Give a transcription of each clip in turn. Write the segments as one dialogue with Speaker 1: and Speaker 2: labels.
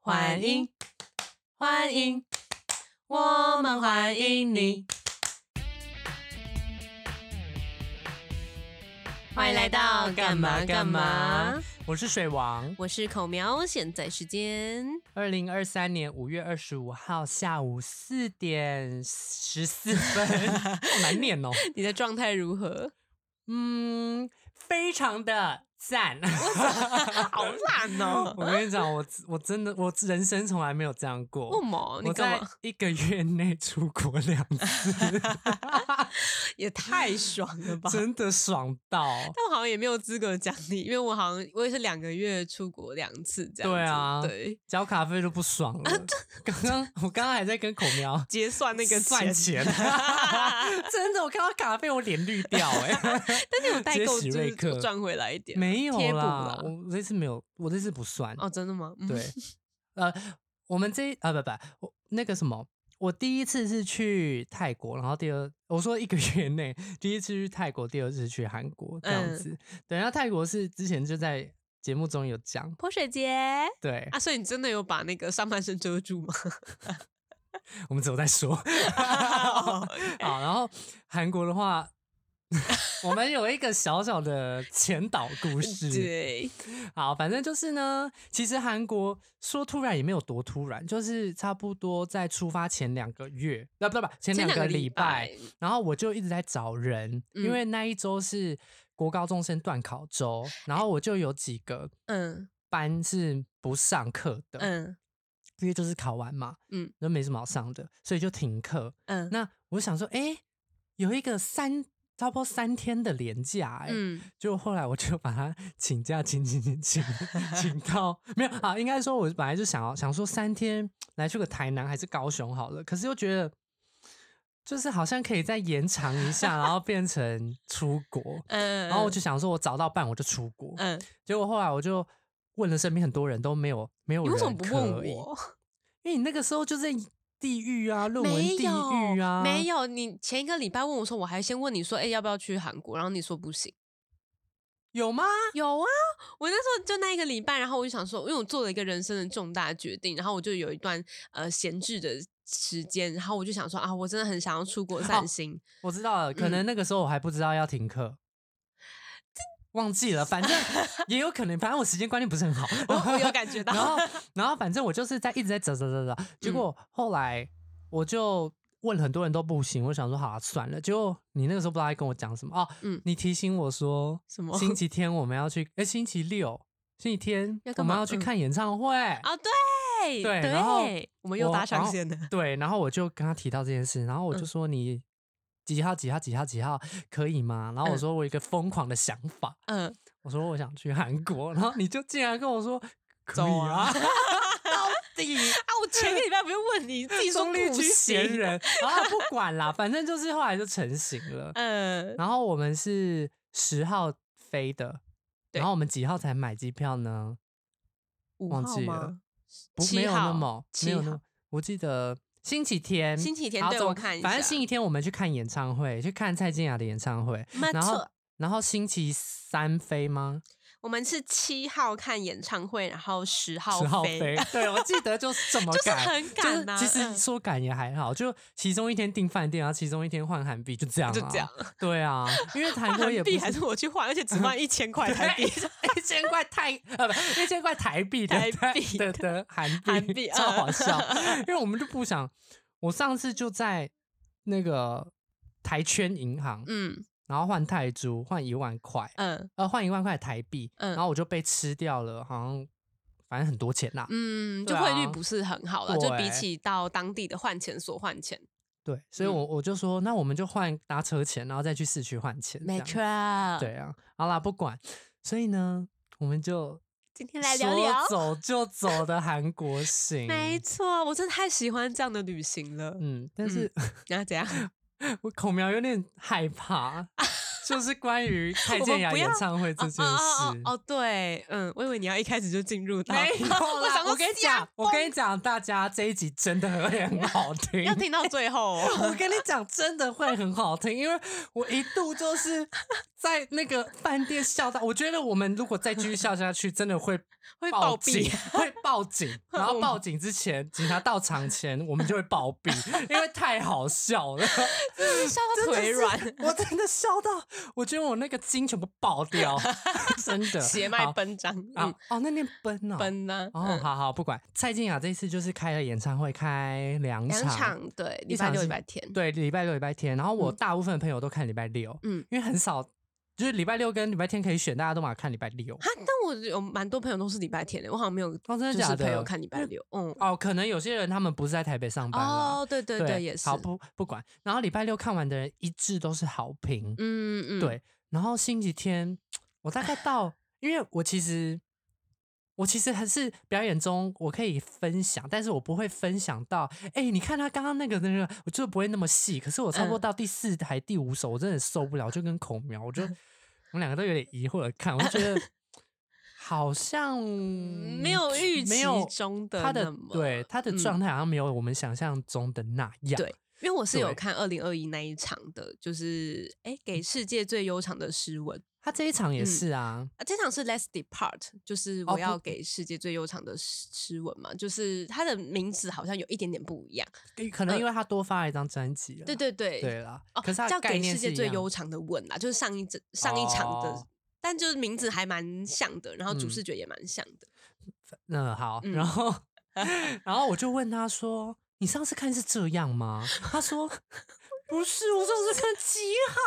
Speaker 1: 欢迎，欢迎，我们欢迎你！欢迎来到干嘛干嘛？
Speaker 2: 我是水王。
Speaker 1: 我是口苗，现在时间
Speaker 2: 二零二三年五月二十五号下午四点十四 分，好 难念哦。
Speaker 1: 你的状态如何？
Speaker 2: 嗯，非常的赞。
Speaker 1: 好烂 哦！
Speaker 2: 我跟你讲，我我真的我人生从来没有这样
Speaker 1: 为什
Speaker 2: 过。
Speaker 1: 么？哦你
Speaker 2: 我
Speaker 1: 干
Speaker 2: 在
Speaker 1: 嘛？
Speaker 2: 一个月内出国两 次，
Speaker 1: 也太爽了 吧！
Speaker 2: 真的爽到。
Speaker 1: 但我好像也没有资格讲你，因为我好像我也是两个月出国两次这样子。
Speaker 2: 对啊
Speaker 1: 对，
Speaker 2: 交卡费都不爽
Speaker 1: 啊
Speaker 2: 了。刚刚我刚刚还在跟口苗
Speaker 1: 结算那个
Speaker 2: 算 钱，真的，我看到卡费我脸绿掉哎、
Speaker 1: 但是有代购
Speaker 2: 直接
Speaker 1: 就
Speaker 2: 洗瑞
Speaker 1: 是
Speaker 2: 克
Speaker 1: 赚回来一点，
Speaker 2: 没有
Speaker 1: 贴补
Speaker 2: 啦
Speaker 1: 啦，
Speaker 2: 我这次没有，我这次不算。
Speaker 1: 哦，真的吗？嗯，
Speaker 2: 对，呃，我们这啊不不，我那个什么，我第一次是去泰国，然后第二我说一个月内，第一次去泰国，第二次去韩国这样
Speaker 1: 嗯
Speaker 2: 子。对，然后泰国是之前就在节目中有讲，
Speaker 1: 泼水节
Speaker 2: 对、
Speaker 1: 啊，所以你真的有把那个上半身遮住吗？
Speaker 2: 我们之后再 说。
Speaker 1: 哦
Speaker 2: 好，然后韩国的话， 我们有一个小小的前导故事。
Speaker 1: 对，
Speaker 2: 好，反正就是呢，其实韩国说突然也没有多突然，就是差不多在出发前两个月，啊不不不，前两个礼拜，，然后我就一直在找人，
Speaker 1: 嗯
Speaker 2: 因为那一周是国高中生段考周，然后我就有几个
Speaker 1: 嗯
Speaker 2: 班是不上课的，
Speaker 1: 嗯
Speaker 2: 因为就是考完嘛，
Speaker 1: 嗯
Speaker 2: 嗯，那没什么好上的，所以就停课。
Speaker 1: 嗯，
Speaker 2: 那我想说，哎、有一个三差不多三天的连假、哎、
Speaker 1: 嗯。
Speaker 2: 就后来我就把他请假，请请请请请到没有啊？应该说，我本来就想要想说三天来去个台南还是高雄好了，可是又觉得就是好像可以再延长一下，然后变成出国
Speaker 1: 嗯，
Speaker 2: 然后我就想说，我找到伴我就出国。
Speaker 1: 嗯，
Speaker 2: 结果后来我就问了身边很多人都没有没有
Speaker 1: 你
Speaker 2: 人
Speaker 1: 为什么不
Speaker 2: 可
Speaker 1: 问
Speaker 2: 以
Speaker 1: 我？
Speaker 2: 因为你那个时候就在地狱啊，论文
Speaker 1: 没
Speaker 2: 地
Speaker 1: 有
Speaker 2: 狱啊，
Speaker 1: 没有，你前一个礼拜问我说，我还先问你说，哎，要不要去韩国？然后你说不行。
Speaker 2: 有吗？
Speaker 1: 有啊，我那时候就那一个礼拜，然后我就想说，因为我做了一个人生的重大决定，然后我就有一段呃闲置的时间，然后我就想说啊，我真的很想要出国散心。
Speaker 2: 我知道了，可能那个时候我还不知道要停课，忘记了， 反正也有可能，反正我时间观念不是很好，
Speaker 1: 我我有感觉 到嗯
Speaker 2: 然后，然后反正我就是在一直在找找找找，结果后来我就。问了很多人都不行，我想说好、啊、算了。结果你那个时候不知道在跟我讲什么哦，
Speaker 1: 嗯
Speaker 2: 你提醒我说
Speaker 1: 什么
Speaker 2: 星期天我们要去，哎，星期六、星期天
Speaker 1: 要
Speaker 2: 我
Speaker 1: 干嘛
Speaker 2: 们要去
Speaker 1: 嗯
Speaker 2: 看演唱会
Speaker 1: 啊，对
Speaker 2: 对然后
Speaker 1: 我们又
Speaker 2: 我
Speaker 1: 搭上
Speaker 2: 然后
Speaker 1: 线了。
Speaker 2: 对，然后我就跟他提到这件事，然后我就
Speaker 1: 嗯
Speaker 2: 说你几号几号几号几号可以吗？然后我
Speaker 1: 嗯
Speaker 2: 说我有一个疯狂的想法，
Speaker 1: 嗯，
Speaker 2: 我说我想去韩国，然后你就竟然跟 我说可
Speaker 1: 走
Speaker 2: 以
Speaker 1: 啊
Speaker 2: 啊， 到底
Speaker 1: 啊，我前个礼拜不是问 你自己说
Speaker 2: 中立
Speaker 1: 不
Speaker 2: 居闲
Speaker 1: 行，
Speaker 2: 人，然后不管啦，反正就是后来就成型了。
Speaker 1: 嗯，
Speaker 2: 然后我们是十号飞的，
Speaker 1: 对
Speaker 2: 然后我们几号才买机票呢？
Speaker 1: 五
Speaker 2: 忘
Speaker 1: 号
Speaker 2: 记了
Speaker 1: 吗？
Speaker 2: 不，没
Speaker 1: 七
Speaker 2: 有那
Speaker 1: 号
Speaker 2: 么，没
Speaker 1: 七
Speaker 2: 有那
Speaker 1: 号
Speaker 2: 么，我记得星期天，
Speaker 1: 星期天
Speaker 2: 好
Speaker 1: 对
Speaker 2: 总
Speaker 1: 我看一
Speaker 2: 反正
Speaker 1: 下
Speaker 2: 星期天我们去看演唱会，去看蔡健雅的演唱会，
Speaker 1: 没
Speaker 2: 然后
Speaker 1: 错。
Speaker 2: 然后星期三飞吗？
Speaker 1: 我们是七号看演唱会，然后十号
Speaker 2: 十号
Speaker 1: 飞，
Speaker 2: 飞， 对我记得就是这么
Speaker 1: 就是
Speaker 2: 赶，
Speaker 1: 很
Speaker 2: 就是
Speaker 1: 赶啊
Speaker 2: 其实
Speaker 1: 嗯
Speaker 2: 说赶也还好，就其中一天订饭店，然后其中一天换韩币，就这样、啊，
Speaker 1: 就这样。。
Speaker 2: 对啊，因为 韩国
Speaker 1: 换
Speaker 2: 也
Speaker 1: 韩
Speaker 2: 不
Speaker 1: 币还是我去换，而 且只换一千块台 币。
Speaker 2: 一千块泰 呃不一千块台币的
Speaker 1: 啊台 币
Speaker 2: 的的的韩币，
Speaker 1: 韩币
Speaker 2: 超好
Speaker 1: 嗯
Speaker 2: 笑，因为我们就不想。我上次就在那个台圈银行，
Speaker 1: 嗯
Speaker 2: 然后换泰铢，换一万块，
Speaker 1: 嗯
Speaker 2: 呃，换一万块台币，
Speaker 1: 嗯
Speaker 2: 然后我就被吃掉了，好像反正很多钱啦。
Speaker 1: 嗯，就
Speaker 2: 对
Speaker 1: 汇率
Speaker 2: 啊
Speaker 1: 不是很好了，就比
Speaker 2: 对
Speaker 1: 起到当地的换钱所换钱，
Speaker 2: 对，所以
Speaker 1: 嗯
Speaker 2: 我我就说，那我们就换搭车钱，然后再去市区换钱。这样，对啊，好啦，不管，所以呢，我们就
Speaker 1: 今天来聊聊
Speaker 2: 说，走就走的韩国行。
Speaker 1: 没错，我真的太喜欢这样的旅行了。
Speaker 2: 嗯，但是
Speaker 1: 然后怎样？
Speaker 2: 我口苗有点害怕，就是关 于蔡
Speaker 1: 我
Speaker 2: 健
Speaker 1: 们
Speaker 2: 雅
Speaker 1: 不
Speaker 2: 演
Speaker 1: 要
Speaker 2: 唱会 这件
Speaker 1: 哦哦
Speaker 2: 事
Speaker 1: 哦。哦，对，嗯，我以为你要一开始就进入到，
Speaker 2: 没有
Speaker 1: 我
Speaker 2: 啦
Speaker 1: 想，说
Speaker 2: 我跟你
Speaker 1: 吓
Speaker 2: 讲，我跟你讲，大家这一集真的会很好听，
Speaker 1: 要听到最后、哦。
Speaker 2: 我跟你讲，真的会很好听，因为我一度就是在那个饭店笑到，我觉得我们如果再继续笑下去，真的会
Speaker 1: 会
Speaker 2: 报
Speaker 1: 暴
Speaker 2: 警
Speaker 1: 毙，
Speaker 2: 会报 警。然后报警之前，警察到场前，我们就会暴毙，因为太好笑了，
Speaker 1: 笑到腿软，
Speaker 2: 我真的笑到，我觉得我那个筋全部爆 掉，真的
Speaker 1: 血脉
Speaker 2: 好
Speaker 1: 奔张，
Speaker 2: 啊
Speaker 1: 嗯，！
Speaker 2: 哦，那念奔哦，
Speaker 1: 奔啊嗯呢、
Speaker 2: 哦，好好不管。蔡健雅这次就是开了演唱会，开两
Speaker 1: 两
Speaker 2: 场，
Speaker 1: 场对，礼拜
Speaker 2: 场
Speaker 1: 六、
Speaker 2: 是
Speaker 1: 礼拜天，
Speaker 2: 对，礼拜六、礼拜天，然后我
Speaker 1: 嗯
Speaker 2: 大部分朋友都看礼拜六，
Speaker 1: 嗯
Speaker 2: 因为很少，就是礼拜六跟礼拜天可以选，大家都嘛看礼拜六。
Speaker 1: 哈，但我有蛮多朋友都是礼拜天的，我好像没有，
Speaker 2: 哦，真的
Speaker 1: 就
Speaker 2: 假
Speaker 1: 是
Speaker 2: 的？
Speaker 1: 朋友看礼拜六，嗯，
Speaker 2: 哦，可能有些人他们不是在台北上班啦。
Speaker 1: 哦，对对对，也是，
Speaker 2: 好不不管，然后礼拜六看完的人一致都是好评，
Speaker 1: 嗯嗯，
Speaker 2: 对。然后星期天，我大概到，因为我其实我其实还是表演中我可以分享，但是我不会分享到，哎、你看他刚刚那个那个，我就不会那么细。可是我差不多
Speaker 1: 嗯
Speaker 2: 到第四台、第五首，我真的受不了，我就跟孔苗， 我就我们两个都有点疑惑的看，我就觉得好像
Speaker 1: 嗯，没有预
Speaker 2: 没
Speaker 1: 期
Speaker 2: 有
Speaker 1: 中的
Speaker 2: 他
Speaker 1: 那
Speaker 2: 的
Speaker 1: 么
Speaker 2: 对他的
Speaker 1: 嗯
Speaker 2: 状态好像没有我们想象中的那样。
Speaker 1: 对因为我是有
Speaker 2: 对
Speaker 1: 看二零二一那一场的，就是哎，给世界最悠长的诗文
Speaker 2: 他这一场也
Speaker 1: 嗯
Speaker 2: 是啊，
Speaker 1: 啊，这场是 Let's Depart，就是
Speaker 2: 哦
Speaker 1: 我要
Speaker 2: 不
Speaker 1: 给世界最悠长的诗诗文嘛，就是它的名字好像有一点点不一样，
Speaker 2: 可能因为他多发了一张专辑了。
Speaker 1: 呃对对对，
Speaker 2: 嗯对啦，
Speaker 1: 哦，
Speaker 2: 可是他
Speaker 1: 叫
Speaker 2: 概
Speaker 1: 给
Speaker 2: 念
Speaker 1: 世
Speaker 2: 是
Speaker 1: 界
Speaker 2: 一
Speaker 1: 最
Speaker 2: 样的
Speaker 1: 悠长的吻啦，就是上一整上一场的，
Speaker 2: 哦
Speaker 1: 但就是名字还蛮像的，然后主
Speaker 2: 嗯
Speaker 1: 视觉也蛮像的。
Speaker 2: 嗯，好，
Speaker 1: 嗯
Speaker 2: 然后然后我就问他说：“你上次看是这样吗？”他说：“不是，我上次看极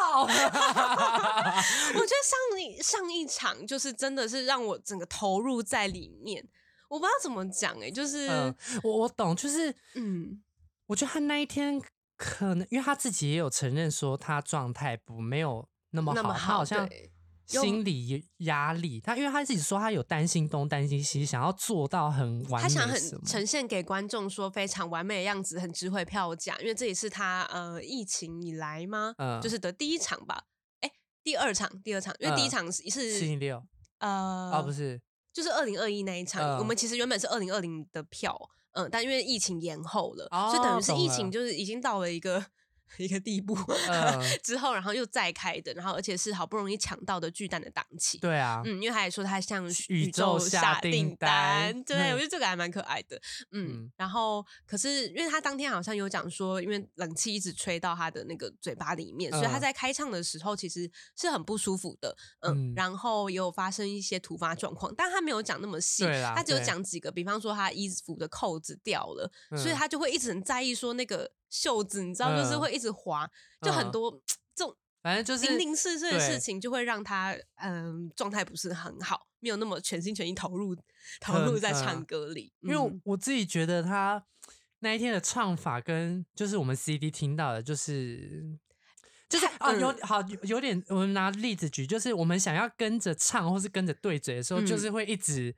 Speaker 2: 好。啊
Speaker 1: 我觉得上一上一场就是真的是让我整个投入在里面，我不知道怎么讲哎、就是”
Speaker 2: 嗯， 我我懂，就是
Speaker 1: 嗯
Speaker 2: 我觉得他那一天可能，因为他自己也有承认说他状态不没有那么好，
Speaker 1: 那么
Speaker 2: 他好
Speaker 1: 好
Speaker 2: 像
Speaker 1: 对有
Speaker 2: 心理压力，他因为他自己说他有担心东担心西，想要做到很完
Speaker 1: 他
Speaker 2: 美什
Speaker 1: 想
Speaker 2: 么，
Speaker 1: 很呈现给观众说非常完美的样子，很值回票价，因为这也是他呃疫情以来吗？
Speaker 2: 嗯
Speaker 1: 就是的第一场吧，哎、第二场，第二场，因为第一
Speaker 2: 嗯
Speaker 1: 场是、
Speaker 2: 星期
Speaker 1: 是
Speaker 2: 六
Speaker 1: 呃
Speaker 2: 哦，不是，
Speaker 1: 就是二零二一那一场，
Speaker 2: 嗯
Speaker 1: 我们其实原本是二零二零的票，嗯，但因为疫情延后了，
Speaker 2: 哦
Speaker 1: 所以等于是
Speaker 2: 懂
Speaker 1: 疫
Speaker 2: 了
Speaker 1: 情就是已经到了一个一个地步、
Speaker 2: 嗯
Speaker 1: 之后，然后又再开的，然后而且是好不容易抢到的巨蛋的档期。
Speaker 2: 对啊，
Speaker 1: 嗯，因为他也说他像
Speaker 2: 宇宙
Speaker 1: 宙
Speaker 2: 下订
Speaker 1: 订
Speaker 2: 单
Speaker 1: 对
Speaker 2: 嗯
Speaker 1: 我觉得这个还蛮可爱的。嗯，
Speaker 2: 嗯
Speaker 1: 然后可是因为他当天好像有讲说，因为冷气一直吹到他的那个嘴巴里面，所以他
Speaker 2: 嗯
Speaker 1: 在开唱的时候其实是很不舒服的。嗯，
Speaker 2: 嗯
Speaker 1: 然后也有发生一些突发状况，但他没有讲那么细，
Speaker 2: 对啦啊
Speaker 1: 他只有
Speaker 2: 对
Speaker 1: 讲几个，比方说他衣服的扣子掉了，所以
Speaker 2: 嗯
Speaker 1: 他就会一直很在意说那个袖子，你知道，就是
Speaker 2: 嗯
Speaker 1: 会一直滑，就
Speaker 2: 嗯
Speaker 1: 很多这种
Speaker 2: 反正就是
Speaker 1: 零零碎碎的
Speaker 2: 对
Speaker 1: 事情就会让他嗯状态不是很好，没有那么全心全意投入投
Speaker 2: 很
Speaker 1: 入在
Speaker 2: 嗯
Speaker 1: 唱歌里，
Speaker 2: 因为我
Speaker 1: 嗯
Speaker 2: 我自己觉得他那一天的唱法跟就是我们 CD 听到的，就是就是
Speaker 1: 太
Speaker 2: 啊、有
Speaker 1: 嗯
Speaker 2: 好有有点，我们拿例子举，就是我们想要跟着唱或是跟着对嘴的时候，
Speaker 1: 嗯
Speaker 2: 就是会一直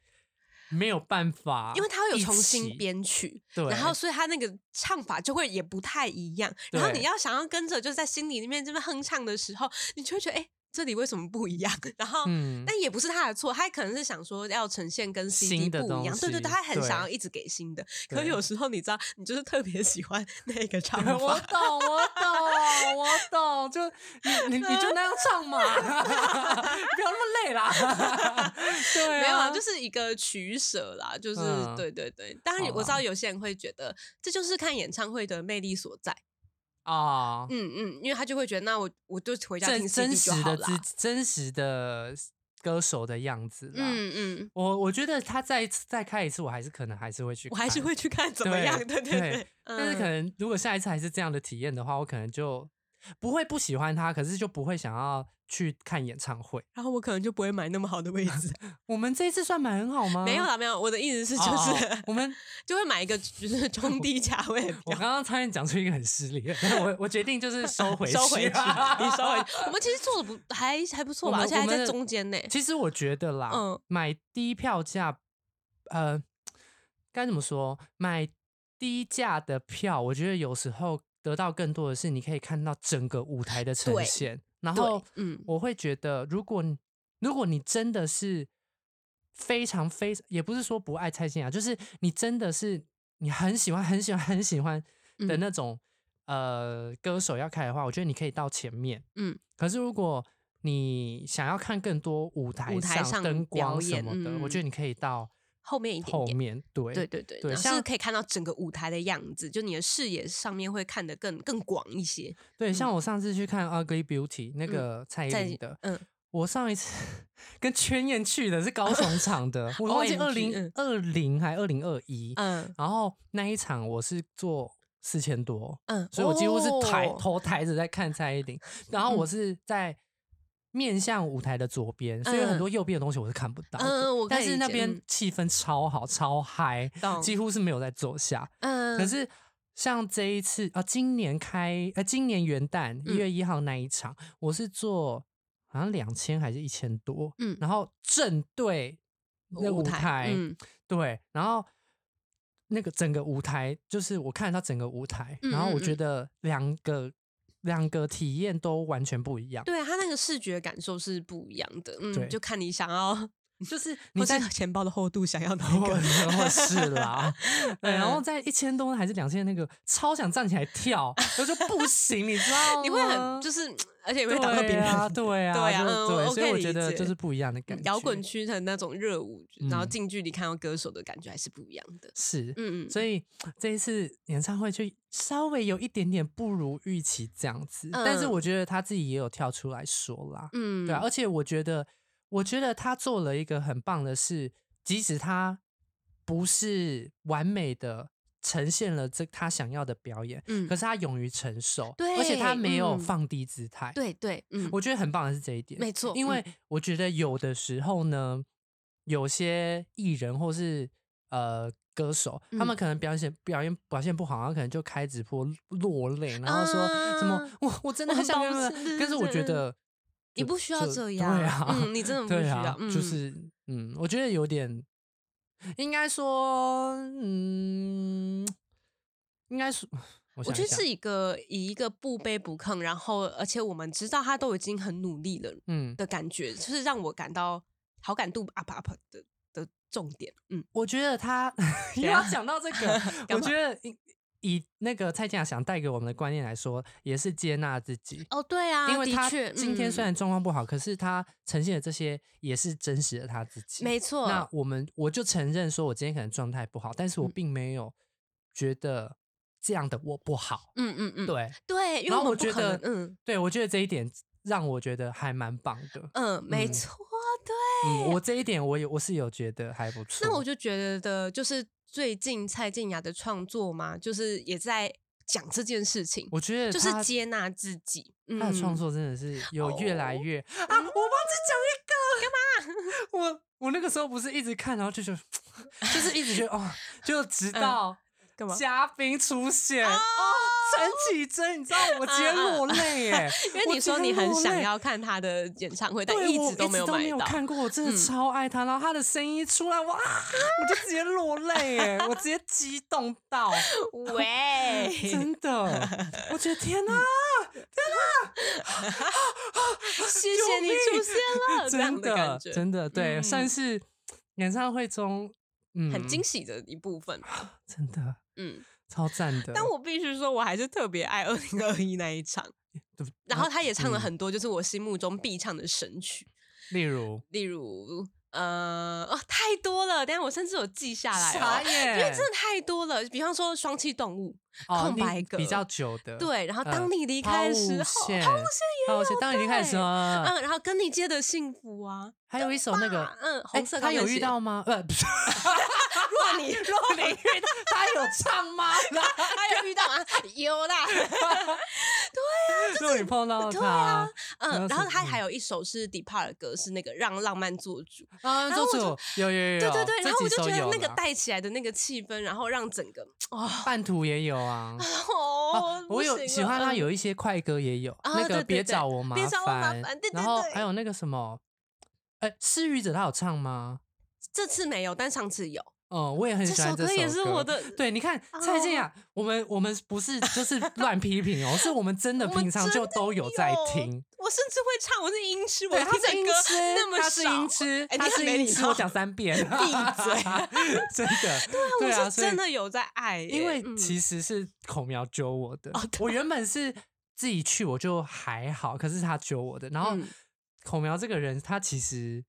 Speaker 2: 没有办法一起，
Speaker 1: 因为他会有重新编曲，
Speaker 2: 对，
Speaker 1: 然后所以他那个唱法就会也不太一样，然后
Speaker 2: 对
Speaker 1: 你要想要跟着就是在心里面这边哼唱的时候，你就会觉得哎、诶这里为什么不一样？ 然后。
Speaker 2: 嗯，
Speaker 1: 但也不是他的错，他可能是想说要呈现跟 CD
Speaker 2: 新的
Speaker 1: 不一样，
Speaker 2: 东
Speaker 1: 对对
Speaker 2: 西
Speaker 1: 对，他很
Speaker 2: 对
Speaker 1: 想要一直给新的。可
Speaker 2: 对
Speaker 1: 有时候你知道，你就是特别喜欢那个唱法，
Speaker 2: 我懂，我懂，我懂， 就你你你就那样唱嘛， 不要那么累啦。 对、啊，
Speaker 1: 没有啊，就是一个取舍啦，就是、
Speaker 2: 嗯
Speaker 1: 对对对。当然
Speaker 2: 好啊
Speaker 1: 我知道
Speaker 2: 啦
Speaker 1: 有些人会觉得这就是看演唱会的魅力所在，
Speaker 2: 啊、
Speaker 1: 嗯嗯，因为他就会觉得那我我就回家
Speaker 2: 真
Speaker 1: 听
Speaker 2: 真
Speaker 1: CD 就
Speaker 2: 实
Speaker 1: 好
Speaker 2: 的
Speaker 1: 啦。
Speaker 2: 自真实的歌手的样子啦。
Speaker 1: 嗯嗯，
Speaker 2: 我我觉得他再一次再开一次，我还是可能还是会去，
Speaker 1: 我还是。会去看怎么
Speaker 2: 对
Speaker 1: 样，
Speaker 2: 对
Speaker 1: 对对对。
Speaker 2: 但是可
Speaker 1: 嗯
Speaker 2: 能如果下一次还是这样的体验的话，我可能就不会不喜欢他，可是就不会想要去看演唱会。
Speaker 1: 然后我可能就不会买那么好的 位置，
Speaker 2: 我们这一次算蛮很好吗？
Speaker 1: 没有啦，没有。我的意思是
Speaker 2: 啊哦，
Speaker 1: 就、
Speaker 2: 就是 我们。
Speaker 1: 就会买一个就是中低价位的
Speaker 2: 我
Speaker 1: 票。
Speaker 2: 刚刚差点讲出一个很失礼的，但是我我决定就是 收回
Speaker 1: 收回去，
Speaker 2: 去，
Speaker 1: 你收回去。我们其实做的不还还不错
Speaker 2: 我
Speaker 1: 吧，
Speaker 2: 们
Speaker 1: 而且还
Speaker 2: 我们
Speaker 1: 在
Speaker 2: 的
Speaker 1: 中间呢。
Speaker 2: 其实我觉得啦，
Speaker 1: 嗯
Speaker 2: 买低票价，呃，该怎么说？买低价的票，我觉得有时候得到更多的是你可以看到整个舞台的呈
Speaker 1: 对
Speaker 2: 现。然
Speaker 1: 对
Speaker 2: 后，
Speaker 1: 嗯
Speaker 2: 我会觉得，如果你如果你真的是非常非常，也不是说不爱蔡健雅，就是你真的是你很喜欢、很喜欢、很喜欢的
Speaker 1: 嗯
Speaker 2: 那种、呃歌手要开的话，我觉得你可以到前面。
Speaker 1: 嗯，
Speaker 2: 可是如果你想要看更多舞台
Speaker 1: 舞台上
Speaker 2: 灯光
Speaker 1: 表
Speaker 2: 什
Speaker 1: 演嗯
Speaker 2: 么的，我觉得你可以到
Speaker 1: 后面一点
Speaker 2: 后
Speaker 1: 点
Speaker 2: 面。对
Speaker 1: 对对对，
Speaker 2: 对
Speaker 1: 然后
Speaker 2: 像
Speaker 1: 是可以看到整个舞台的样子，就你的视野上面会看得更更广一些。
Speaker 2: 对像我上次去看《Ugly Beauty》那个蔡依
Speaker 1: 嗯在
Speaker 2: 林的，
Speaker 1: 嗯，
Speaker 2: 我上一次 跟圈燕去的是 高雄场的，我忘记二
Speaker 1: OMG
Speaker 2: 零
Speaker 1: 嗯
Speaker 2: 二零还二零二一，
Speaker 1: 嗯
Speaker 2: 然后那一场我是做四千多，
Speaker 1: 嗯，
Speaker 2: 所以我几乎是抬、
Speaker 1: 哦嗯
Speaker 2: 头抬着在看蔡依林，然后我是在面向舞台的左边，所以很多右边的东西我是看不到的。
Speaker 1: 嗯嗯我可以
Speaker 2: 但是那
Speaker 1: 理解
Speaker 2: 边
Speaker 1: 嗯
Speaker 2: 气氛超好，超嗨，
Speaker 1: 懂
Speaker 2: 几乎是没有在坐下。
Speaker 1: 嗯，
Speaker 2: 可是像这一次啊，今年开呃，今年元旦
Speaker 1: 嗯
Speaker 2: 一月一号那一场，我是做好像两千还是一千多，
Speaker 1: 嗯
Speaker 2: 然后正对那个舞台，
Speaker 1: 嗯
Speaker 2: 对，然后那个整个舞台就是我看得到整个舞台，然后我
Speaker 1: 嗯
Speaker 2: 觉
Speaker 1: 嗯嗯
Speaker 2: 得两个两个体验都完全不一样，
Speaker 1: 对啊，他那个视觉感受是不一样的，
Speaker 2: 对
Speaker 1: 嗯，就看你想要，
Speaker 2: 就是
Speaker 1: 或
Speaker 2: 你
Speaker 1: 是
Speaker 2: 在。
Speaker 1: 钱包的厚度想要哪 一
Speaker 2: 我
Speaker 1: 个？
Speaker 2: 我是 啦，对，然后
Speaker 1: 嗯
Speaker 2: 在一千多还是两千那个，超想站起来跳，我就不行，你知道吗？
Speaker 1: 你会很就是，而且也会打到
Speaker 2: 哦对
Speaker 1: 别人
Speaker 2: 啊，对啊，
Speaker 1: 对啊
Speaker 2: 就
Speaker 1: 嗯
Speaker 2: 对，
Speaker 1: 我
Speaker 2: 所以
Speaker 1: 可以
Speaker 2: 我
Speaker 1: 理
Speaker 2: 觉得
Speaker 1: 解嗯
Speaker 2: 就是不一样的感觉。
Speaker 1: 摇滚区的那种热舞，然后
Speaker 2: 嗯
Speaker 1: 近距离看到歌手的感觉还是不一样的。
Speaker 2: 是，
Speaker 1: 嗯嗯，
Speaker 2: 所
Speaker 1: 以
Speaker 2: 以这一次演唱会就稍微有一点点不如预期这样子，但是
Speaker 1: 嗯
Speaker 2: 我觉得他自己也有跳出来说啦，
Speaker 1: 嗯，
Speaker 2: 对啊，而且我觉得，我觉得他做了一个很棒的事，即使他不是完美的呈现了这他想要的表演，
Speaker 1: 嗯
Speaker 2: 可是他勇于承受，而且他
Speaker 1: 对
Speaker 2: 没有
Speaker 1: 嗯
Speaker 2: 放低姿态，
Speaker 1: 对对，嗯，
Speaker 2: 我觉得很棒的是这一点，
Speaker 1: 没错
Speaker 2: 因为
Speaker 1: 嗯
Speaker 2: 我觉得有的时候呢，有些艺人或是呃歌手，他们
Speaker 1: 嗯
Speaker 2: 可能表现表演表现不好，然后可能就开直播落泪，然后说什么、
Speaker 1: 啊
Speaker 2: 我我真的
Speaker 1: 我
Speaker 2: 很
Speaker 1: 很
Speaker 2: 想
Speaker 1: 抱
Speaker 2: 跟他
Speaker 1: 歉
Speaker 2: 们，
Speaker 1: 对
Speaker 2: 但是
Speaker 1: 对
Speaker 2: 我觉
Speaker 1: 对
Speaker 2: 得
Speaker 1: 你
Speaker 2: 就
Speaker 1: 不需要
Speaker 2: 就
Speaker 1: 这样，
Speaker 2: 对啊，
Speaker 1: 嗯，你真的不
Speaker 2: 对
Speaker 1: 需
Speaker 2: 啊
Speaker 1: 要，，嗯，
Speaker 2: 就是嗯，我觉得有点，应该说，嗯，应该说， 我
Speaker 1: 我
Speaker 2: 想
Speaker 1: 觉
Speaker 2: 一
Speaker 1: 得
Speaker 2: 下
Speaker 1: 是一个以一个不卑不亢，然后而且我们知道他都已经很努力了
Speaker 2: 嗯，
Speaker 1: 的感觉，就是让我感到好感度 up up 的的重点。嗯，
Speaker 2: 我觉得 他又要讲到这个， 我
Speaker 1: 干
Speaker 2: 觉得以以那个蔡健雅想带给我们的观念来说，也是接纳自己，
Speaker 1: 哦，对啊
Speaker 2: 因为他
Speaker 1: 的确，
Speaker 2: 今天虽
Speaker 1: 嗯
Speaker 2: 然状况不好，可是他呈现的这些也是真实的他自己。
Speaker 1: 没错，
Speaker 2: 那我们我就承认说，我今天可能状态不好，但是我
Speaker 1: 嗯
Speaker 2: 并没有觉得这样的我不好。
Speaker 1: 嗯嗯嗯，
Speaker 2: 对
Speaker 1: 对，因为
Speaker 2: 然后
Speaker 1: 们
Speaker 2: 我
Speaker 1: 不
Speaker 2: 觉
Speaker 1: 可
Speaker 2: 得
Speaker 1: 能嗯
Speaker 2: 对，我觉得这一点让我觉得还蛮棒的。
Speaker 1: 嗯，没
Speaker 2: 嗯
Speaker 1: 错，对。
Speaker 2: 嗯，我这一点我有我是有觉得还不错。
Speaker 1: 那我就觉得，就是最近蔡健雅的创作嘛，就是也在讲这件事情，
Speaker 2: 我觉得
Speaker 1: 就是
Speaker 2: 他
Speaker 1: 接纳自己。嗯，
Speaker 2: 他的创作真的是有越来
Speaker 1: 哦
Speaker 2: 越、啊！我忘记讲一个，干嘛？ 我我那个时候不是一直看，然后就觉得就是一直觉得哦，就直到
Speaker 1: 嗯干嘛
Speaker 2: 嘉宾出现哦，陈绮贞，你知道我今天落泪耶，
Speaker 1: 嗯 因为
Speaker 2: 我
Speaker 1: 你
Speaker 2: 今
Speaker 1: 说你
Speaker 2: 天
Speaker 1: 很
Speaker 2: 落
Speaker 1: 想
Speaker 2: 泪。
Speaker 1: 要看他的演唱会，但
Speaker 2: 对，
Speaker 1: 一
Speaker 2: 我
Speaker 1: 直都没有买到。
Speaker 2: 看过，我真的
Speaker 1: 嗯
Speaker 2: 超爱他。然后他的声音一出来，哇，我就直接落泪耶，我直接激动 到，
Speaker 1: 喂，
Speaker 2: 真的，我觉得天哪、
Speaker 1: 谢谢你出现了，这样
Speaker 2: 真
Speaker 1: 的感觉，
Speaker 2: 真的对，算
Speaker 1: 嗯
Speaker 2: 是演唱会中，嗯，
Speaker 1: 很惊喜的一部分。
Speaker 2: 真的
Speaker 1: 嗯，
Speaker 2: 超赞的。
Speaker 1: 但我必须说，我还是特别爱二零二一那一场。
Speaker 2: 对不
Speaker 1: 然后他也唱了
Speaker 2: 嗯
Speaker 1: 很多，就是我心目中必唱的神曲，
Speaker 2: 例如
Speaker 1: 例如呃哦太多了，但我甚至有记下来
Speaker 2: 傻
Speaker 1: 哦，因为
Speaker 2: 眼
Speaker 1: 真的太多了。比方说《双栖动物
Speaker 2: 哦
Speaker 1: 空
Speaker 2: 你
Speaker 1: 白格
Speaker 2: 比较久的，
Speaker 1: 对然后
Speaker 2: 呃
Speaker 1: 当你离开的
Speaker 2: 抛物
Speaker 1: 时候
Speaker 2: 线
Speaker 1: 抛物
Speaker 2: 抛物线当你离开的时候，》，
Speaker 1: 嗯，然后跟你借的幸福啊，
Speaker 2: 还有一首那个
Speaker 1: 啊。嗯
Speaker 2: 哎
Speaker 1: 红色
Speaker 2: 他
Speaker 1: 高跟鞋。
Speaker 2: 有遇到吗？呃， 不是
Speaker 1: 若 你若你遇到，
Speaker 2: 他有唱 吗？
Speaker 1: 他有遇到啊， 有啦。
Speaker 2: 如果你碰到
Speaker 1: 对啊
Speaker 2: 他，然后
Speaker 1: 嗯，然后
Speaker 2: 是
Speaker 1: 他
Speaker 2: 嗯
Speaker 1: 还有一首是 Depart 的歌，是那个让浪漫做主。
Speaker 2: 啊，
Speaker 1: 然
Speaker 2: 做
Speaker 1: 后我
Speaker 2: 主有有有，
Speaker 1: 对对对，
Speaker 2: 啊这
Speaker 1: 然后我
Speaker 2: 几
Speaker 1: 就
Speaker 2: 首
Speaker 1: 觉得
Speaker 2: 有
Speaker 1: 那个
Speaker 2: 啦
Speaker 1: 带起来的那个气氛，然后 让整个哇，
Speaker 2: 半途也有啊。
Speaker 1: 哦
Speaker 2: 啊，我有喜欢他
Speaker 1: 他
Speaker 2: 有一些快歌也有，
Speaker 1: 嗯啊
Speaker 2: 那
Speaker 1: 对
Speaker 2: 个
Speaker 1: 对
Speaker 2: 别
Speaker 1: 对
Speaker 2: 找我麻
Speaker 1: 别找我麻
Speaker 2: 烦
Speaker 1: 烦对，
Speaker 2: 然
Speaker 1: 对
Speaker 2: 后
Speaker 1: 对
Speaker 2: 还有那个什么，哎，失语者他有唱吗？
Speaker 1: 这次没有，但上次有。
Speaker 2: 嗯，我也很
Speaker 1: 这
Speaker 2: 喜欢
Speaker 1: 首
Speaker 2: 这
Speaker 1: 歌也是我的哦
Speaker 2: 对，你看蔡健雅，我们我们不是就是乱批评哦，是我们真的
Speaker 1: 我们
Speaker 2: 平常
Speaker 1: 真
Speaker 2: 就
Speaker 1: 的
Speaker 2: 都有在
Speaker 1: 有
Speaker 2: 听。
Speaker 1: 我甚至会唱，我是音痴，我
Speaker 2: 对，
Speaker 1: 听
Speaker 2: 他是
Speaker 1: 的
Speaker 2: 音
Speaker 1: 歌
Speaker 2: 痴，
Speaker 1: 那么
Speaker 2: 他是
Speaker 1: 少
Speaker 2: 音，痴，
Speaker 1: 哎
Speaker 2: 他
Speaker 1: 你很
Speaker 2: 是
Speaker 1: 没
Speaker 2: 音
Speaker 1: 礼
Speaker 2: 痴，
Speaker 1: 貌
Speaker 2: 我讲三遍，闭
Speaker 1: 嘴，
Speaker 2: 真的，对
Speaker 1: 我
Speaker 2: 啊，
Speaker 1: 是
Speaker 2: 所以
Speaker 1: 真的有在爱耶，
Speaker 2: 因为
Speaker 1: 嗯
Speaker 2: 其实是孔苗揪我的，
Speaker 1: 哦对
Speaker 2: 我原本是自己去我就还好，可是他揪我的，然后
Speaker 1: 嗯
Speaker 2: 孔苗这个人他其实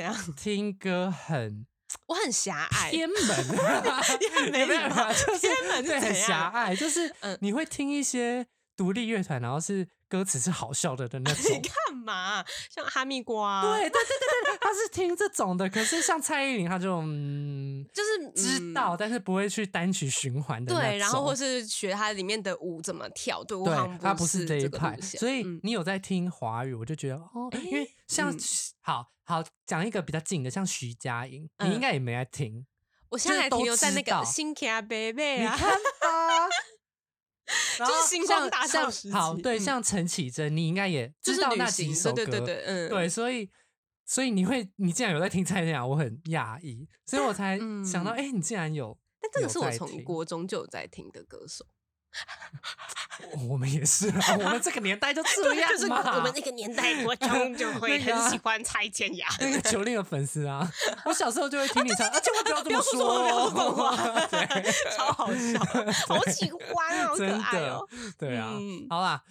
Speaker 1: 样？
Speaker 2: 听歌 很
Speaker 1: 我很狭隘，
Speaker 2: 偏门，
Speaker 1: 很没
Speaker 2: 有没有
Speaker 1: 礼貌
Speaker 2: 啊就是
Speaker 1: 偏门是
Speaker 2: 对，很
Speaker 1: 怎样
Speaker 2: 狭隘，就是
Speaker 1: 嗯
Speaker 2: 你会听一些独立乐团，然后是歌词是好笑的的那种
Speaker 1: 你。干嘛？像哈密瓜，
Speaker 2: 对对对，对对，他是听这种的，可是像蔡依林，他就嗯
Speaker 1: 就是
Speaker 2: 知
Speaker 1: 嗯
Speaker 2: 道，但是不会去单曲循环的那种。
Speaker 1: 对，然后或是学它里面的舞怎么跳，对我好
Speaker 2: 对
Speaker 1: 像，
Speaker 2: 他不
Speaker 1: 是
Speaker 2: 是这一
Speaker 1: 个
Speaker 2: 派，
Speaker 1: 路线
Speaker 2: 所以
Speaker 1: 嗯
Speaker 2: 你有在听华语，我就觉得哦，因为像
Speaker 1: 嗯
Speaker 2: 好好讲一个比较近的，像徐佳莹，你
Speaker 1: 嗯
Speaker 2: 应该也没在听，
Speaker 1: 我现在
Speaker 2: 就是
Speaker 1: 还
Speaker 2: 都
Speaker 1: 停留在
Speaker 2: 知
Speaker 1: 那个
Speaker 2: 道
Speaker 1: 新 K 啊 baby
Speaker 2: 你
Speaker 1: 啊，
Speaker 2: 看吧。然
Speaker 1: 就是
Speaker 2: 后
Speaker 1: 星光
Speaker 2: 像
Speaker 1: 大道
Speaker 2: 像
Speaker 1: 时
Speaker 2: 好，
Speaker 1: 期
Speaker 2: 对，
Speaker 1: 嗯
Speaker 2: 像陈绮贞，你应该也
Speaker 1: 就
Speaker 2: 知
Speaker 1: 是
Speaker 2: 道
Speaker 1: 旅
Speaker 2: 那
Speaker 1: 行
Speaker 2: 几首歌，
Speaker 1: 对对对，嗯，
Speaker 2: 对，所以所以你会，你竟然有在听蔡健雅，我很讶异，所以我才想到，
Speaker 1: 嗯
Speaker 2: 哎、你竟然有。
Speaker 1: 但这个
Speaker 2: 有
Speaker 1: 是我
Speaker 2: 在
Speaker 1: 从
Speaker 2: 听
Speaker 1: 国中就有在听的歌手，
Speaker 2: 我我们也是啊，我们这个年 代就这样
Speaker 1: 啊就是
Speaker 2: 嘛。
Speaker 1: 我们那个年 代国中就会
Speaker 2: 那个啊
Speaker 1: 很喜欢蔡健雅。
Speaker 2: 那个九令的粉丝啊，我小时候就会听你唱，啊，千万不要这么说
Speaker 1: 不要
Speaker 2: 哦，
Speaker 1: 这么说
Speaker 2: 对，
Speaker 1: 超好笑，好喜欢啊，好可
Speaker 2: 真
Speaker 1: 爱
Speaker 2: 的
Speaker 1: 哦，，
Speaker 2: 对啊
Speaker 1: 嗯，
Speaker 2: 好啦，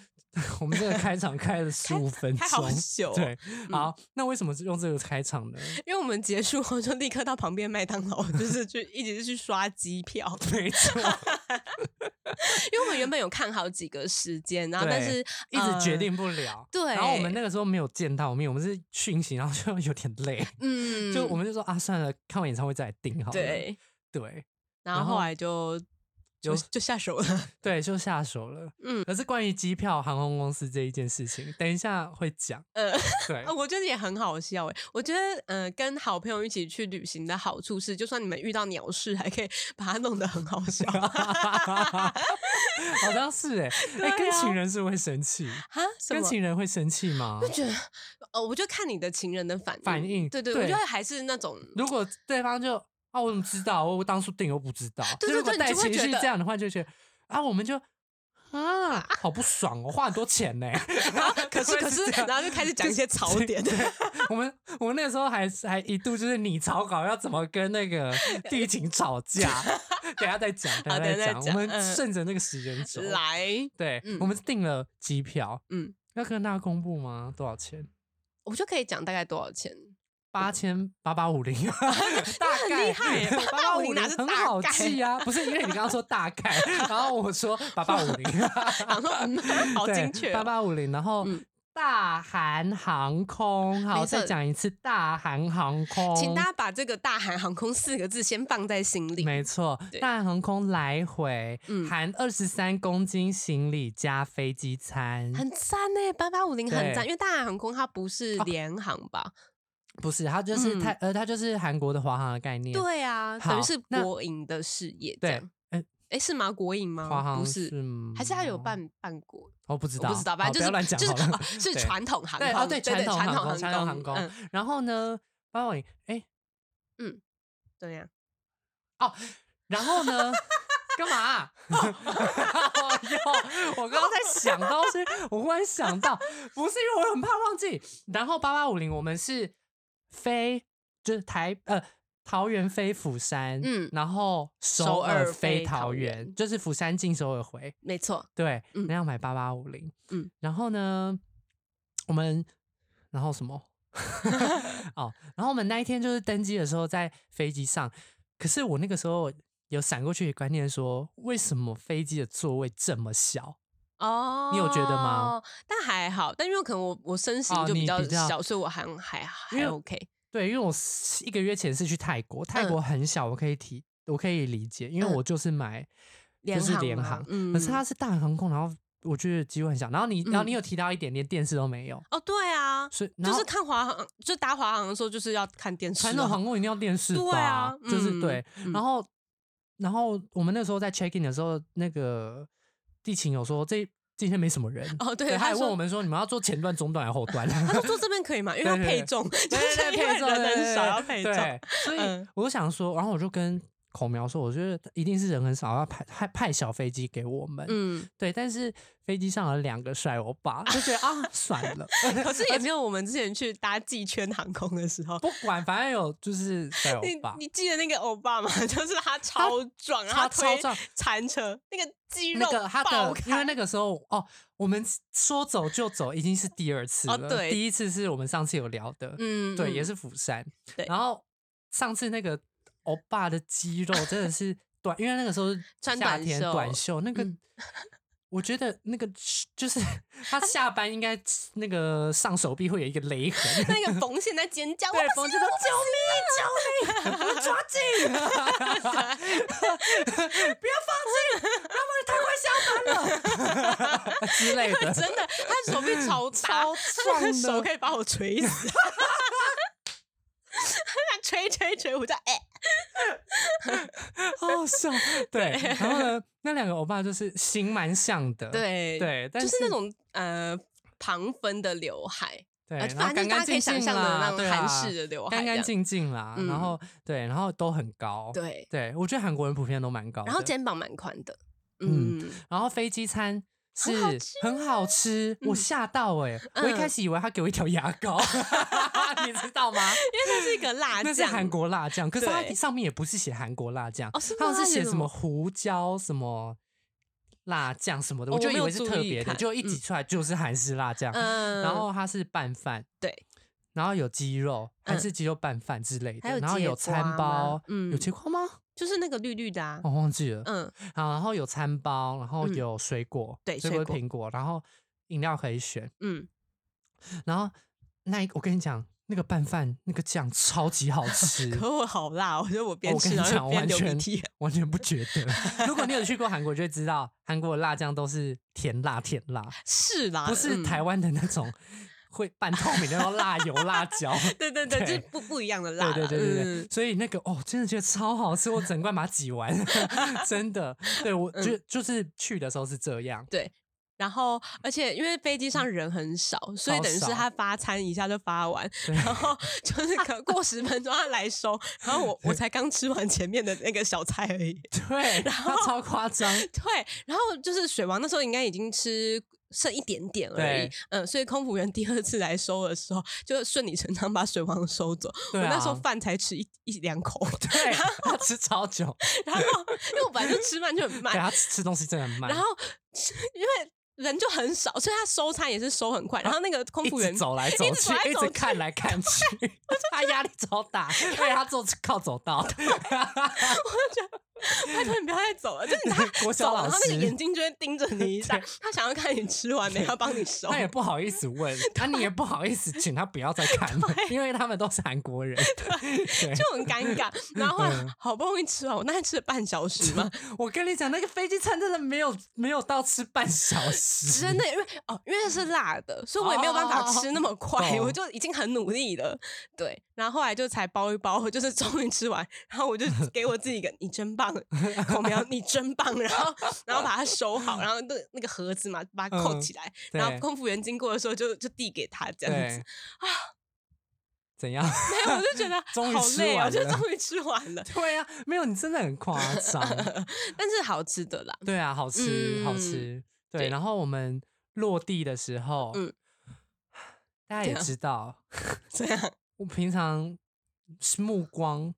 Speaker 2: 我们这个开场开了十五分
Speaker 1: 开好
Speaker 2: 钟，
Speaker 1: 久哦
Speaker 2: 对，好，那为什么用这个开场呢？
Speaker 1: 因为我们结束后就立刻到旁边麦当劳，就是去一直去刷机票，
Speaker 2: 没错，
Speaker 1: 因为我们原本有看好几个时间，然后但是
Speaker 2: 对一直决。
Speaker 1: 呃
Speaker 2: 定不了。
Speaker 1: 对，
Speaker 2: 然后我们那个时候没有见到面，我们是讯息，然后就有点累，
Speaker 1: 嗯，
Speaker 2: 就我们就说啊，算了，看完演唱会再来订好了。
Speaker 1: 对，
Speaker 2: 对
Speaker 1: 然后
Speaker 2: 然
Speaker 1: 后
Speaker 2: 后
Speaker 1: 来就就
Speaker 2: 有
Speaker 1: 就下手了。
Speaker 2: 对，就下手了。
Speaker 1: 嗯
Speaker 2: 可是关于机票、航空公司这一件事情，等一下会讲。
Speaker 1: 呃，
Speaker 2: 对
Speaker 1: 啊，我觉得也很好笑哎、我觉得，呃，跟好朋友一起去旅行的好处是，就算你们遇到鸟事，还可以把它弄得很好 笑
Speaker 2: 哈，好像是哎、欸，哎、
Speaker 1: 对
Speaker 2: 跟
Speaker 1: 啊
Speaker 2: 情人是不是会生气，
Speaker 1: 哈，什
Speaker 2: 跟
Speaker 1: 么？
Speaker 2: 情人会生气吗？
Speaker 1: 就觉得，呃，我就看你的情人的反应。
Speaker 2: 反应
Speaker 1: 对对，我
Speaker 2: 对
Speaker 1: 觉得还是那种，
Speaker 2: 如果对方就啊，我怎么知道？我当初订又不知道。
Speaker 1: 对对
Speaker 2: 就如果
Speaker 1: 对你
Speaker 2: 带
Speaker 1: 就会
Speaker 2: 情
Speaker 1: 觉
Speaker 2: 绪
Speaker 1: 得
Speaker 2: 这样的话，就觉得啊，我们就 啊，好不爽哦，花很多钱呢、
Speaker 1: 然后可是
Speaker 2: 会
Speaker 1: 可
Speaker 2: 是
Speaker 1: 是，
Speaker 2: 这样
Speaker 1: 然后就开始讲一些槽点。
Speaker 2: 对，我们我们那时候还还一度就是你草稿要怎么跟那个地勤吵架，等一下再讲，等一
Speaker 1: 好
Speaker 2: 下再
Speaker 1: 等一下
Speaker 2: 讲。
Speaker 1: 再
Speaker 2: 我
Speaker 1: 讲
Speaker 2: 们
Speaker 1: 嗯
Speaker 2: 顺着那个时间轴，
Speaker 1: 来，
Speaker 2: 对
Speaker 1: 嗯，
Speaker 2: 我们订了机票，
Speaker 1: 嗯，
Speaker 2: 要跟大家公布吗？多少钱？
Speaker 1: 我就可以讲大概多 少钱。
Speaker 2: 八千八八 五零，大
Speaker 1: 很厉
Speaker 2: 概
Speaker 1: 害耶
Speaker 2: 八八五
Speaker 1: 8850哪
Speaker 2: 零
Speaker 1: 是
Speaker 2: 很
Speaker 1: 大概
Speaker 2: 好记啊，不是因为你刚刚说大概，然后我 说八八五零，
Speaker 1: 然后嗯，好精确
Speaker 2: 八
Speaker 1: 哦，
Speaker 2: 八五零，然后
Speaker 1: 嗯
Speaker 2: 大韩航空，好，
Speaker 1: 没错
Speaker 2: 再讲一次大韩航空，
Speaker 1: 请大家把这个“大韩航空”四个字先放在心里。
Speaker 2: 哦没错
Speaker 1: 对，
Speaker 2: 大韩航空来回
Speaker 1: 嗯
Speaker 2: 含二十三公斤行李加飞机餐，
Speaker 1: 很赞呢，八八五零很
Speaker 2: 嗯对哦
Speaker 1: 赞，因为大韩航空它不是联航吧？
Speaker 2: 不是，它就是
Speaker 1: 嗯
Speaker 2: 它呃，它就是韩国的华航的概念，
Speaker 1: 对啊，
Speaker 2: 好
Speaker 1: 等于是
Speaker 2: 那
Speaker 1: 国营的事业这
Speaker 2: 对
Speaker 1: 样。，
Speaker 2: 哎，
Speaker 1: 哎，是吗？国营吗？
Speaker 2: 华航
Speaker 1: 不
Speaker 2: 是
Speaker 1: 是，
Speaker 2: 吗哦
Speaker 1: 还是它有办办国？
Speaker 2: 我不知
Speaker 1: 我
Speaker 2: 道，
Speaker 1: 不知道，反
Speaker 2: 好不
Speaker 1: 正就
Speaker 2: 要
Speaker 1: 是
Speaker 2: 乱讲
Speaker 1: 就是
Speaker 2: 好了，
Speaker 1: 是
Speaker 2: 对
Speaker 1: 传统航
Speaker 2: 对哦
Speaker 1: 空，
Speaker 2: 对
Speaker 1: 对，
Speaker 2: 传统
Speaker 1: 传
Speaker 2: 航
Speaker 1: 统
Speaker 2: 空传统航
Speaker 1: 空，嗯，
Speaker 2: 空。然后呢，八宝林，哎
Speaker 1: 对啊呀，
Speaker 2: 哦，然后呢，干嘛啊？ 哟我刚刚在想到是，我忽然想到，不是因为我很怕忘记。然后八八五零，我们是飞，就是台呃。桃园飞釜山，
Speaker 1: 嗯
Speaker 2: 然后
Speaker 1: 首
Speaker 2: 首
Speaker 1: 尔
Speaker 2: 尔
Speaker 1: 飞
Speaker 2: 飞
Speaker 1: 桃
Speaker 2: 桃
Speaker 1: 园
Speaker 2: 园，就是釜山进首尔回，
Speaker 1: 没错，
Speaker 2: 对，
Speaker 1: 嗯
Speaker 2: 那要买八八五零，
Speaker 1: 嗯
Speaker 2: 嗯，然后呢，我们然后什么？ 哦，然后我们那一天就是登机的时候在飞机上，可是我那个时候有闪过去的观念说，为什么飞机的座位这么小？
Speaker 1: 哦，
Speaker 2: 你有觉得吗？
Speaker 1: 但还好，但因为可能我我身形
Speaker 2: 哦
Speaker 1: 就
Speaker 2: 你
Speaker 1: 比较
Speaker 2: 比较
Speaker 1: 小，所以我还还还
Speaker 2: 因为
Speaker 1: OK。
Speaker 2: 对，因为我一个月前是去泰国，泰国很小，我可以体我可以理解，因为
Speaker 1: 嗯
Speaker 2: 我就是买
Speaker 1: 联
Speaker 2: 就是
Speaker 1: 航
Speaker 2: 联
Speaker 1: 吗
Speaker 2: 航，
Speaker 1: 嗯
Speaker 2: 可是它是大航空，然后我觉得机会很小，然后你然后你有提到一点，连电视都没有，
Speaker 1: 哦，对啊，
Speaker 2: 所以然
Speaker 1: 就
Speaker 2: 后
Speaker 1: 是看华航，就搭华航的时候就是要看电视啊，
Speaker 2: 传统航空一定要电视吧？
Speaker 1: 对啊
Speaker 2: 就是
Speaker 1: 嗯
Speaker 2: 对。
Speaker 1: 嗯
Speaker 2: 然后，然后我们那时候在 check in 的时候，那个地勤有说这今天没什么人
Speaker 1: 哦对他
Speaker 2: 他也问
Speaker 1: 说
Speaker 2: 我们说你们要做前段、中段还是后段？
Speaker 1: 他说坐这边可以吗？因为他
Speaker 2: 对对
Speaker 1: 配
Speaker 2: 对
Speaker 1: 重，就
Speaker 2: 对
Speaker 1: 是
Speaker 2: 对
Speaker 1: 因为
Speaker 2: 配重
Speaker 1: 人很少
Speaker 2: 对
Speaker 1: 要配重。
Speaker 2: 对，所以
Speaker 1: 嗯
Speaker 2: 我就想说，然后我就跟孔苗说，我觉得一定是人很少，要派派派小飞机给我们。
Speaker 1: 嗯，
Speaker 2: 对，但是飞机上有两个帅欧巴，就觉得 啊，算了，
Speaker 1: 可是也没有我们之前去搭季圈航空的时候。
Speaker 2: 不管，反正有就是帅 欧
Speaker 1: 你
Speaker 2: 巴。
Speaker 1: 你记得那个欧巴吗？ 就是他超壮，然后
Speaker 2: 他超
Speaker 1: 推
Speaker 2: 壮，
Speaker 1: 铲车，那个肌肉
Speaker 2: 那个他
Speaker 1: 爆
Speaker 2: 的，因为
Speaker 1: 开，
Speaker 2: 那个时候哦，我们说走就走已经是第二次
Speaker 1: 哦
Speaker 2: 了。
Speaker 1: 对
Speaker 2: 第一次是我们上次有聊的，
Speaker 1: 嗯
Speaker 2: 对，
Speaker 1: 嗯
Speaker 2: 也是釜山。
Speaker 1: 对
Speaker 2: 然后上次那个欧巴的肌肉真的 是短，因为那个时候是
Speaker 1: 穿
Speaker 2: 夏
Speaker 1: 短
Speaker 2: 天
Speaker 1: 袖
Speaker 2: 短袖，那个、
Speaker 1: 嗯
Speaker 2: 我觉得那个就是他下班应该那个上手臂会有一个雷痕。
Speaker 1: 那个冯现在尖叫，我
Speaker 2: 对，
Speaker 1: 不
Speaker 2: 冯
Speaker 1: 行
Speaker 2: 志都救命！救命！抓紧！ 不要放弃！不要放弃！太 快下班了之类的。
Speaker 1: 真的，他手臂 超大，
Speaker 2: 超
Speaker 1: 他
Speaker 2: 壮
Speaker 1: 的
Speaker 2: 的
Speaker 1: 手可以把我锤 死。 他锤锤锤，我就哎、
Speaker 2: 好好 笑。对，然后呢，那两个欧巴就是型蛮像的，
Speaker 1: 对，
Speaker 2: 对，但
Speaker 1: 就是那种呃旁分的刘海，
Speaker 2: 对，
Speaker 1: 呃
Speaker 2: 然后
Speaker 1: 反正
Speaker 2: 干
Speaker 1: 大家
Speaker 2: 干
Speaker 1: 可以
Speaker 2: 净
Speaker 1: 想
Speaker 2: 净
Speaker 1: 象的那
Speaker 2: 啦，
Speaker 1: 种
Speaker 2: 对
Speaker 1: 韩
Speaker 2: 啦
Speaker 1: 式的刘海，
Speaker 2: 干干。净净啦，
Speaker 1: 嗯
Speaker 2: 然后对，然后都很高，
Speaker 1: 对，
Speaker 2: 对，我觉得韩国人普遍都蛮高的。
Speaker 1: 然后肩膀蛮宽的，
Speaker 2: 嗯
Speaker 1: 嗯，
Speaker 2: 然后飞机餐。是
Speaker 1: 好吃啊
Speaker 2: 很好吃，我吓到哎、我一开
Speaker 1: 嗯
Speaker 2: 始以为他给我一条牙 膏，啊你知道吗？
Speaker 1: 因为它是一个辣
Speaker 2: 那是
Speaker 1: 酱，
Speaker 2: 韩国辣酱，可是它
Speaker 1: 啊对
Speaker 2: 上面也不是写韩国辣酱，
Speaker 1: 哦是吗
Speaker 2: 它好像是
Speaker 1: 它写
Speaker 2: 写
Speaker 1: 什
Speaker 2: 什么
Speaker 1: 么
Speaker 2: 胡椒什么辣酱什么的，
Speaker 1: 哦
Speaker 2: 我就
Speaker 1: 我没
Speaker 2: 以
Speaker 1: 有
Speaker 2: 为是
Speaker 1: 注
Speaker 2: 特
Speaker 1: 意
Speaker 2: 别的，
Speaker 1: 看
Speaker 2: 就一挤
Speaker 1: 嗯
Speaker 2: 出来就是韩式辣酱。
Speaker 1: 嗯，
Speaker 2: 然后它是拌饭，
Speaker 1: 对，
Speaker 2: 然后有鸡肉，
Speaker 1: 嗯
Speaker 2: 韩式鸡肉拌饭之类的，
Speaker 1: 还有
Speaker 2: 然后
Speaker 1: 节
Speaker 2: 有
Speaker 1: 瓜吗
Speaker 2: 餐包，有
Speaker 1: 嗯
Speaker 2: 切瓜吗？
Speaker 1: 就是那个绿绿的啊
Speaker 2: 我，忘记了。
Speaker 1: 嗯，
Speaker 2: 好，然后有餐包，然后
Speaker 1: 嗯
Speaker 2: 有水果，
Speaker 1: 对
Speaker 2: 水
Speaker 1: 水
Speaker 2: 果
Speaker 1: 果
Speaker 2: 苹果，然后饮料可以选。
Speaker 1: 嗯，
Speaker 2: 然后那一我跟你讲，那个拌饭那个酱超级好吃，
Speaker 1: 可我好辣，哦我觉得我边
Speaker 2: 哦我跟
Speaker 1: 吃
Speaker 2: 你
Speaker 1: 然
Speaker 2: 讲
Speaker 1: 后边
Speaker 2: 完
Speaker 1: 流鼻
Speaker 2: 全
Speaker 1: 涕。
Speaker 2: 完全不觉得。如果你有去过韩国，就会知道韩国的辣酱都是甜辣甜辣，
Speaker 1: 是啦，
Speaker 2: 不是
Speaker 1: 嗯
Speaker 2: 台湾的那种会半透明的那种辣油辣椒。
Speaker 1: 对对对，
Speaker 2: 对
Speaker 1: 就是不不一样的辣
Speaker 2: 对
Speaker 1: 啦，
Speaker 2: 对对对对，
Speaker 1: 嗯
Speaker 2: 所以那个哦，真的觉得超好吃，我整罐把它挤完， 真的。对我
Speaker 1: 嗯
Speaker 2: 就、就是去的时候是这样，
Speaker 1: 然后，而且因为飞机上人很少，所以
Speaker 2: 嗯超
Speaker 1: 等于是
Speaker 2: 少
Speaker 1: 他发餐一下就发完，然后 就是可过十分钟他来收，然后我 我才刚吃完前面的那个小菜而已。
Speaker 2: 对，它超夸张，
Speaker 1: 对，然后就是水王那时候应该已经吃剩一点点而已
Speaker 2: 对，
Speaker 1: 嗯，所以空服员第二次来收的时候，就顺理成章把水王收走。
Speaker 2: 对
Speaker 1: 我那时候
Speaker 2: 啊
Speaker 1: 饭才吃一一两口，
Speaker 2: 对，它吃超久，
Speaker 1: 然后 因为我本来就吃饭就很慢
Speaker 2: 对，，它吃吃东西真的很慢，
Speaker 1: 然后因为人就很少，所以他收餐也是收很快。然后那个空
Speaker 2: 一
Speaker 1: 服
Speaker 2: 直
Speaker 1: 员
Speaker 2: 走来走
Speaker 1: 一
Speaker 2: 去
Speaker 1: 直走来，
Speaker 2: 一
Speaker 1: 走
Speaker 2: 直
Speaker 1: 去
Speaker 2: 看来看去， 他压力超 大，因为他坐靠走道，
Speaker 1: 拜托你不要再走了，就是 他
Speaker 2: 国小
Speaker 1: 走了，
Speaker 2: 老
Speaker 1: 然后那个眼
Speaker 2: 师。
Speaker 1: 睛就会盯着你 一下，他想要看你吃完没，要帮你收
Speaker 2: 他。也不好意思 问，
Speaker 1: 啊
Speaker 2: 他你也不好意思请他不要再看了，因为他们都是韩国 人。对，
Speaker 1: 就很尴 尬，然后后来
Speaker 2: 嗯
Speaker 1: 好不容易吃完，我那还吃了半小时嘛，
Speaker 2: 我跟你讲，那个飞机餐真的没有没有到吃半小时，
Speaker 1: 真的，因为哦，因为是辣的，所以我也没有办法
Speaker 2: 哦
Speaker 1: 吃那么快，
Speaker 2: 懂
Speaker 1: 我就已经很努力了，对，然后后来就才包一包，我就是终于吃完，然后我 就给我自己一个你真棒，孔苗你真棒，然后然后把它收好，然后那那个盒子嘛，把它扣
Speaker 2: 嗯
Speaker 1: 起来，
Speaker 2: 对
Speaker 1: 然后空服员经过的时候就就递给他这样子啊
Speaker 2: 对，怎 样？
Speaker 1: 没有，我就觉得
Speaker 2: 终于
Speaker 1: 好
Speaker 2: 吃
Speaker 1: 累哦，
Speaker 2: 完
Speaker 1: 就
Speaker 2: 了，
Speaker 1: 终于吃完了
Speaker 2: 对啊，没有，你真的很夸张。
Speaker 1: 但是好吃的啦，
Speaker 2: 对啊，好吃，好
Speaker 1: 嗯
Speaker 2: 吃。对，
Speaker 1: 对
Speaker 2: 然后我们落地的时候，
Speaker 1: 嗯 啊
Speaker 2: 大家也
Speaker 1: 怎样
Speaker 2: 知道，
Speaker 1: 这样，
Speaker 2: 我平常是目光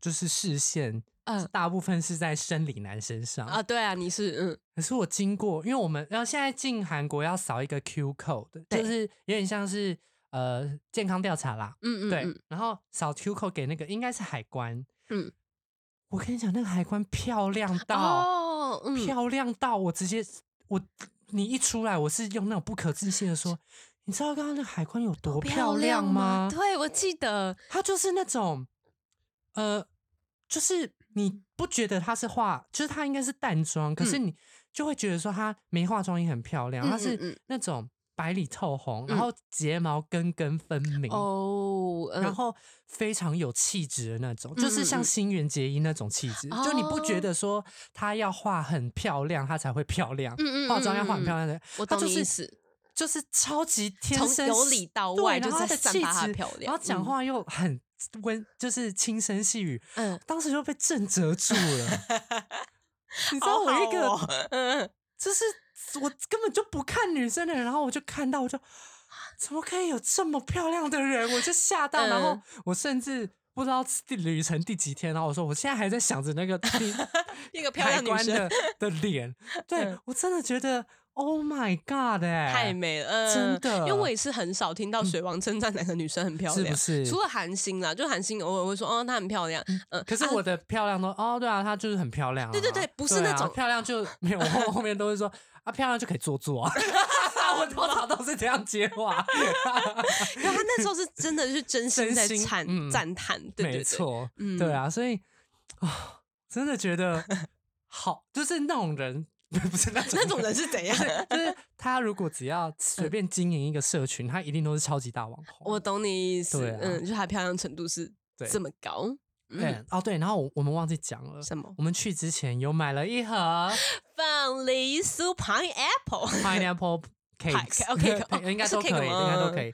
Speaker 2: 就是视线，
Speaker 1: 嗯
Speaker 2: 大部分是在生理男身上
Speaker 1: 啊，对啊，你是嗯
Speaker 2: 可是我经过，因为我们要现在进韩国要扫一个 Q code，
Speaker 1: 对
Speaker 2: 就是有点像是呃健康调查啦，
Speaker 1: 嗯嗯，
Speaker 2: 对，
Speaker 1: 嗯
Speaker 2: 然后扫 Q code 给那个应该是海关，
Speaker 1: 嗯，
Speaker 2: 我跟你讲，那个海关漂亮到、
Speaker 1: 哦，嗯，
Speaker 2: 漂亮到我直接我你一出来，我是用那种不可置信的说，你知道刚刚那个海关有多漂亮吗？
Speaker 1: 对，我记得，
Speaker 2: 它就是那种，呃，就是你不觉得它是化，就是它应该是淡妆，可是你就会觉得说它没化妆也很漂亮，它
Speaker 1: 嗯嗯嗯
Speaker 2: 是
Speaker 1: 嗯
Speaker 2: 那种白里透红，然后睫毛根根分明，
Speaker 1: 哦，嗯
Speaker 2: 然后非常有气质的那种，就是
Speaker 1: 嗯嗯
Speaker 2: 像
Speaker 1: 嗯
Speaker 2: 新垣结衣那种气质，就你不觉
Speaker 1: 哦
Speaker 2: 得说她要画很漂亮，她才会漂亮，
Speaker 1: 嗯嗯
Speaker 2: 化妆要画
Speaker 1: 嗯
Speaker 2: 很
Speaker 1: 嗯
Speaker 2: 漂亮的，
Speaker 1: 我
Speaker 2: 她
Speaker 1: 懂
Speaker 2: 就
Speaker 1: 你意
Speaker 2: 是
Speaker 1: 思，
Speaker 2: 就是超级天
Speaker 1: 从
Speaker 2: 生
Speaker 1: 由
Speaker 2: 是
Speaker 1: 里到
Speaker 2: 对
Speaker 1: 外
Speaker 2: 然
Speaker 1: 就
Speaker 2: 后她
Speaker 1: 是
Speaker 2: 的
Speaker 1: 散
Speaker 2: 气
Speaker 1: 发她
Speaker 2: 质
Speaker 1: 漂
Speaker 2: 然后
Speaker 1: 亮
Speaker 2: 讲
Speaker 1: 嗯
Speaker 2: 话又很温，就是轻声细语，
Speaker 1: 嗯，
Speaker 2: 当时就被震折住了。 你知道
Speaker 1: 好
Speaker 2: 我一个、
Speaker 1: 好哦 嗯，
Speaker 2: 就是我根本就不看女生的人，然后我就看到，我就怎么可以有这么漂亮的人？我就吓到，然后
Speaker 1: 嗯
Speaker 2: 我甚至不知道第旅程第几天，然后我说我现在还在想着 那个第
Speaker 1: 一个漂
Speaker 2: 海
Speaker 1: 亮女
Speaker 2: 关
Speaker 1: 生
Speaker 2: 的的脸，对
Speaker 1: 嗯
Speaker 2: 我真的觉得 Oh my God 哎、
Speaker 1: 太美了，嗯
Speaker 2: 真的嗯
Speaker 1: 因为我也是很少听到水王称赞哪个女生很漂
Speaker 2: 是
Speaker 1: 亮
Speaker 2: 不。是？
Speaker 1: 除了韩星啦，就韩星偶尔会说，哦，她很漂亮，嗯，
Speaker 2: 可是
Speaker 1: 啊
Speaker 2: 我的漂亮都、哦，对啊，她就是很漂亮啊、
Speaker 1: 对对对不是
Speaker 2: 啊
Speaker 1: 那种
Speaker 2: 漂亮就没有，我后后面都是说啊， 漂亮就可以做 作啊，我通常都是这样接话，
Speaker 1: 因为他那时候是真的是真心
Speaker 2: 真
Speaker 1: 在
Speaker 2: 心
Speaker 1: 赞
Speaker 2: 嗯
Speaker 1: 赞叹，对对
Speaker 2: 没
Speaker 1: 对，
Speaker 2: 错，
Speaker 1: 嗯
Speaker 2: 对啊，所以啊，真的觉得好，就是那种人， 不是那种
Speaker 1: 那种人是怎样？
Speaker 2: 就是他如果只要随便经营一个社群，他一定都是超级大网红。
Speaker 1: 我懂你意思，
Speaker 2: 对啊
Speaker 1: 嗯，就她漂亮程度是
Speaker 2: 对
Speaker 1: 这么高，嗯，
Speaker 2: 对哦啊对，然后我我们忘记讲了，
Speaker 1: 什么
Speaker 2: 我们去之前有买了一盒
Speaker 1: 凤梨酥 pineapple，
Speaker 2: pineapple cakes，
Speaker 1: 哦，cake，哦
Speaker 2: 应该都可
Speaker 1: 是
Speaker 2: 以，
Speaker 1: cake 嗯吗，
Speaker 2: 应该都可以。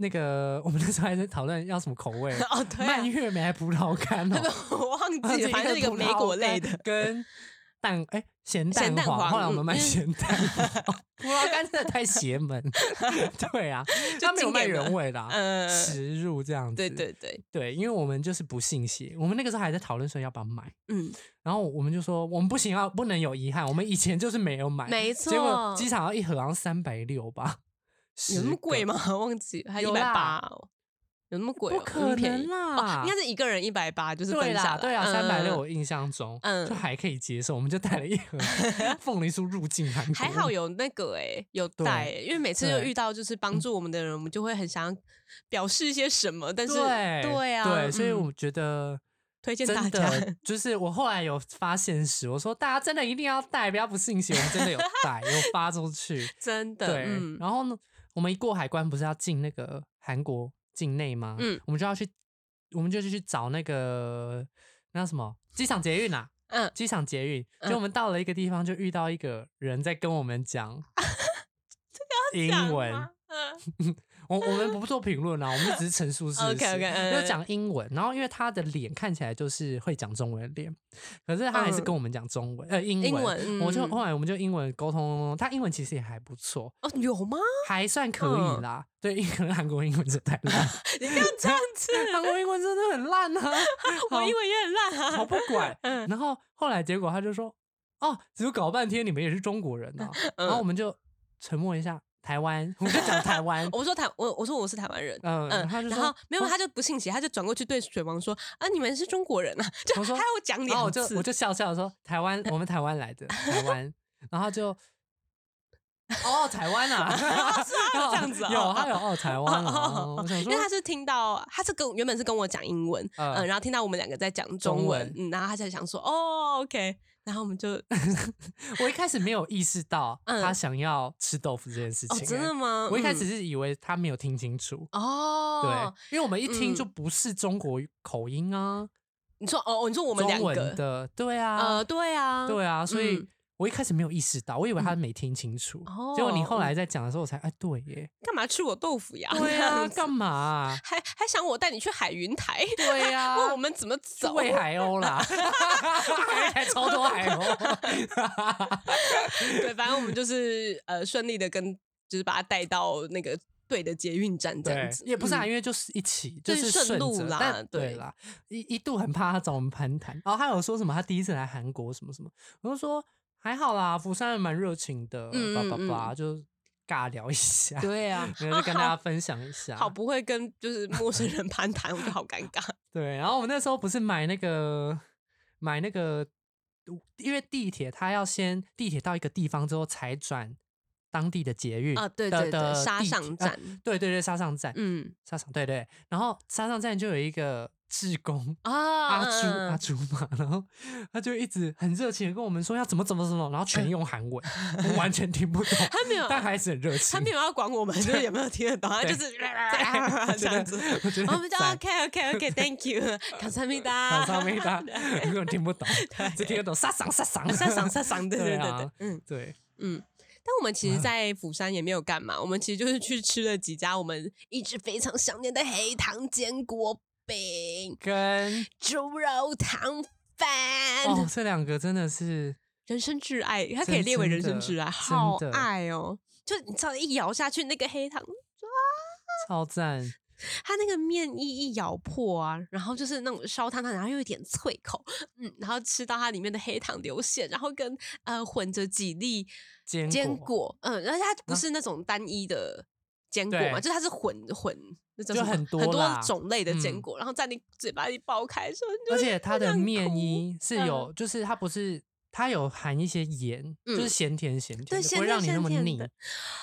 Speaker 2: 那个我们那时候还在讨论要什么口味
Speaker 1: 哦对啊
Speaker 2: 蔓越莓还葡萄干 哦，
Speaker 1: 我忘 记了，反正是一个
Speaker 2: 葡
Speaker 1: 莓
Speaker 2: 萄
Speaker 1: 果 类的
Speaker 2: 干，跟蛋哎咸蛋
Speaker 1: 咸蛋黄
Speaker 2: 后来我们卖
Speaker 1: 嗯
Speaker 2: 咸蛋 黄，哦葡萄干真的太邪门， 对啊，他没有
Speaker 1: 经
Speaker 2: 卖
Speaker 1: 典的
Speaker 2: 原味的啊，
Speaker 1: 嗯
Speaker 2: 植入这样子，
Speaker 1: 对对对，
Speaker 2: 对，因为我们就是不信邪，我们那个时候还在讨论说要不要买，
Speaker 1: 嗯，
Speaker 2: 然后我们就说我们不行啊，不能有遗憾，我们以前就是没有买，
Speaker 1: 没
Speaker 2: 哎结果
Speaker 1: 错
Speaker 2: 机场要一盒好像三百六吧，
Speaker 1: 有那
Speaker 2: 10
Speaker 1: 么贵
Speaker 2: 个？
Speaker 1: 吗？ 忘记还一
Speaker 2: 有
Speaker 1: 百
Speaker 2: 啦
Speaker 1: 八，有那么贵哦？
Speaker 2: 不可
Speaker 1: 便宜
Speaker 2: 能啦，
Speaker 1: 哦，应该是一个人一百八，就是
Speaker 2: 对
Speaker 1: 分下
Speaker 2: 啦，
Speaker 1: 来
Speaker 2: 对啦，啊
Speaker 1: 嗯
Speaker 2: 三百六我印象中，
Speaker 1: 嗯
Speaker 2: 就还可以接受，我们就带了一 盒凤梨酥入境韩国，
Speaker 1: 还好有那个哎、有
Speaker 2: 嗯对
Speaker 1: 带欸、因为每次就
Speaker 2: 对嗯
Speaker 1: 遇到就是帮助我们的人，我们就会很想表示一些什么，但是
Speaker 2: 对
Speaker 1: 啊，
Speaker 2: 对，所以
Speaker 1: 嗯
Speaker 2: 我觉得。
Speaker 1: 推荐大
Speaker 2: 真
Speaker 1: 家
Speaker 2: 的就是我后来有发现时，我说大家真的一定要带，不要不信邪，我们真的有 带，有发出去。
Speaker 1: 真的，
Speaker 2: 对，
Speaker 1: 嗯，
Speaker 2: 然后呢，我们一过海关不是要进那个韩国境内吗？
Speaker 1: 嗯，
Speaker 2: 我们就要去，我们就去去找那个那叫什么机场捷运啊，
Speaker 1: 嗯，
Speaker 2: 机场捷运。就我们到了一个地方，就遇到一个人在跟我们 讲英
Speaker 1: 讲
Speaker 2: 文
Speaker 1: 吗。嗯，
Speaker 2: 我我们不做评论啊，我们就只是陈述事实。
Speaker 1: OK，OK，嗯
Speaker 2: 就讲英文，然后因为他的脸看起来就是会讲中文的脸，可是他还是
Speaker 1: 嗯
Speaker 2: 跟我们讲中文，呃，英文。
Speaker 1: 英文
Speaker 2: 我就哦
Speaker 1: 嗯
Speaker 2: 后来我们就英文沟通，他英文其实也还不错，
Speaker 1: 哦，有吗？
Speaker 2: 还算可以
Speaker 1: 嗯
Speaker 2: 啦。对，因为可能韩国英文真的太 烂，
Speaker 1: 你 不要这样子，。
Speaker 2: 韩国英文真的很烂啊
Speaker 1: 我
Speaker 2: 好
Speaker 1: 英文也很烂啊，
Speaker 2: 我不管。
Speaker 1: 嗯。
Speaker 2: 然后后来结果他就说：“哦，只有搞半天你们也是中国人啊。”然后我们就沉默一下，台湾，我们就讲台湾
Speaker 1: 我说台，我我说我是台湾人。
Speaker 2: 嗯，
Speaker 1: 嗯
Speaker 2: 然后他，就
Speaker 1: 然
Speaker 2: 说
Speaker 1: 后没有，他就不信邪，他就转过去对水王说：“啊，你们是中国人啊！”就
Speaker 2: 我说
Speaker 1: 他要讲
Speaker 2: 然后我
Speaker 1: 两
Speaker 2: 就我
Speaker 1: 次，
Speaker 2: 就笑笑地说：“台湾，我们台湾来的，台 湾。”然后他就。哦，台湾啊，
Speaker 1: 他 有这样子 啊
Speaker 2: 有他有哦，台湾啊，我想
Speaker 1: 因
Speaker 2: 说
Speaker 1: 为，他是听到，他是跟原本是跟我讲英文，
Speaker 2: 嗯
Speaker 1: 嗯，然后听到我们两个在讲
Speaker 2: 中
Speaker 1: 中文
Speaker 2: 文，
Speaker 1: 嗯，然后他才想说，哦，OK，然后我们 就，哦，
Speaker 2: 我一开始没有意识到
Speaker 1: 嗯哦
Speaker 2: 他想要吃豆腐这件事情、
Speaker 1: 真的
Speaker 2: 欸
Speaker 1: 吗？
Speaker 2: 我一开
Speaker 1: 嗯
Speaker 2: 始，是以为他没有听清楚，
Speaker 1: 哦，
Speaker 2: 对，因为我们一听
Speaker 1: 嗯
Speaker 2: 就不是中国口音啊，
Speaker 1: 你说，哦，你说我们两
Speaker 2: 中文
Speaker 1: 个，
Speaker 2: 的，对啊，
Speaker 1: 呃，对啊，
Speaker 2: 对啊，所以
Speaker 1: 嗯
Speaker 2: 我一开始没有意识到，我以为他没听清楚，
Speaker 1: 哦
Speaker 2: 结果你后来在讲的时候，我才哎，对耶，
Speaker 1: 干嘛吃我豆腐呀？
Speaker 2: 对
Speaker 1: 这
Speaker 2: 啊，
Speaker 1: 样子
Speaker 2: 干嘛啊、
Speaker 1: 还还想我带你去海云台，
Speaker 2: 对呀、
Speaker 1: 问我们怎么走？
Speaker 2: 啊喂海鸥 啦， 海还超多海鸥，
Speaker 1: 对，反正我们就是呃顺利的跟，就是把他带到那个对的捷运站这样
Speaker 2: 对
Speaker 1: 子，，
Speaker 2: 也不是啊，
Speaker 1: 嗯
Speaker 2: 因为就是一起，就
Speaker 1: 对
Speaker 2: 是
Speaker 1: 顺
Speaker 2: 顺
Speaker 1: 路
Speaker 2: 着
Speaker 1: 啦
Speaker 2: 但对
Speaker 1: 对
Speaker 2: 啦，一一度很怕他找我们攀谈，然后他有说什么，他第一次来韩国什么什么，我就说还好啦，釜山人蛮热情的，
Speaker 1: 嗯
Speaker 2: 叭
Speaker 1: 嗯
Speaker 2: 叭叭，
Speaker 1: 嗯
Speaker 2: 就尬聊一下，
Speaker 1: 对啊，
Speaker 2: 然 后就跟大
Speaker 1: 啊
Speaker 2: 家
Speaker 1: 好
Speaker 2: 分享一下，
Speaker 1: 好不会跟就是陌生人攀谈，我就好尴 尬。
Speaker 2: 对，然后我们那时候不是买那个买那个，因为地铁它要先地铁到一个地方之后才转当地的捷运
Speaker 1: 啊对
Speaker 2: 的
Speaker 1: 对对
Speaker 2: 的
Speaker 1: 沙
Speaker 2: 地
Speaker 1: 上
Speaker 2: 铁呃
Speaker 1: 站
Speaker 2: 对对对，沙上站，
Speaker 1: 嗯
Speaker 2: 沙场对对，然后沙上站就有一个志工
Speaker 1: 啊，
Speaker 2: 阿朱
Speaker 1: 嗯
Speaker 2: 阿，朱嘛，然后他就一直很热情的跟我们说要怎么怎么怎么，然后全用韩文，我完全听不懂，
Speaker 1: 嗯 他没有
Speaker 2: 但还是很热
Speaker 1: 他
Speaker 2: 情
Speaker 1: 没。有要管我们，就是有没有听得懂，他就是啊这样子。
Speaker 2: 我觉得
Speaker 1: 我们就
Speaker 2: 很赞
Speaker 1: OK OK OK Thank you，감사합니
Speaker 2: 好
Speaker 1: 다，
Speaker 2: 上面 他根本听不懂
Speaker 1: 对，
Speaker 2: 只听得懂沙嗓沙嗓
Speaker 1: 上上上上，对对对对
Speaker 2: 啊，
Speaker 1: 嗯
Speaker 2: 对，
Speaker 1: 嗯。但我们其实，在釜山也没有干嘛，我们其实就是去吃了几家我们一直非常想念的黑糖坚果饼、
Speaker 2: 跟
Speaker 1: 猪肉汤饭，
Speaker 2: 哦这两个真的是
Speaker 1: 人生挚爱，它可以
Speaker 2: 真
Speaker 1: 列为
Speaker 2: 真
Speaker 1: 人生
Speaker 2: 的
Speaker 1: 挚爱，
Speaker 2: 真
Speaker 1: 好
Speaker 2: 的
Speaker 1: 爱哦！就你知道，一咬下去那个黑糖，
Speaker 2: 超赞，
Speaker 1: 它那个面衣一咬破啊，然后就是那种烧烫烫，然后又有点脆口，嗯，然后吃到它里面的黑糖流馅，然后跟呃混着几粒
Speaker 2: 坚啊
Speaker 1: 坚果，嗯，而且它不是那种单一的坚果嘛，
Speaker 2: 对
Speaker 1: 就是它是混混那种
Speaker 2: 就
Speaker 1: 很
Speaker 2: 很多
Speaker 1: 很多
Speaker 2: 啦
Speaker 1: 种类的坚
Speaker 2: 嗯呃
Speaker 1: 果，然后在你嘴巴里爆开的时候，你就
Speaker 2: 而
Speaker 1: 会
Speaker 2: 且它
Speaker 1: 很嗯
Speaker 2: 的
Speaker 1: 想
Speaker 2: 面
Speaker 1: 哭
Speaker 2: 衣是有，就是它不是它有含一些盐，就是
Speaker 1: 嗯
Speaker 2: 咸甜咸甜，
Speaker 1: 对
Speaker 2: 的，
Speaker 1: 咸
Speaker 2: 不会
Speaker 1: 甜
Speaker 2: 让你那
Speaker 1: 咸
Speaker 2: 么
Speaker 1: 甜
Speaker 2: 腻
Speaker 1: 的。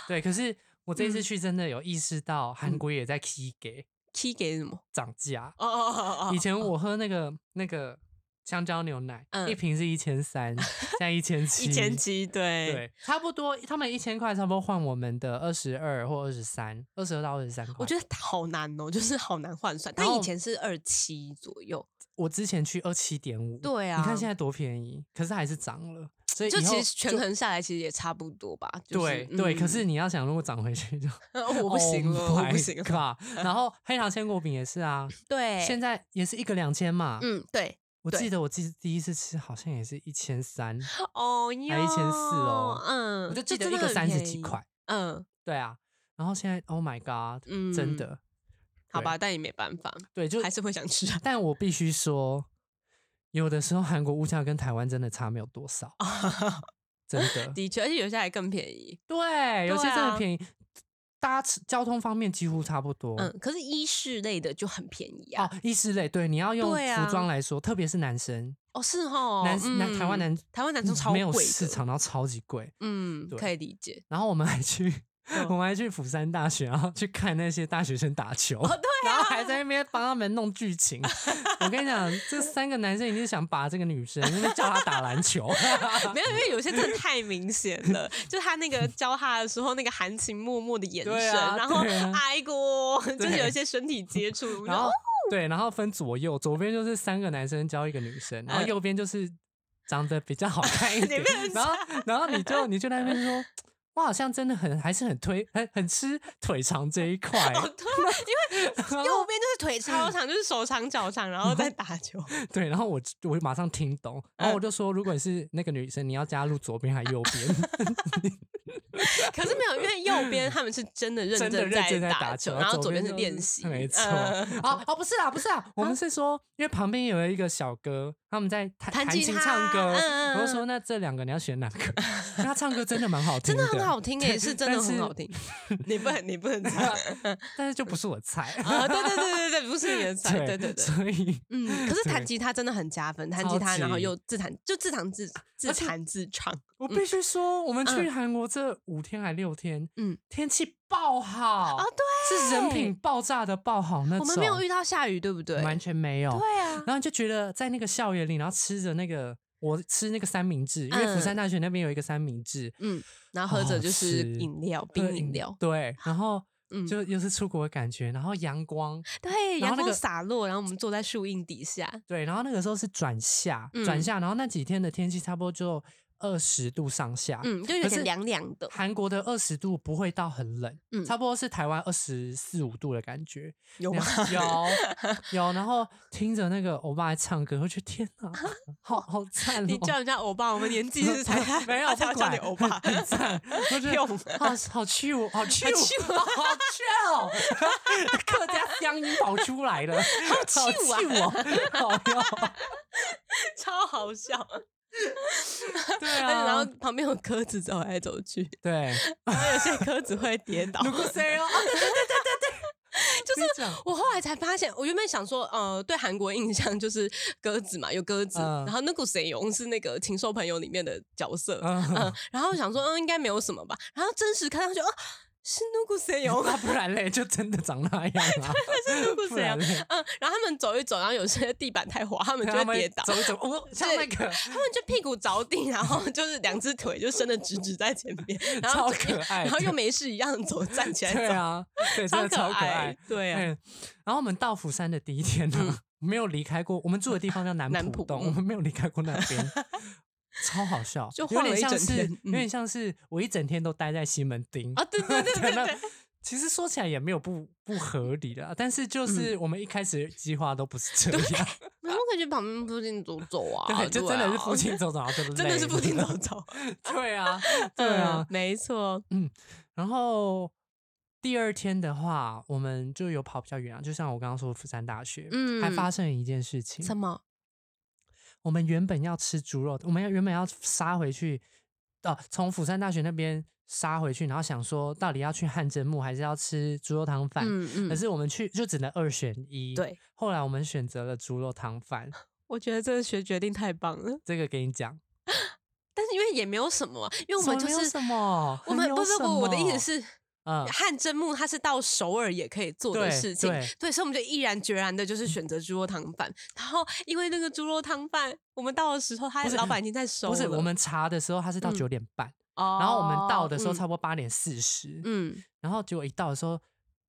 Speaker 2: 对，可是我这一次
Speaker 1: 嗯
Speaker 2: 去真的有意识到韩
Speaker 1: 嗯
Speaker 2: 国也在 key 给
Speaker 1: 踢给什么？
Speaker 2: 涨价。
Speaker 1: 哦哦哦哦哦，
Speaker 2: 以前我喝那个那个香蕉牛奶，一
Speaker 1: 嗯
Speaker 2: 瓶是一千三，现在一千七，
Speaker 1: 一千。七，对
Speaker 2: 对，差不多，他们一千块差不多换我们的二十二或二十三，二十二到二十三块。
Speaker 1: 我觉得好难哦，就是好难换算。但
Speaker 2: 然
Speaker 1: 以
Speaker 2: 后
Speaker 1: 前是二七左右，
Speaker 2: 我之前去二七点五，
Speaker 1: 对
Speaker 2: 你看
Speaker 1: 啊
Speaker 2: 现在多便宜，可是还是涨了，所以
Speaker 1: 就
Speaker 2: 以后
Speaker 1: 其实权衡下来，其实也差不多吧。就是
Speaker 2: 对对，可是 Oh
Speaker 1: 嗯
Speaker 2: 你要想，如果涨回去就
Speaker 1: 我不行了，我不行了。
Speaker 2: 吧？然后黑糖鲜果饼也是啊，现
Speaker 1: 对，
Speaker 2: 在也是一个两千嘛。
Speaker 1: 嗯，对，
Speaker 2: 我
Speaker 1: 对
Speaker 2: 记得我记第一次吃好像也是一千 三，
Speaker 1: 哦哟，
Speaker 2: 还1400哦
Speaker 1: 嗯，
Speaker 2: 我就记得
Speaker 1: 真
Speaker 2: 一
Speaker 1: 的
Speaker 2: 个
Speaker 1: 很
Speaker 2: 三十
Speaker 1: 便
Speaker 2: 几
Speaker 1: 宜，
Speaker 2: 块。
Speaker 1: 嗯，
Speaker 2: 对啊，然后现在 Oh my God，真
Speaker 1: 嗯
Speaker 2: 的
Speaker 1: 好
Speaker 2: 对
Speaker 1: 吧，但也没办法，
Speaker 2: 对，就
Speaker 1: 还是会想吃啊。
Speaker 2: 但我必须说，有的时候韩国物价跟台湾真的差没有多少，真的。
Speaker 1: 啊 的确，而且有些还更便宜。
Speaker 2: 对，有些真
Speaker 1: 啊
Speaker 2: 的便宜，搭车交通方面几乎差不多。
Speaker 1: 嗯，可是衣饰类的就很便宜啊
Speaker 2: 哦。，衣饰类，对，你要用
Speaker 1: 对啊
Speaker 2: 服装来说，特别是男生，
Speaker 1: 哦，是哦，
Speaker 2: 男男台湾
Speaker 1: 嗯
Speaker 2: 男
Speaker 1: 台湾男生超
Speaker 2: 没有
Speaker 1: 贵
Speaker 2: 市
Speaker 1: 的
Speaker 2: 场，然后超级贵。
Speaker 1: 嗯，
Speaker 2: 对
Speaker 1: 可以理 解。
Speaker 2: 然后我们还去，
Speaker 1: 嗯
Speaker 2: 我们还去釜山大学，然后去看那些大学生打球，
Speaker 1: 哦，对
Speaker 2: 然后
Speaker 1: 啊，
Speaker 2: 还在那边帮他们弄剧情。 我跟你讲，这三个男生一定是想把这个女生，因为叫她打篮 球。
Speaker 1: 没有，因为有些真的太明显了，就他 那个教他的时候，那个含情脉脉的眼
Speaker 2: 对
Speaker 1: 神，
Speaker 2: 啊
Speaker 1: 然后
Speaker 2: 对啊
Speaker 1: 挨 过，就是
Speaker 2: 对
Speaker 1: 有一些身体接触，哦
Speaker 2: 然后对，然后分左右，左边就是三个男生教一个女生，然后
Speaker 1: 嗯
Speaker 2: 右边就是长得比较好 看一点
Speaker 1: 被人，
Speaker 2: 然后然后你就你就在那边说，我好像真的很还是很推很很吃腿长这一块，
Speaker 1: 哦对，因
Speaker 2: 然
Speaker 1: 为
Speaker 2: 后
Speaker 1: 右边就是腿超长，就是手长脚长，然后再打球，
Speaker 2: 对，然后我就我马上听懂，然后
Speaker 1: 嗯
Speaker 2: 我就说，如果你是那个女生，你要加入左边还右 边？
Speaker 1: 可是没有，因为右 边他们是真的认
Speaker 2: 真的认
Speaker 1: 在
Speaker 2: 真在打
Speaker 1: 球，
Speaker 2: 球，
Speaker 1: 然后左
Speaker 2: 边
Speaker 1: 边是
Speaker 2: 就
Speaker 1: 练习，
Speaker 2: 没错。
Speaker 1: 嗯啊
Speaker 2: 啊哦，不是啦，不是啦，我们是说，因为旁边有一个小哥，他们在弹
Speaker 1: 弹
Speaker 2: 弹
Speaker 1: 吉
Speaker 2: 琴
Speaker 1: 他
Speaker 2: 唱歌，
Speaker 1: 嗯嗯
Speaker 2: 我就
Speaker 1: 嗯
Speaker 2: 说那这两个你要选哪 个？因为他唱歌真的蛮好听
Speaker 1: 真
Speaker 2: 的，
Speaker 1: 的很好听诶，
Speaker 2: 对
Speaker 1: 是真的
Speaker 2: 但
Speaker 1: 很
Speaker 2: 是
Speaker 1: 好听。你不能，你不能这样
Speaker 2: 但是就不是我菜。
Speaker 1: 啊！对对对对对，不是你的菜，对对对。
Speaker 2: 所以
Speaker 1: 嗯，可是弹
Speaker 2: 对
Speaker 1: 吉他真的很加分，弹吉
Speaker 2: 超
Speaker 1: 他然后
Speaker 2: 级
Speaker 1: 又自弹，就自弹自自
Speaker 2: 而且
Speaker 1: 弹自唱，
Speaker 2: 我必须说，我们去韩国这五天还六天，
Speaker 1: 嗯
Speaker 2: 嗯，天气爆好
Speaker 1: 哦
Speaker 2: 对，是人
Speaker 1: 对
Speaker 2: 品爆炸的爆好那种。
Speaker 1: 我们没有遇到下雨，对不对？
Speaker 2: 完全没有。
Speaker 1: 对啊，
Speaker 2: 然后就觉得在那个校园里，然后吃着那个我吃那个三明治，因为釜
Speaker 1: 嗯
Speaker 2: 山大学那边有一个三明治，
Speaker 1: 嗯，然后喝
Speaker 2: 好
Speaker 1: 着
Speaker 2: 好
Speaker 1: 就是
Speaker 2: 吃
Speaker 1: 饮料，
Speaker 2: 对
Speaker 1: 冰饮料，
Speaker 2: 对，然后
Speaker 1: 嗯
Speaker 2: 就又是出国的感觉，然后阳光，
Speaker 1: 对，
Speaker 2: 然
Speaker 1: 阳
Speaker 2: 后那
Speaker 1: 光
Speaker 2: 个
Speaker 1: 洒落，然后我们坐在树荫底下，
Speaker 2: 对，然后那个时候是转夏，转
Speaker 1: 嗯
Speaker 2: 夏，然后那几天的天气差不多就二十度上下，
Speaker 1: 嗯，就有
Speaker 2: 可
Speaker 1: 点
Speaker 2: 是
Speaker 1: 凉凉的，
Speaker 2: 韩国的二十度不会到很冷，
Speaker 1: 嗯
Speaker 2: 差不多是台湾二十四五度的感觉。
Speaker 1: 有
Speaker 2: 然
Speaker 1: 吗？
Speaker 2: 后有有，然后听着那个欧巴在唱歌，我觉得天 哪，好好赞、哦！
Speaker 1: 你叫人家欧巴，我们年纪是才
Speaker 2: 没有
Speaker 1: 才要
Speaker 2: 不
Speaker 1: 叫你
Speaker 2: 管
Speaker 1: 欧 巴，
Speaker 2: 很赞，我觉
Speaker 1: 用
Speaker 2: 得好好 chill，好 chill，
Speaker 1: chill
Speaker 2: 好 chill，客家乡音跑出来了，好
Speaker 1: chill
Speaker 2: 哦，好哟，
Speaker 1: 超 好笑。
Speaker 2: 啊 对
Speaker 1: 而且然后
Speaker 2: 啊，
Speaker 1: 旁边有鸽子走来走去，
Speaker 2: 对，
Speaker 1: 然后有些 鸽子会跌倒。
Speaker 2: 如果谁 哦，对对对对对，就是
Speaker 1: 我后来才发现，我原本想说，呃，对韩国印象就是鸽子嘛，有鸽子，
Speaker 2: 嗯
Speaker 1: 然后那个谁勇是那个《禽兽朋友》里面的角色，嗯、
Speaker 2: 嗯
Speaker 1: 然后我想说，嗯，应该没有什么吧，然后真实看上去，哦、是努古塞有
Speaker 2: 那不然嘞，就真的长那样 啊，
Speaker 1: 是努
Speaker 2: 不
Speaker 1: 古塞
Speaker 2: 然
Speaker 1: 有。
Speaker 2: 嘞，
Speaker 1: 嗯，然后他们走一走，然后有些地板太滑，他们就
Speaker 2: 他
Speaker 1: 会
Speaker 2: 们
Speaker 1: 跌倒，
Speaker 2: 走一走，哦，像那个
Speaker 1: 他们就屁股着地，然 后就是两只腿就伸的直直在前面，然
Speaker 2: 超
Speaker 1: 后就
Speaker 2: 可爱的，
Speaker 1: 然后又没事一样走站起来
Speaker 2: 对
Speaker 1: 走，
Speaker 2: 啊，对，真的超可爱
Speaker 1: 爱。，对啊，嗯
Speaker 2: 嗯，然后我们到釜山的第一天呢、没有离开过我们住的地方叫南
Speaker 1: 南
Speaker 2: 浦
Speaker 1: 浦
Speaker 2: 洞，
Speaker 1: 嗯
Speaker 2: 我们没有离开过那 边，超好笑，
Speaker 1: 就
Speaker 2: 有
Speaker 1: 晃
Speaker 2: 点
Speaker 1: 了一
Speaker 2: 像
Speaker 1: 整
Speaker 2: 是
Speaker 1: 天
Speaker 2: 有
Speaker 1: 嗯
Speaker 2: 点像是我一整天都待在西门町
Speaker 1: 啊，对对对对
Speaker 2: 那
Speaker 1: 对，
Speaker 2: 其实说起来也没有不不合理的，但是
Speaker 1: 嗯
Speaker 2: 就是我们一开始计划都不是这样，
Speaker 1: 我们可以去旁边附近走走啊，
Speaker 2: 对，就真的是
Speaker 1: 啊
Speaker 2: 附近走走，然后就
Speaker 1: 真的是
Speaker 2: 累
Speaker 1: 附近
Speaker 2: 了
Speaker 1: 走，走，
Speaker 2: 对啊， 对啊
Speaker 1: 嗯，，没错，
Speaker 2: 然后第二天的话，我们就有跑比较远啊，就像我刚刚说的釜山大学，还发
Speaker 1: 嗯
Speaker 2: 生了一件事情，
Speaker 1: 什么？
Speaker 2: 我们原本要吃猪肉，我们要原本要杀回去，呃，从釜山大学那边杀回去，然后想说到底要去汗蒸木还是要吃猪肉汤饭，
Speaker 1: 嗯
Speaker 2: 可
Speaker 1: 嗯，
Speaker 2: 是我们去就只能二选一。，
Speaker 1: 对，
Speaker 2: 后来我们选择了猪肉汤饭，
Speaker 1: 我觉得这个学决定太棒了，
Speaker 2: 这个给你讲，
Speaker 1: 但是因为也没有什么，因为我们
Speaker 2: 什
Speaker 1: 就
Speaker 2: 么没有
Speaker 1: 是
Speaker 2: 什么
Speaker 1: 我们
Speaker 2: 没有
Speaker 1: 不不
Speaker 2: 什
Speaker 1: 不，我的意
Speaker 2: 么
Speaker 1: 思是。
Speaker 2: 嗯，
Speaker 1: 汗蒸木它是到首尔也可以做的
Speaker 2: 对
Speaker 1: 事情，
Speaker 2: 对
Speaker 1: 对，所以我们就毅然决然的就是选择猪肉汤饭。然后因为那个猪肉汤饭，我们到的时候，他
Speaker 2: 不是
Speaker 1: 老板已经在收了。
Speaker 2: 不是我们查的时候它是到
Speaker 1: 嗯
Speaker 2: 九点半，
Speaker 1: 哦，
Speaker 2: 然后我们到的时候
Speaker 1: 嗯
Speaker 2: 差不多八点四十，
Speaker 1: 嗯，
Speaker 2: 然后结果一到的时候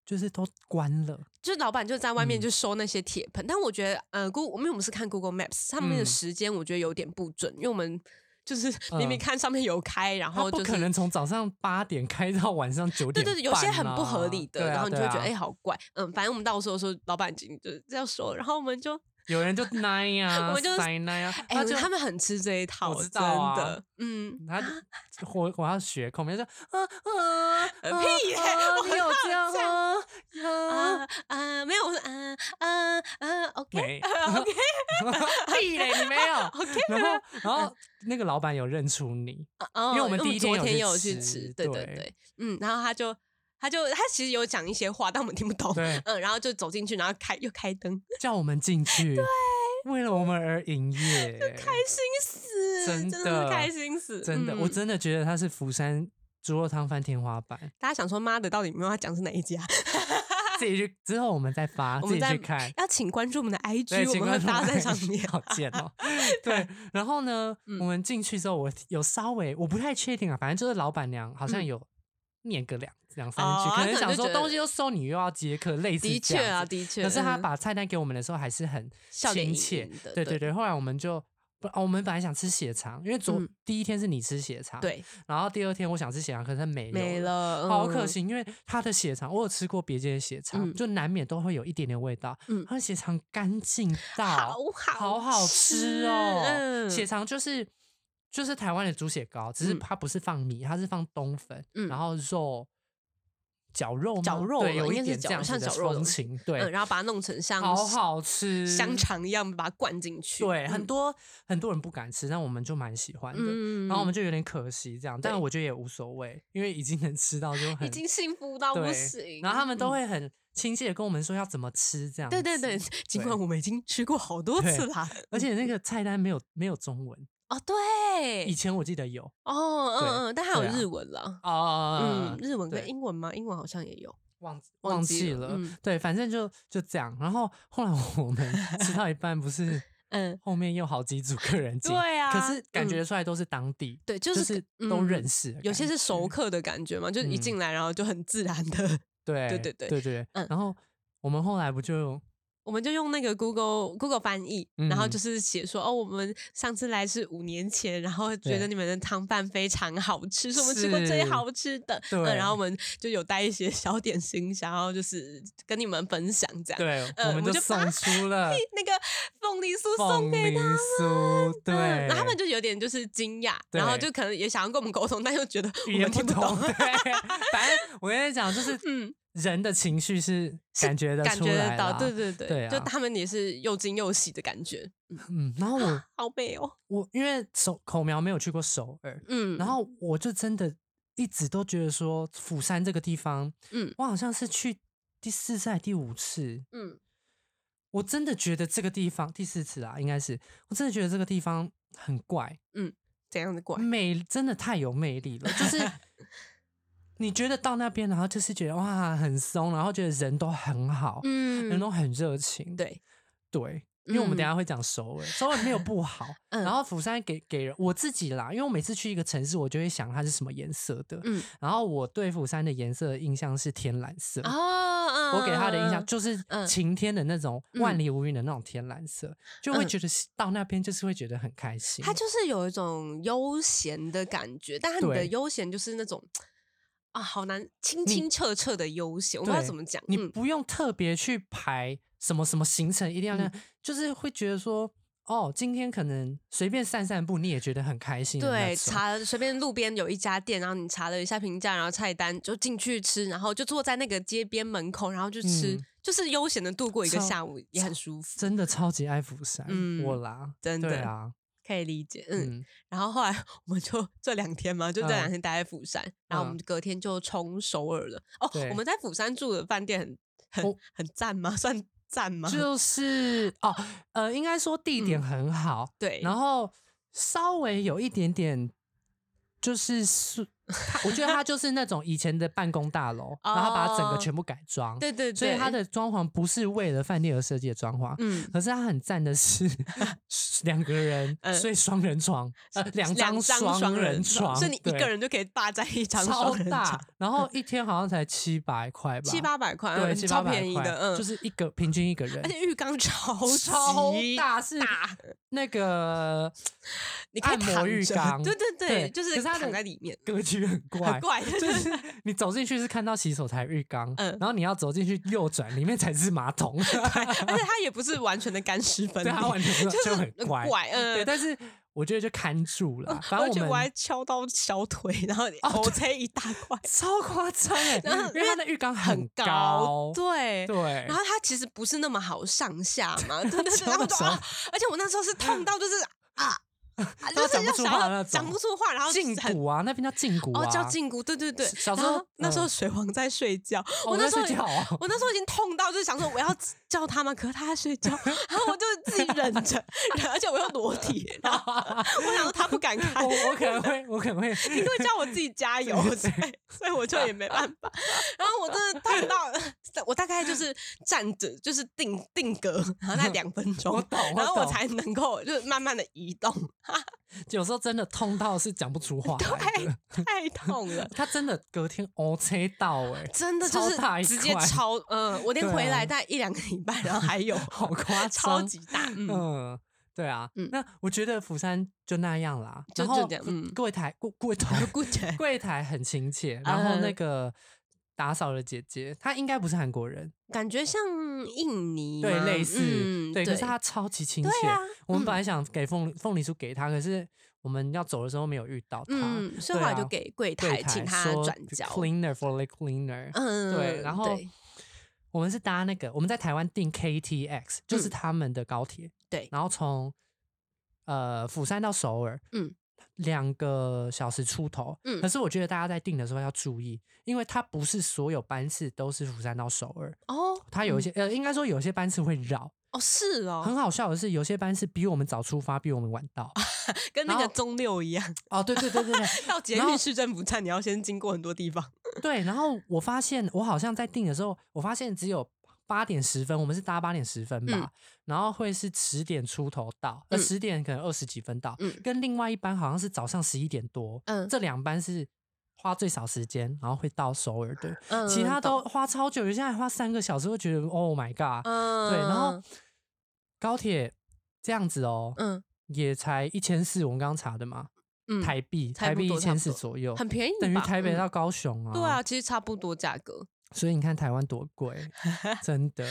Speaker 2: 就是都关了，
Speaker 1: 就是老板就在外
Speaker 2: 嗯
Speaker 1: 面就收那些铁盆，但我觉得呃，Google 因为我们是看 Google Maps 上面的
Speaker 2: 嗯
Speaker 1: 时间，我觉得有点不准，因为我们就是明
Speaker 2: 嗯
Speaker 1: 明看上面有开，然
Speaker 2: 他
Speaker 1: 后
Speaker 2: 不
Speaker 1: 就
Speaker 2: 可
Speaker 1: 是。
Speaker 2: 能从早上八点开到晚上九
Speaker 1: 对
Speaker 2: 点、
Speaker 1: 对对，有些很不合理的，
Speaker 2: 对啊
Speaker 1: 然后你就会觉得哎、
Speaker 2: 对啊
Speaker 1: 好怪，嗯，反正我们到时候说老板已经就是这样说了，然后我们就
Speaker 2: 有人就奶呀、
Speaker 1: 我们就
Speaker 2: 塞奶呀、
Speaker 1: 哎、
Speaker 2: 他就
Speaker 1: 他们很吃这一套，
Speaker 2: 我知道啊
Speaker 1: 真的，嗯，
Speaker 2: 他就我我要学孔明就啊啊啊
Speaker 1: 呃屁耶
Speaker 2: 啊
Speaker 1: 我
Speaker 2: 你有这样啊啊
Speaker 1: 啊啊，没有，我说啊啊啊，OK
Speaker 2: 没
Speaker 1: OK
Speaker 2: 屁嘞你没有
Speaker 1: OK，
Speaker 2: 然后然后那个老板有认出你，
Speaker 1: 哦，
Speaker 2: 因为我们第一天
Speaker 1: 昨
Speaker 2: 有
Speaker 1: 天
Speaker 2: 去
Speaker 1: 有去
Speaker 2: 吃
Speaker 1: 吃，对对
Speaker 2: 对
Speaker 1: 对，嗯，然后他就他就他其实有讲一些话，但我们听不懂，
Speaker 2: 对，
Speaker 1: 嗯，然后就走进去，然后开又开灯，
Speaker 2: 叫我们 进去，对，为了我们而营业，
Speaker 1: 开心死，
Speaker 2: 真
Speaker 1: 真
Speaker 2: 的
Speaker 1: 是开心死，
Speaker 2: 真的，我
Speaker 1: 嗯
Speaker 2: 真的觉得他是釜山猪肉汤饭天花板。
Speaker 1: 大家想说妈的，到底有没有要讲是哪一家？
Speaker 2: 自己去之后我们再发，
Speaker 1: 我
Speaker 2: 自
Speaker 1: 们
Speaker 2: 己去
Speaker 1: 再
Speaker 2: 看。
Speaker 1: 要请关注我们的
Speaker 2: 对，
Speaker 1: IG，
Speaker 2: 请
Speaker 1: 我
Speaker 2: 关
Speaker 1: 们会
Speaker 2: 注
Speaker 1: 搭
Speaker 2: 我
Speaker 1: 在
Speaker 2: 们
Speaker 1: 上面，
Speaker 2: 好贱 哦。对，然后呢，
Speaker 1: 嗯
Speaker 2: 我们进去之后，我有稍微我不太确定啊，反正就是老板娘好像
Speaker 1: 嗯
Speaker 2: 有念个两两三
Speaker 1: 哦
Speaker 2: 句，
Speaker 1: 她
Speaker 2: 可
Speaker 1: 可能
Speaker 2: 想
Speaker 1: 就
Speaker 2: 说
Speaker 1: 觉
Speaker 2: 东
Speaker 1: 得
Speaker 2: 西都收，你又要接客，类似
Speaker 1: 的
Speaker 2: 这
Speaker 1: 确
Speaker 2: 样
Speaker 1: 啊，
Speaker 2: 子
Speaker 1: 的确，
Speaker 2: 可是他
Speaker 1: 嗯
Speaker 2: 把菜单给我们的时候，还是很
Speaker 1: 笑脸
Speaker 2: 亲
Speaker 1: 盈
Speaker 2: 切
Speaker 1: 盈的。
Speaker 2: 对对
Speaker 1: 对
Speaker 2: 对，后来我们就不，哦我们本来想吃血肠，因为昨
Speaker 1: 嗯
Speaker 2: 第一天是你吃血肠，，
Speaker 1: 对
Speaker 2: 然后第二天我想吃血肠，可是它没有
Speaker 1: 没了，
Speaker 2: 好可
Speaker 1: 嗯
Speaker 2: 惜，因为他的血肠，我有吃过别间的血肠，
Speaker 1: 嗯
Speaker 2: 就难免都会有一点点味道。
Speaker 1: 嗯
Speaker 2: 他的血肠干净到
Speaker 1: 好好
Speaker 2: 啊好好吃哦，
Speaker 1: 嗯
Speaker 2: 血肠就是就是台湾的猪血糕，只是
Speaker 1: 嗯
Speaker 2: 它不是放米，它是放冬粉，
Speaker 1: 嗯
Speaker 2: 然后肉绞肉吗
Speaker 1: 绞肉
Speaker 2: 对，
Speaker 1: 了
Speaker 2: 有一
Speaker 1: 应
Speaker 2: 点
Speaker 1: 该是绞
Speaker 2: 这样
Speaker 1: 像
Speaker 2: 子的
Speaker 1: 绞肉的
Speaker 2: 风情，
Speaker 1: 嗯，
Speaker 2: 对，
Speaker 1: 然后把它弄成像
Speaker 2: 好好吃，
Speaker 1: 香。肠一样，把它灌进去。
Speaker 2: 对，
Speaker 1: 嗯
Speaker 2: 很多很多人不敢吃，但我们就蛮喜欢的。
Speaker 1: 嗯
Speaker 2: 然后我们就有点可惜这样，但
Speaker 1: 对
Speaker 2: 我觉得也无所谓，因为已经能吃到就很
Speaker 1: 已经幸福到不
Speaker 2: 对
Speaker 1: 行，
Speaker 2: 然后他们都
Speaker 1: 嗯。
Speaker 2: 会很亲切的跟我们说要怎么吃这样。
Speaker 1: 对对对，，尽管我们已经吃过好多
Speaker 2: 对
Speaker 1: 次啦，
Speaker 2: 而且那个菜单没有没有中文，
Speaker 1: 哦
Speaker 2: 以
Speaker 1: 对，
Speaker 2: 前我记得有
Speaker 1: 哦
Speaker 2: 对
Speaker 1: 嗯嗯，但还有
Speaker 2: 对啊
Speaker 1: 日文啦，
Speaker 2: 啊
Speaker 1: 嗯，，日文跟
Speaker 2: 对
Speaker 1: 英文吗？英文好像也有，
Speaker 2: 忘记
Speaker 1: 忘
Speaker 2: 忘
Speaker 1: 记
Speaker 2: 记
Speaker 1: 了
Speaker 2: 了
Speaker 1: 嗯，
Speaker 2: 对，反正就就这样。然后后来我们吃 到一半，不是
Speaker 1: 嗯，
Speaker 2: 后面有好几组客人进，
Speaker 1: 对啊
Speaker 2: 可是感
Speaker 1: 嗯
Speaker 2: 觉出来都是当地，
Speaker 1: 对，就
Speaker 2: 就是是
Speaker 1: 嗯
Speaker 2: 都认识的感觉，
Speaker 1: 有些是熟客的感觉嘛，就是一
Speaker 2: 嗯
Speaker 1: 进来然后就很自然的，
Speaker 2: 对对
Speaker 1: 对对对
Speaker 2: 对对。
Speaker 1: 嗯
Speaker 2: 然后我们后来不 就
Speaker 1: 我们就用那个 Google Google 翻译，然后
Speaker 2: 嗯
Speaker 1: 就是写说哦，我们上次来是五年前，然后觉
Speaker 2: 对
Speaker 1: 得你们的汤饭非常好吃，是我们吃过最
Speaker 2: 是
Speaker 1: 好吃的。嗯
Speaker 2: 对
Speaker 1: 然后我们就有带一些小点心，想要就是跟你们分享这样。
Speaker 2: 对，
Speaker 1: 呃
Speaker 2: 我们
Speaker 1: 我
Speaker 2: 就
Speaker 1: 就
Speaker 2: 送
Speaker 1: 把
Speaker 2: 出了
Speaker 1: 那个凤梨酥送
Speaker 2: 凤
Speaker 1: 给
Speaker 2: 梨
Speaker 1: 他。
Speaker 2: 酥，对，
Speaker 1: 嗯，然后他们就有点就是惊讶，然后
Speaker 2: 对
Speaker 1: 就可能也想要跟我们沟通，但又觉得我
Speaker 2: 语言
Speaker 1: 们
Speaker 2: 不
Speaker 1: 听
Speaker 2: 通，
Speaker 1: 懂。
Speaker 2: 对，反正我跟你讲，就是
Speaker 1: 嗯
Speaker 2: 人的情绪是感觉得
Speaker 1: 感
Speaker 2: 出
Speaker 1: 觉
Speaker 2: 来
Speaker 1: 得到，
Speaker 2: 啦
Speaker 1: 对对对，
Speaker 2: 对
Speaker 1: 就
Speaker 2: 啊
Speaker 1: 他们也是又惊又喜的感觉，
Speaker 2: 嗯，然后我
Speaker 1: 好美哦。
Speaker 2: 我因为首口苗没有去过首尔，
Speaker 1: 嗯，
Speaker 2: 然后我就真的一直都觉得说釜山这个地方，
Speaker 1: 嗯
Speaker 2: 我好像是去第四次还是第五次，
Speaker 1: 嗯
Speaker 2: 我真的觉得这个地方第四次啊，应该是我真的觉得这个地方很怪，嗯
Speaker 1: 怎样的怪？
Speaker 2: 美真的太有魅力了，就是你觉得到那边，然后就是觉得哇很松，然后觉得人都很好，人
Speaker 1: 嗯，
Speaker 2: 都很热情，
Speaker 1: 对，
Speaker 2: 对。因为我们等一
Speaker 1: 嗯
Speaker 2: 下会讲首尾，首尾没 有不好。
Speaker 1: 嗯
Speaker 2: 然后釜山给给人我自己啦，因为我每次去一个城市，我就会想它是什么颜色的。
Speaker 1: 嗯
Speaker 2: 然后我对釜山的颜色的印象是天蓝色。
Speaker 1: 啊，
Speaker 2: 我给他的印象
Speaker 1: 嗯
Speaker 2: 就是
Speaker 1: 嗯
Speaker 2: 晴天的那种，万
Speaker 1: 嗯
Speaker 2: 里无云的那种天蓝色，就会
Speaker 1: 嗯
Speaker 2: 觉得是到那边就是会觉得很开心。
Speaker 1: 它就是有一种悠闲的感觉，但它你
Speaker 2: 对
Speaker 1: 的悠闲就是那种啊，好难清
Speaker 2: 你
Speaker 1: 清澈澈的悠闲，我不知道
Speaker 2: 对
Speaker 1: 怎么讲。
Speaker 2: 你
Speaker 1: 嗯
Speaker 2: 不用特别去排什么什么行程，一定
Speaker 1: 嗯
Speaker 2: 要那样，就是会觉得说，哦，今天可能随便散散步，你也觉得很开心的那
Speaker 1: 对，
Speaker 2: 种。
Speaker 1: 查了随便路边有一家店，然后你查了一下评价，然后菜单就进去吃，然后就坐在那个街边门口，然后就吃，
Speaker 2: 嗯
Speaker 1: 就是悠闲的度过一个
Speaker 2: 超
Speaker 1: 下午，也很舒服，
Speaker 2: 真的超级爱釜山，
Speaker 1: 嗯
Speaker 2: 我啦，
Speaker 1: 真
Speaker 2: 对
Speaker 1: 的
Speaker 2: 啊，
Speaker 1: 可以理解。嗯，
Speaker 2: 嗯，
Speaker 1: 然后后来我们就这两天嘛，就这两
Speaker 2: 嗯
Speaker 1: 天待在釜山，然后我
Speaker 2: 嗯
Speaker 1: 们隔天就冲首尔了。哦
Speaker 2: 对，
Speaker 1: 我们在釜山住的饭店很
Speaker 2: 我
Speaker 1: 很很赞吗？ 算赞吗？
Speaker 2: 嗯就是哦，呃，应该说地
Speaker 1: 嗯
Speaker 2: 点很好，
Speaker 1: 对，
Speaker 2: 然后稍微有一点点，就是是，它我觉得它就是那种以前的办公大楼，然后把它整个
Speaker 1: 哦
Speaker 2: 全部改装，
Speaker 1: 对对对，
Speaker 2: 所以它的装潢不是为了饭店而设计的装潢。
Speaker 1: 嗯
Speaker 2: 可是它很赞的 是，两个人
Speaker 1: 嗯
Speaker 2: 睡双人床，呃，两张
Speaker 1: 两张
Speaker 2: 双人
Speaker 1: 床，
Speaker 2: 床，
Speaker 1: 所以你一
Speaker 2: 对
Speaker 1: 个人就可以霸占一张
Speaker 2: 超
Speaker 1: 双人
Speaker 2: 大
Speaker 1: 床，，
Speaker 2: 然 后一天好像才七百块吧，
Speaker 1: 七八百块，
Speaker 2: 对，
Speaker 1: 嗯
Speaker 2: 七八
Speaker 1: 超
Speaker 2: 百
Speaker 1: 便宜
Speaker 2: 块
Speaker 1: 的，嗯，
Speaker 2: 就是一个平均一个人
Speaker 1: 而，且浴缸 超
Speaker 2: 超
Speaker 1: 级
Speaker 2: 大是
Speaker 1: 大，
Speaker 2: 那个
Speaker 1: 你可以
Speaker 2: 按摩
Speaker 1: 躺着
Speaker 2: 浴缸
Speaker 1: 对对
Speaker 2: 对
Speaker 1: 就
Speaker 2: 可
Speaker 1: 是
Speaker 2: 是它的
Speaker 1: 躺在里面，
Speaker 2: 格局很怪
Speaker 1: 很，怪，
Speaker 2: 就是你走进去是看到洗手台浴缸，
Speaker 1: 嗯
Speaker 2: 然后你要走进去右转，里面才是马 桶，
Speaker 1: 而且它也不是完全的干湿分
Speaker 2: 对，
Speaker 1: 离，
Speaker 2: 它完全
Speaker 1: 就是
Speaker 2: 很怪，
Speaker 1: 怪，
Speaker 2: 对，
Speaker 1: 嗯。
Speaker 2: 但是我觉得就看住了，反正
Speaker 1: 而
Speaker 2: 我
Speaker 1: 且我还
Speaker 2: 们。
Speaker 1: 敲到小腿，然后
Speaker 2: 哦
Speaker 1: 头才一大块，
Speaker 2: 超夸张哎！
Speaker 1: 然后
Speaker 2: 因为它的浴缸
Speaker 1: 很
Speaker 2: 高，
Speaker 1: 对。
Speaker 2: 对
Speaker 1: 然，后它其实不是那么好上下 嘛，对对对，
Speaker 2: 敲
Speaker 1: 然
Speaker 2: 到
Speaker 1: 后
Speaker 2: 手
Speaker 1: 就啊，而且我那时候是痛 到就是啊，啊
Speaker 2: 都
Speaker 1: 就是
Speaker 2: 讲不
Speaker 1: 要
Speaker 2: 出
Speaker 1: 想
Speaker 2: 话
Speaker 1: 要
Speaker 2: 那
Speaker 1: 讲
Speaker 2: 种
Speaker 1: 不出话，然后
Speaker 2: 胫
Speaker 1: 很
Speaker 2: 骨啊，那边叫胫骨啊，
Speaker 1: 哦，叫胫骨，对对对。
Speaker 2: 小
Speaker 1: 然
Speaker 2: 时候
Speaker 1: 后那时候
Speaker 2: 嗯
Speaker 1: 水黄在睡觉，
Speaker 2: 哦，
Speaker 1: 我
Speaker 2: 在
Speaker 1: 那时候
Speaker 2: 睡觉哦，
Speaker 1: 我那时候已经痛到就是想说我要叫他吗？可是他在睡觉，然后我就自己忍着， 然后而且我又裸体，然后 我想说他不敢看，
Speaker 2: 我我可能会，我可能会，
Speaker 1: 因为叫我自己加油， 所以所以我就也没办 法。然后我真的痛到，我大概就是站着，就是定定格，然后那两分
Speaker 2: 我
Speaker 1: 钟，
Speaker 2: 懂，
Speaker 1: 然后我
Speaker 2: 懂
Speaker 1: 才能够就是慢慢的移动，
Speaker 2: 有时候真的痛到是讲不出话 来的，
Speaker 1: 太痛了。
Speaker 2: 他真的隔天 O C 到哎、
Speaker 1: 真的就
Speaker 2: 超
Speaker 1: 是
Speaker 2: 大一
Speaker 1: 直接
Speaker 2: 块
Speaker 1: 超，嗯，我连
Speaker 2: 对
Speaker 1: 回
Speaker 2: 啊
Speaker 1: 来大概一两个礼拜，然后还 有
Speaker 2: 好夸张，
Speaker 1: 超级大，嗯，
Speaker 2: 嗯。对啊，
Speaker 1: 嗯
Speaker 2: 那我觉得釜山就那样啦，
Speaker 1: 就
Speaker 2: 然后
Speaker 1: 就这样嗯
Speaker 2: 柜台柜柜台
Speaker 1: 顾姐，
Speaker 2: 柜台很亲切，然后那
Speaker 1: 呃
Speaker 2: 个打扫的姐姐，她应该不是韩国人，
Speaker 1: 感觉像印尼吗，
Speaker 2: 对，类似，
Speaker 1: 嗯、
Speaker 2: 对，可是她超级亲切
Speaker 1: 对。啊，
Speaker 2: 我们
Speaker 1: 嗯
Speaker 2: 本来想给凤凤梨酥给她，可是我们要走的时候没有遇到她，
Speaker 1: 嗯，所以
Speaker 2: 对
Speaker 1: 后来就
Speaker 2: 啊
Speaker 1: 给
Speaker 2: 柜
Speaker 1: 柜台
Speaker 2: 台
Speaker 1: 请他
Speaker 2: 说
Speaker 1: 转交，
Speaker 2: cleaner for the cleaner，
Speaker 1: 嗯，
Speaker 2: 对，然后
Speaker 1: 对
Speaker 2: 我们是搭那个我们在台湾订 KTX，就是他们的高铁，
Speaker 1: 嗯对
Speaker 2: 然后从呃釜山到首尔，
Speaker 1: 嗯，
Speaker 2: 两个小时出头，
Speaker 1: 嗯
Speaker 2: 可是我觉得大家在订的时候要注意，因为它不是所有班次都是釜山到首尔，
Speaker 1: 哦
Speaker 2: 它有一些、呃，应该说有些班次会绕。
Speaker 1: 哦是哦，啊
Speaker 2: 很好笑的是，有些班次比我们早出发，比我们晚到。
Speaker 1: 跟那
Speaker 2: 然
Speaker 1: 个
Speaker 2: 后
Speaker 1: 中六 一样，
Speaker 2: 哦，对对对对对，
Speaker 1: 到捷
Speaker 2: 然后
Speaker 1: 运市政府站你要先经过很多地方，
Speaker 2: 对，然后我发现我好像在订的时候，我发现只有八点十分，我们是搭八点十分吧，
Speaker 1: 嗯
Speaker 2: 然后会是十点出头到，呃，
Speaker 1: 嗯
Speaker 2: 十点可能二十几分到，
Speaker 1: 嗯
Speaker 2: 跟另外一班好像是早上十一点多，
Speaker 1: 嗯
Speaker 2: 这两班是花最少时间，然后会到首尔的，
Speaker 1: 嗯，
Speaker 2: 其他都
Speaker 1: 懂
Speaker 2: 花超久，有些还花三个小时，会觉得 Oh my god，、
Speaker 1: 嗯，
Speaker 2: 对，然后高铁这样子哦，
Speaker 1: 嗯
Speaker 2: 也才一千四，我们刚刚查的嘛，
Speaker 1: 嗯，
Speaker 2: 台币
Speaker 1: 差
Speaker 2: 台
Speaker 1: 不
Speaker 2: 币一
Speaker 1: 多差
Speaker 2: 千
Speaker 1: 不
Speaker 2: 四
Speaker 1: 多
Speaker 2: 左右，
Speaker 1: 很便宜吧，
Speaker 2: 等于台北
Speaker 1: 嗯
Speaker 2: 到高雄啊，
Speaker 1: 对啊，其实差不多价格。
Speaker 2: 所以你看台湾多贵，真 的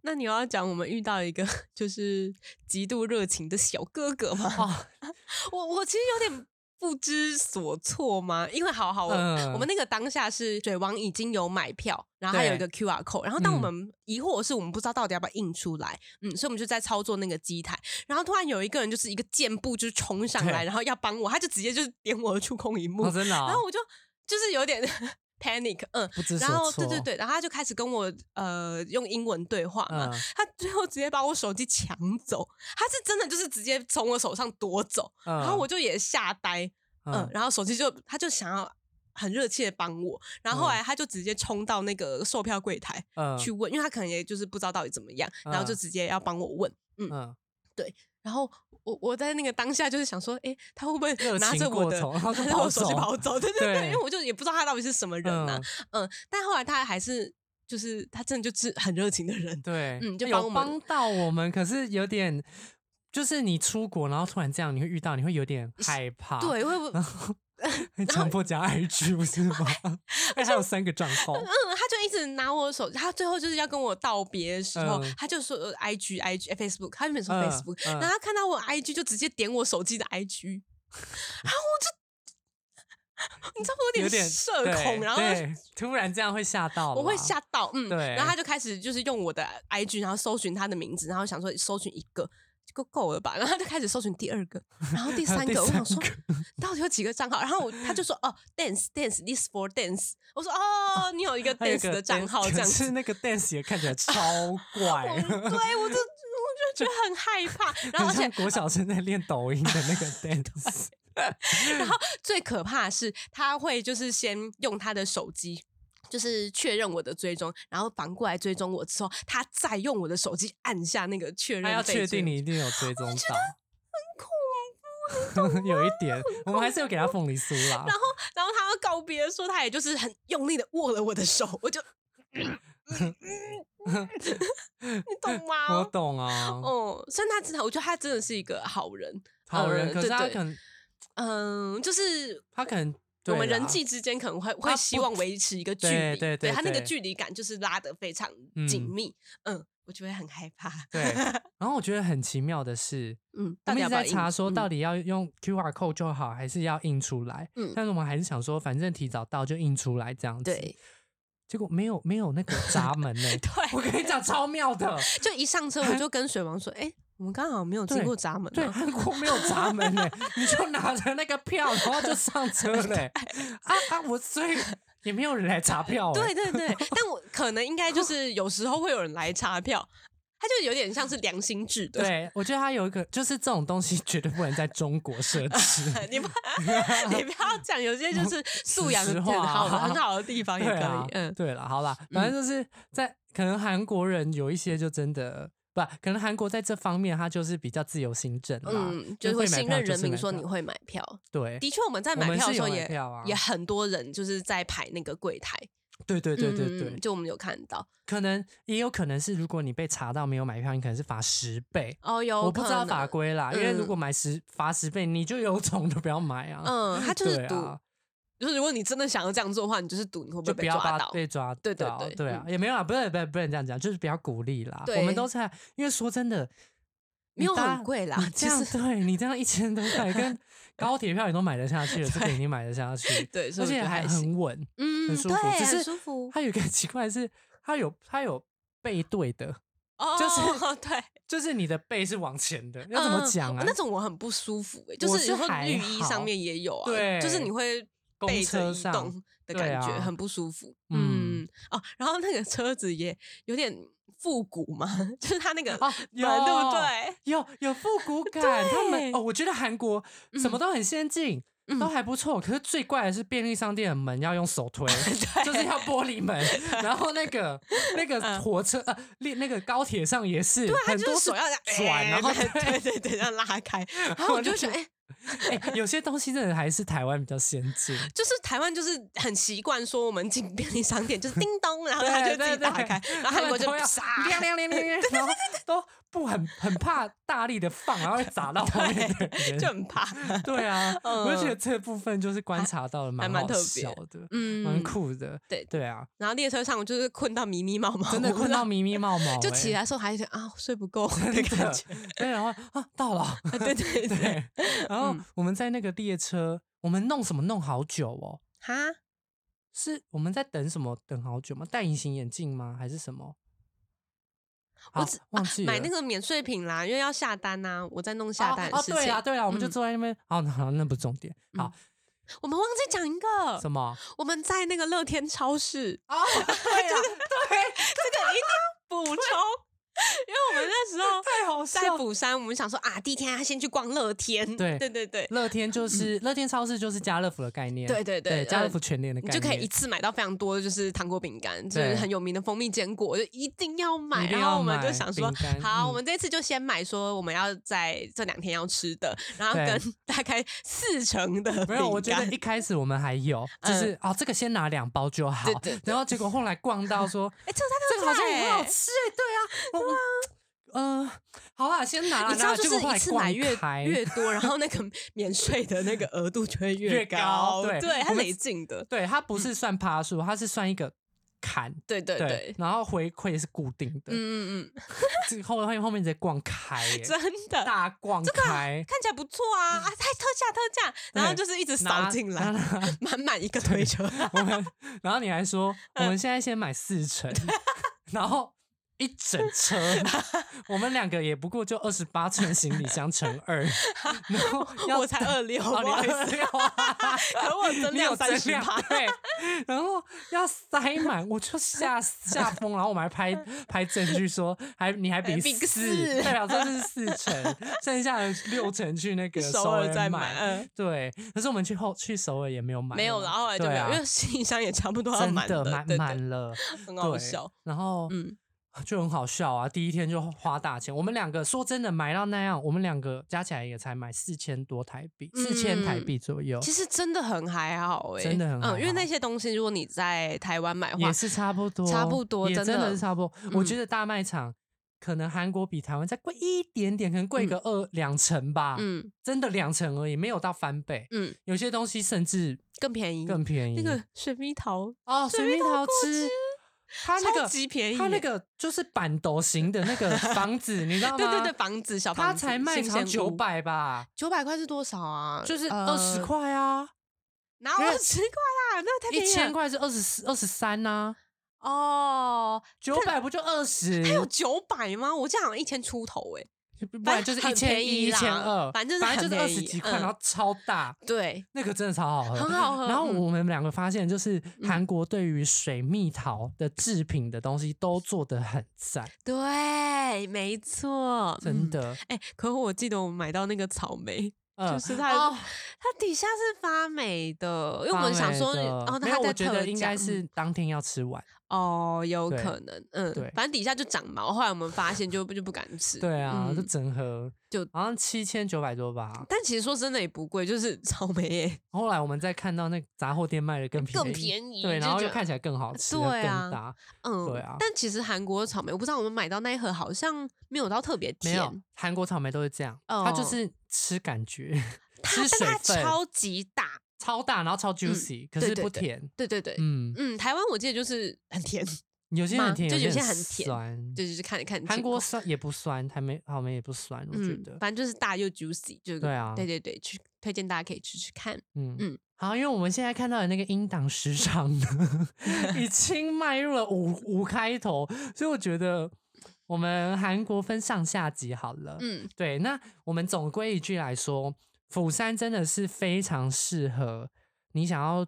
Speaker 1: 那你要讲我们遇到一个 就是极度热情的小哥哥吗？
Speaker 2: 哦，
Speaker 1: 我我其实有点不知所措嘛，因为好好，我、
Speaker 2: 嗯
Speaker 1: 我们那个当下是水王已经有买票，然后还有一
Speaker 2: 对
Speaker 1: 个 QR code，然后当我
Speaker 2: 嗯
Speaker 1: 们疑惑的是我们不知道到底要不要印出来，嗯，所以我们就在操作那个机台，然后突然有一个人就是一个箭步就冲上来，
Speaker 2: 对
Speaker 1: 然后要帮我，他就直接就是点我的触控荧幕，
Speaker 2: 哦真的、哦，
Speaker 1: 然后我就就是有点 panic，嗯。
Speaker 2: 不知所
Speaker 1: 然后
Speaker 2: 措，
Speaker 1: 对对，对，然后他就开始跟我呃用英文对话嘛，
Speaker 2: 嗯
Speaker 1: 他最后直接把我手机抢走，他是真的就是直接从我手上夺走，
Speaker 2: 嗯
Speaker 1: 然后我就也吓呆，嗯
Speaker 2: 嗯，
Speaker 1: 然后手机就他就想要很热切的帮我。然后后来他就直接冲到那个售票柜台
Speaker 2: 嗯
Speaker 1: 去问，因为他可能也就是不知道到底怎么样，然后就
Speaker 2: 嗯
Speaker 1: 直接要帮我问。嗯，
Speaker 2: 嗯，
Speaker 1: 然后我我在那个当下就是想说，诶，他会不会
Speaker 2: 热
Speaker 1: 拿
Speaker 2: 情
Speaker 1: 着我
Speaker 2: 过
Speaker 1: 的
Speaker 2: 头然
Speaker 1: 拿
Speaker 2: 后就
Speaker 1: 着
Speaker 2: 跑
Speaker 1: 我手机
Speaker 2: 走
Speaker 1: 跑走？对对对，
Speaker 2: 对
Speaker 1: 因为我就也不知道他到底是什么人呐、
Speaker 2: 嗯
Speaker 1: 嗯但后来他还是就是他真的就是很热情的人。
Speaker 2: 对，
Speaker 1: 嗯就帮
Speaker 2: 有
Speaker 1: 我们
Speaker 2: 帮到我们，可是有点，就是你出国，然后突然这样，你会遇到，你会有点害怕，，
Speaker 1: 对，会不
Speaker 2: 啊然后强迫加 IG 不是吗？哎，还有三个账号，
Speaker 1: 嗯，他就一直拿我的手，他最后就是要跟我道别的时候，
Speaker 2: 嗯
Speaker 1: 他就说呃 I G I G Facebook，他原本说
Speaker 2: 嗯
Speaker 1: Facebook，、
Speaker 2: 嗯
Speaker 1: 然后他看到我 I G 就直接点我手机的 I G，然后我就 你知道我
Speaker 2: 有
Speaker 1: 有
Speaker 2: 点
Speaker 1: 点社恐，
Speaker 2: 对
Speaker 1: 然后
Speaker 2: 对突然这样会吓到啦，
Speaker 1: 我会吓到，嗯，
Speaker 2: 对
Speaker 1: 然后他就开始就是用我的 I G，然后搜寻他的名字，然后想说搜寻一个。够够了吧？然后他就开始搜寻第二个，然后第三
Speaker 2: 第
Speaker 1: 个。我想
Speaker 2: 三
Speaker 1: 说，到底有几个账号？然后我他就说，哦，dance dance this for dance。我说，哦，你有一个
Speaker 2: 还有一
Speaker 1: dance 的
Speaker 2: 个
Speaker 1: 账
Speaker 2: dance，
Speaker 1: 号，
Speaker 2: 可
Speaker 1: 这样子
Speaker 2: 是。那个 dance 也看 起来超怪
Speaker 1: 我，对我就我就觉得很害怕，然后
Speaker 2: 很
Speaker 1: 而
Speaker 2: 像
Speaker 1: 且
Speaker 2: 国小生在练抖音的那 个 dance，
Speaker 1: 最可怕的是他会就是先用他的手机。就是确认我的追踪，然后反过来追踪我之后，他再用我的手机按下那个确认
Speaker 2: 他
Speaker 1: 被追，
Speaker 2: 要确定你一定有追踪到， 很恐怖，有一点，我们还是有给他凤梨酥啦。
Speaker 1: 然后，然后他要告别的时候，他也就是很用力的握了我的手，我就，你懂
Speaker 2: 我
Speaker 1: 吗？
Speaker 2: 懂啊，
Speaker 1: 哦，所以他真的，我觉得他真的是一个好人，
Speaker 2: 好人，
Speaker 1: 呃
Speaker 2: 可是
Speaker 1: 对
Speaker 2: 他
Speaker 1: 对
Speaker 2: 可能
Speaker 1: 嗯，就是
Speaker 2: 他可能
Speaker 1: 我们
Speaker 2: 对啦
Speaker 1: 人际之间可能会
Speaker 2: 他
Speaker 1: 会希
Speaker 2: 不
Speaker 1: 望维持一个距离，
Speaker 2: 对对对
Speaker 1: 他那个
Speaker 2: 对
Speaker 1: 距离感就是拉得非常紧密，嗯我就会很害怕，
Speaker 2: 对，然后我觉得很奇妙的是，
Speaker 1: 嗯，
Speaker 2: 我
Speaker 1: 到
Speaker 2: 们
Speaker 1: 底
Speaker 2: 一直
Speaker 1: 要不要
Speaker 2: 在查
Speaker 1: 硬
Speaker 2: 说
Speaker 1: 嗯
Speaker 2: 到底要用 QR code 就好，还是要印出来？
Speaker 1: 嗯
Speaker 2: 但是我们还是想说，反正提早到就印出来这样子。
Speaker 1: 对，
Speaker 2: 结果没有没有那个闸 门呢、
Speaker 1: 对
Speaker 2: 我跟你讲超妙的，
Speaker 1: 就一上车我就跟水王说，哎、我们刚好没有经
Speaker 2: 对
Speaker 1: 过闸门、
Speaker 2: 对，
Speaker 1: 啊，
Speaker 2: 韩国没有闸门呢、 你就拿着那个票，然后就上车 嘞、啊啊，我所以也没有人来查票、欸，
Speaker 1: 对对对，但我可能应该就是有时候会有人来查票，他就有点像是良心制的，
Speaker 2: 对，我觉得它有一个，就是这种东西绝对不能在中国设 置。
Speaker 1: 你不你不要讲，有 些就是素养
Speaker 2: 实
Speaker 1: 很
Speaker 2: 话
Speaker 1: 好的、
Speaker 2: 啊
Speaker 1: 很好的地方也可
Speaker 2: 对
Speaker 1: 以，
Speaker 2: 啊，
Speaker 1: 嗯，
Speaker 2: 对了，好啦，反正就是在、可能韩国人有一些就真的不，可能韩国在这方面他就是比较自由行政啦，
Speaker 1: 嗯，就是
Speaker 2: 会
Speaker 1: 会
Speaker 2: 买
Speaker 1: 信
Speaker 2: 票
Speaker 1: 任
Speaker 2: 啊就
Speaker 1: 人
Speaker 2: 是
Speaker 1: 民
Speaker 2: 买
Speaker 1: 说
Speaker 2: 票
Speaker 1: 你会买票，
Speaker 2: 对，
Speaker 1: 的确，我们在
Speaker 2: 我
Speaker 1: 买
Speaker 2: 们
Speaker 1: 票的
Speaker 2: 是
Speaker 1: 时候
Speaker 2: 有买
Speaker 1: 也
Speaker 2: 票啊
Speaker 1: 也很多人就是在排那个柜台，
Speaker 2: 对对对对
Speaker 1: 嗯
Speaker 2: 对，
Speaker 1: 嗯就我们有看到
Speaker 2: 可能也有可能是如果你被查到没有买票，你可能是罚十倍。
Speaker 1: 哦，有
Speaker 2: 我不知
Speaker 1: 可
Speaker 2: 道
Speaker 1: 能
Speaker 2: 法，规啦，因为如
Speaker 1: 嗯
Speaker 2: 果买十罚十倍，你就有种就不要买啊。
Speaker 1: 嗯，他就是
Speaker 2: 对
Speaker 1: 赌，
Speaker 2: 啊，
Speaker 1: 就是如果你真的想要这样做的话，你就是赌你会不
Speaker 2: 就
Speaker 1: 会
Speaker 2: 不
Speaker 1: 被
Speaker 2: 要
Speaker 1: 抓
Speaker 2: 把
Speaker 1: 到，
Speaker 2: 被抓
Speaker 1: 对对
Speaker 2: 到
Speaker 1: 对嗯
Speaker 2: 对啊，也没有啊，不是不是不能这样讲，就是不要鼓励啦。我
Speaker 1: 对
Speaker 2: 们都是在，因为说真的，你
Speaker 1: 没有
Speaker 2: 搭
Speaker 1: 很贵啦
Speaker 2: 你
Speaker 1: 其
Speaker 2: 这样
Speaker 1: 实
Speaker 2: 对你这样一千多块， 跟高铁票你都买得下去了，这个
Speaker 1: 对
Speaker 2: 已经买得下去，
Speaker 1: 对所
Speaker 2: 而
Speaker 1: 以我
Speaker 2: 且
Speaker 1: 觉得
Speaker 2: 还
Speaker 1: 还行
Speaker 2: 很稳，
Speaker 1: 嗯，
Speaker 2: 很舒服。
Speaker 1: 对，
Speaker 2: 只是
Speaker 1: 很舒服，
Speaker 2: 它有一个很奇怪的是，它有它有背对的，
Speaker 1: 哦，
Speaker 2: 就是
Speaker 1: 对，
Speaker 2: 就是你的背是往前的，要怎么
Speaker 1: 嗯
Speaker 2: 讲啊
Speaker 1: 那？种我很不舒服，欸就
Speaker 2: 我
Speaker 1: 是
Speaker 2: 是
Speaker 1: 会
Speaker 2: 还
Speaker 1: 浴衣上面也有啊，
Speaker 2: 对
Speaker 1: 就是你会
Speaker 2: 公
Speaker 1: 背着
Speaker 2: 车
Speaker 1: 移
Speaker 2: 上
Speaker 1: 动的
Speaker 2: 对
Speaker 1: 感觉，
Speaker 2: 啊
Speaker 1: 很不舒服。
Speaker 2: 嗯
Speaker 1: 嗯，哦，然后那个车子也有点复古嘛， 就是它那个
Speaker 2: 啊
Speaker 1: 门对不
Speaker 2: 有
Speaker 1: 对？
Speaker 2: 有有复古感，他们
Speaker 1: 对
Speaker 2: 哦，我觉得韩国什么
Speaker 1: 嗯
Speaker 2: 都很先进，都
Speaker 1: 嗯
Speaker 2: 还不错。可是最怪的是便利商店的门要用手 推，就是要玻璃门，然后那个那个火车呃，列那个高铁上也是，
Speaker 1: 他
Speaker 2: 很
Speaker 1: 嗯啊就
Speaker 2: 多
Speaker 1: 是
Speaker 2: 是
Speaker 1: 手要这样
Speaker 2: 转，然后
Speaker 1: 对对对对，这样拉 开，然后我就想，哎、
Speaker 2: 哎，有些东西真的还是台湾比较先 进。
Speaker 1: 就是台湾就是很习惯说我们进便利商店就是 叮咚，然后它就
Speaker 2: 对对
Speaker 1: 自己
Speaker 2: 对，
Speaker 1: 打开，然
Speaker 2: 他
Speaker 1: 后韩
Speaker 2: 们
Speaker 1: 国就
Speaker 2: 都要
Speaker 1: 傻，
Speaker 2: 亮亮亮 亮亮，然后都不很很怕大力的放，然后会砸到后面的人，
Speaker 1: 对，就很怕，
Speaker 2: 对啊，我就觉
Speaker 1: 嗯
Speaker 2: 得这部分就是观察到了，
Speaker 1: 还蛮
Speaker 2: 好
Speaker 1: 特别
Speaker 2: 笑的，
Speaker 1: 嗯，
Speaker 2: 蛮。酷的。
Speaker 1: 对
Speaker 2: 对啊，
Speaker 1: 然后列车上我就是困到迷迷毛 毛，
Speaker 2: 真的困到迷迷毛毛欸，
Speaker 1: 就起来的时候还是啊睡不够的
Speaker 2: 真
Speaker 1: 感
Speaker 2: 的
Speaker 1: 觉，
Speaker 2: 对，然后啊到 了，
Speaker 1: 啊对对对，嗯
Speaker 2: 对，然后我们在那个列车，我们弄什么弄好久哦？
Speaker 1: 哈，
Speaker 2: 是我们在等什么？等好久吗？戴隐形眼镜吗？还是什么？
Speaker 1: 我
Speaker 2: 好
Speaker 1: 只啊
Speaker 2: 忘记
Speaker 1: 买
Speaker 2: 了
Speaker 1: 那个免税品啦，因为要下单呐，我在弄下
Speaker 2: 哦
Speaker 1: 单的
Speaker 2: 哦，
Speaker 1: 事
Speaker 2: 对
Speaker 1: 情
Speaker 2: 啊，。对啊，我们就
Speaker 1: 嗯
Speaker 2: 坐在那边。哦，好，那不是重点。好，
Speaker 1: 我们忘记讲一个，
Speaker 2: 什么？哦
Speaker 1: 我们在那个乐天超市，
Speaker 2: 哦，对啊，
Speaker 1: 这个一定要补充。因为我们那时 候
Speaker 2: 太好
Speaker 1: 啊在釜山，我们想说啊，第一天他先去逛乐天，
Speaker 2: 对
Speaker 1: 对对对
Speaker 2: 乐天就是乐天超市，就是家乐福的概念。
Speaker 1: 嗯对对对
Speaker 2: 对，家乐
Speaker 1: 呃
Speaker 2: 福全联的概
Speaker 1: 你
Speaker 2: 念，
Speaker 1: 就可以一次买到非常多，就是糖果饼干，就是
Speaker 2: 对
Speaker 1: 很有名的蜂蜜坚果，就一定要买。
Speaker 2: 一定
Speaker 1: 然后
Speaker 2: 要
Speaker 1: 我们就
Speaker 2: 买
Speaker 1: 想说
Speaker 2: 饼，干
Speaker 1: 好，
Speaker 2: 嗯
Speaker 1: 我们这次就先买说我们要在这两天要吃的，然后
Speaker 2: 对
Speaker 1: 跟 大概四成的
Speaker 2: 没有，我
Speaker 1: 饼
Speaker 2: 觉得
Speaker 1: 干嗯
Speaker 2: 一开始我们还有，就是哦，这个先拿两包就好
Speaker 1: 对对对。
Speaker 2: 然后结果后来逛到 说，
Speaker 1: 哎，这个
Speaker 2: 这个好像
Speaker 1: 也
Speaker 2: 很好吃哎，对啊，我嗯，好啦，先拿啦。
Speaker 1: 你知
Speaker 2: 拿
Speaker 1: 道，
Speaker 2: 啦
Speaker 1: 就
Speaker 2: 结果
Speaker 1: 是
Speaker 2: 后来
Speaker 1: 一次买
Speaker 2: 逛
Speaker 1: 越
Speaker 2: 开
Speaker 1: 越多，然后那个 免税的那个额度就会
Speaker 2: 越
Speaker 1: 高，
Speaker 2: 高对
Speaker 1: 对，它
Speaker 2: 我们
Speaker 1: 累进的，
Speaker 2: 对，它不是算趴数，它是算一个坎。
Speaker 1: 嗯对对对，
Speaker 2: 然后回馈是固定的，
Speaker 1: 嗯嗯嗯，
Speaker 2: 这后后后面直接逛 开耶，
Speaker 1: 真的啊
Speaker 2: 大逛开，
Speaker 1: 看起来不错啊啊，还特价特价，然后
Speaker 2: 对
Speaker 1: 就是一直
Speaker 2: 拿
Speaker 1: 扫进来
Speaker 2: 拿，拿
Speaker 1: 满满一个推车，
Speaker 2: 我们，然后你还说
Speaker 1: 嗯
Speaker 2: 我们现在先买四 成，然后一整车，我们两个也不过就二十八寸行李箱乘 二，然后要
Speaker 1: 我才二六，不
Speaker 2: 哦，你
Speaker 1: 好意
Speaker 2: 二
Speaker 1: 思，
Speaker 2: 六啊，
Speaker 1: 可我 增
Speaker 2: 你
Speaker 1: 量
Speaker 2: 有
Speaker 1: 三
Speaker 2: 增
Speaker 1: 十
Speaker 2: 量
Speaker 1: 趴，
Speaker 2: 对，然后要塞满，我就吓吓疯，然后我们还拍拍证据说，还你还比
Speaker 1: 比个
Speaker 2: 四，
Speaker 1: 四
Speaker 2: 代表这 是四成，剩下的六成去那个
Speaker 1: 首尔再买，
Speaker 2: 买。
Speaker 1: 嗯，
Speaker 2: 对，可是我们去后去首尔也没有买了嘛，
Speaker 1: 没有了，后来就
Speaker 2: 对
Speaker 1: 没有，
Speaker 2: 啊
Speaker 1: 因为行李箱也差不多要
Speaker 2: 真
Speaker 1: 满
Speaker 2: 的
Speaker 1: 了，
Speaker 2: 满
Speaker 1: 对对，
Speaker 2: 满了，
Speaker 1: 很好
Speaker 2: 对
Speaker 1: 笑，。
Speaker 2: 然后
Speaker 1: 嗯，
Speaker 2: 就很好笑啊！第一天就花大钱，我们两个说真的买到那样，我们两个加起来也才买四千多台币，四千台
Speaker 1: 嗯
Speaker 2: 币左右，
Speaker 1: 其实真的很还好哎，
Speaker 2: 真的很还好
Speaker 1: 嗯，因为那些东西如果你在台湾买的话
Speaker 2: 也，是差不多，
Speaker 1: 差不多
Speaker 2: 也
Speaker 1: 真
Speaker 2: 真
Speaker 1: 的
Speaker 2: 是差不多。我
Speaker 1: 嗯
Speaker 2: 觉得大卖场可能韩国比台湾再贵一点点，可能贵个二两成吧，
Speaker 1: 嗯
Speaker 2: 真的两成而已，没有到翻倍。
Speaker 1: 嗯，
Speaker 2: 有些东西甚至
Speaker 1: 更便宜，
Speaker 2: 更便宜。
Speaker 1: 那个水蜜桃
Speaker 2: 哦，水蜜桃汁，它那
Speaker 1: 超
Speaker 2: 个
Speaker 1: 级便宜
Speaker 2: 它那
Speaker 1: 耶
Speaker 2: 个就是板斗型的那个房子，你知道吗？
Speaker 1: 对对对，房子小
Speaker 2: 它
Speaker 1: 房子，
Speaker 2: 才卖
Speaker 1: 新鲜
Speaker 2: 场
Speaker 1: 屋
Speaker 2: 九，百吧，
Speaker 1: 九百块是多少啊？
Speaker 2: 就是
Speaker 1: 呃
Speaker 2: 二十，块啊，
Speaker 1: 哪有
Speaker 2: 因为
Speaker 1: 二十块啦？那太
Speaker 2: 一
Speaker 1: 便宜
Speaker 2: 千
Speaker 1: 了
Speaker 2: 块是二十四、二十三
Speaker 1: 啊
Speaker 2: 呐，
Speaker 1: 哦。
Speaker 2: 九百不就二十？
Speaker 1: 还有九百吗？我记得好像一千出头哎。
Speaker 2: 不然就是
Speaker 1: 反
Speaker 2: 一千
Speaker 1: 正很便
Speaker 2: 一、
Speaker 1: 宜
Speaker 2: 一
Speaker 1: 啦
Speaker 2: 千二，
Speaker 1: 反正就是
Speaker 2: 反正就
Speaker 1: 很
Speaker 2: 是二
Speaker 1: 便宜
Speaker 2: 十几块，
Speaker 1: 嗯
Speaker 2: 然后超大，
Speaker 1: 对，
Speaker 2: 那个真的超好喝，
Speaker 1: 很好喝
Speaker 2: 然后
Speaker 1: 嗯
Speaker 2: 我们两个发现，就是韩国对于水蜜桃的制品的东西都做得很赞，
Speaker 1: 对，没错，
Speaker 2: 真
Speaker 1: 嗯。
Speaker 2: 的，
Speaker 1: 哎、可我记得我买到那个草莓，
Speaker 2: 嗯
Speaker 1: 就是它、
Speaker 2: 哦
Speaker 1: 它底下是发霉的，因为我们
Speaker 2: 发
Speaker 1: 想
Speaker 2: 霉
Speaker 1: 说，
Speaker 2: 的
Speaker 1: 哦，
Speaker 2: 没
Speaker 1: 它
Speaker 2: 有，
Speaker 1: 在
Speaker 2: 我觉
Speaker 1: 特
Speaker 2: 得应
Speaker 1: 价
Speaker 2: 该
Speaker 1: 嗯
Speaker 2: 是当天要吃完。
Speaker 1: 哦，有
Speaker 2: 对
Speaker 1: 可能，嗯，
Speaker 2: 对
Speaker 1: 反正底下就长毛，后来我们发现就就不敢吃，
Speaker 2: 对啊，就
Speaker 1: 嗯
Speaker 2: 整盒
Speaker 1: 就嗯
Speaker 2: 好像七千九百多吧。
Speaker 1: 但其实说真的也不贵，就是草莓耶，
Speaker 2: 后来我们再看到那个杂货店卖的更便宜，
Speaker 1: 更便宜
Speaker 2: 对，
Speaker 1: 就
Speaker 2: 然后
Speaker 1: 觉
Speaker 2: 又
Speaker 1: 得
Speaker 2: 看起来更好吃，
Speaker 1: 对
Speaker 2: 又更
Speaker 1: 啊
Speaker 2: 大，
Speaker 1: 嗯，
Speaker 2: 对啊
Speaker 1: 但其实韩国的草莓，我不知道我们买到那一盒好像没有到特别
Speaker 2: 没有
Speaker 1: 甜，
Speaker 2: 韩国草莓都是这样，它就
Speaker 1: 哦
Speaker 2: 是吃感觉，
Speaker 1: 它
Speaker 2: 吃水
Speaker 1: 但它
Speaker 2: 分，
Speaker 1: 超级大，
Speaker 2: 超大，然后超 juicy，、可
Speaker 1: 对
Speaker 2: 是
Speaker 1: 对
Speaker 2: 不
Speaker 1: 对
Speaker 2: 甜。
Speaker 1: 对对对，
Speaker 2: 嗯，
Speaker 1: 嗯，台湾我记得就是很甜，
Speaker 2: 有些很
Speaker 1: 吗
Speaker 2: 甜，
Speaker 1: 就
Speaker 2: 些
Speaker 1: 有些很甜
Speaker 2: 酸。
Speaker 1: 对，就是看看
Speaker 2: 韩
Speaker 1: 情
Speaker 2: 国
Speaker 1: 况
Speaker 2: 酸也不酸，台莓草莓也不酸，我觉
Speaker 1: 嗯
Speaker 2: 得，。
Speaker 1: 反正就是大又 juicy，就是
Speaker 2: 对啊
Speaker 1: 对对对，去推荐大家可以吃吃看。
Speaker 2: 嗯
Speaker 1: 嗯
Speaker 2: 好，因为我们现在看到的那个英档时长 呢，已经迈入了五五开头，所以我觉得我们韩国分上下集好了。
Speaker 1: 嗯，
Speaker 2: 对，那我们总归一句来说，釜山真的是非常适合你想要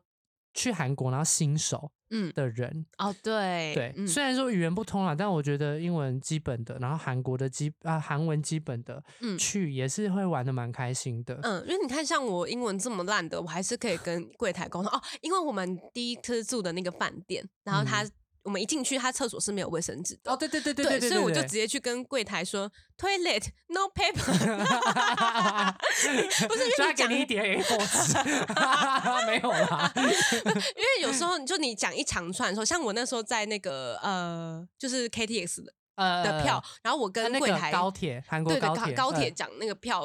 Speaker 2: 去韩国然后新手
Speaker 1: 嗯，
Speaker 2: 的人。
Speaker 1: 哦对
Speaker 2: 对，
Speaker 1: 嗯
Speaker 2: 虽然说语言不通啦，但我觉得英文基本的，然后韩国的基啊韩文基本的，
Speaker 1: 嗯
Speaker 2: 去也是会玩的蛮开心的。
Speaker 1: 嗯，因为你看，像我英文这么烂的，我还是可以跟柜台沟通哦。因为我们第一次住的那个饭店，然后他、我们一进去，他厕所是没有卫生纸的。
Speaker 2: 嗯哦，对对对对对，
Speaker 1: 所以我就
Speaker 2: 对
Speaker 1: 直接 去跟柜台说 toilet no paper，不是因为
Speaker 2: 所以他
Speaker 1: 你
Speaker 2: 给
Speaker 1: 讲
Speaker 2: 你一 叠 A4 纸，没 有啦。
Speaker 1: 因为有时候就你讲一长串的时候，像我那时候在那个呃，就是 KTX 的
Speaker 2: 呃
Speaker 1: 的票，然后我
Speaker 2: 呃
Speaker 1: 跟
Speaker 2: 那
Speaker 1: 柜
Speaker 2: 个
Speaker 1: 台、
Speaker 2: 高铁，韩国
Speaker 1: 对对
Speaker 2: 高
Speaker 1: 高
Speaker 2: 铁，
Speaker 1: 高铁
Speaker 2: 嗯
Speaker 1: 讲那个票，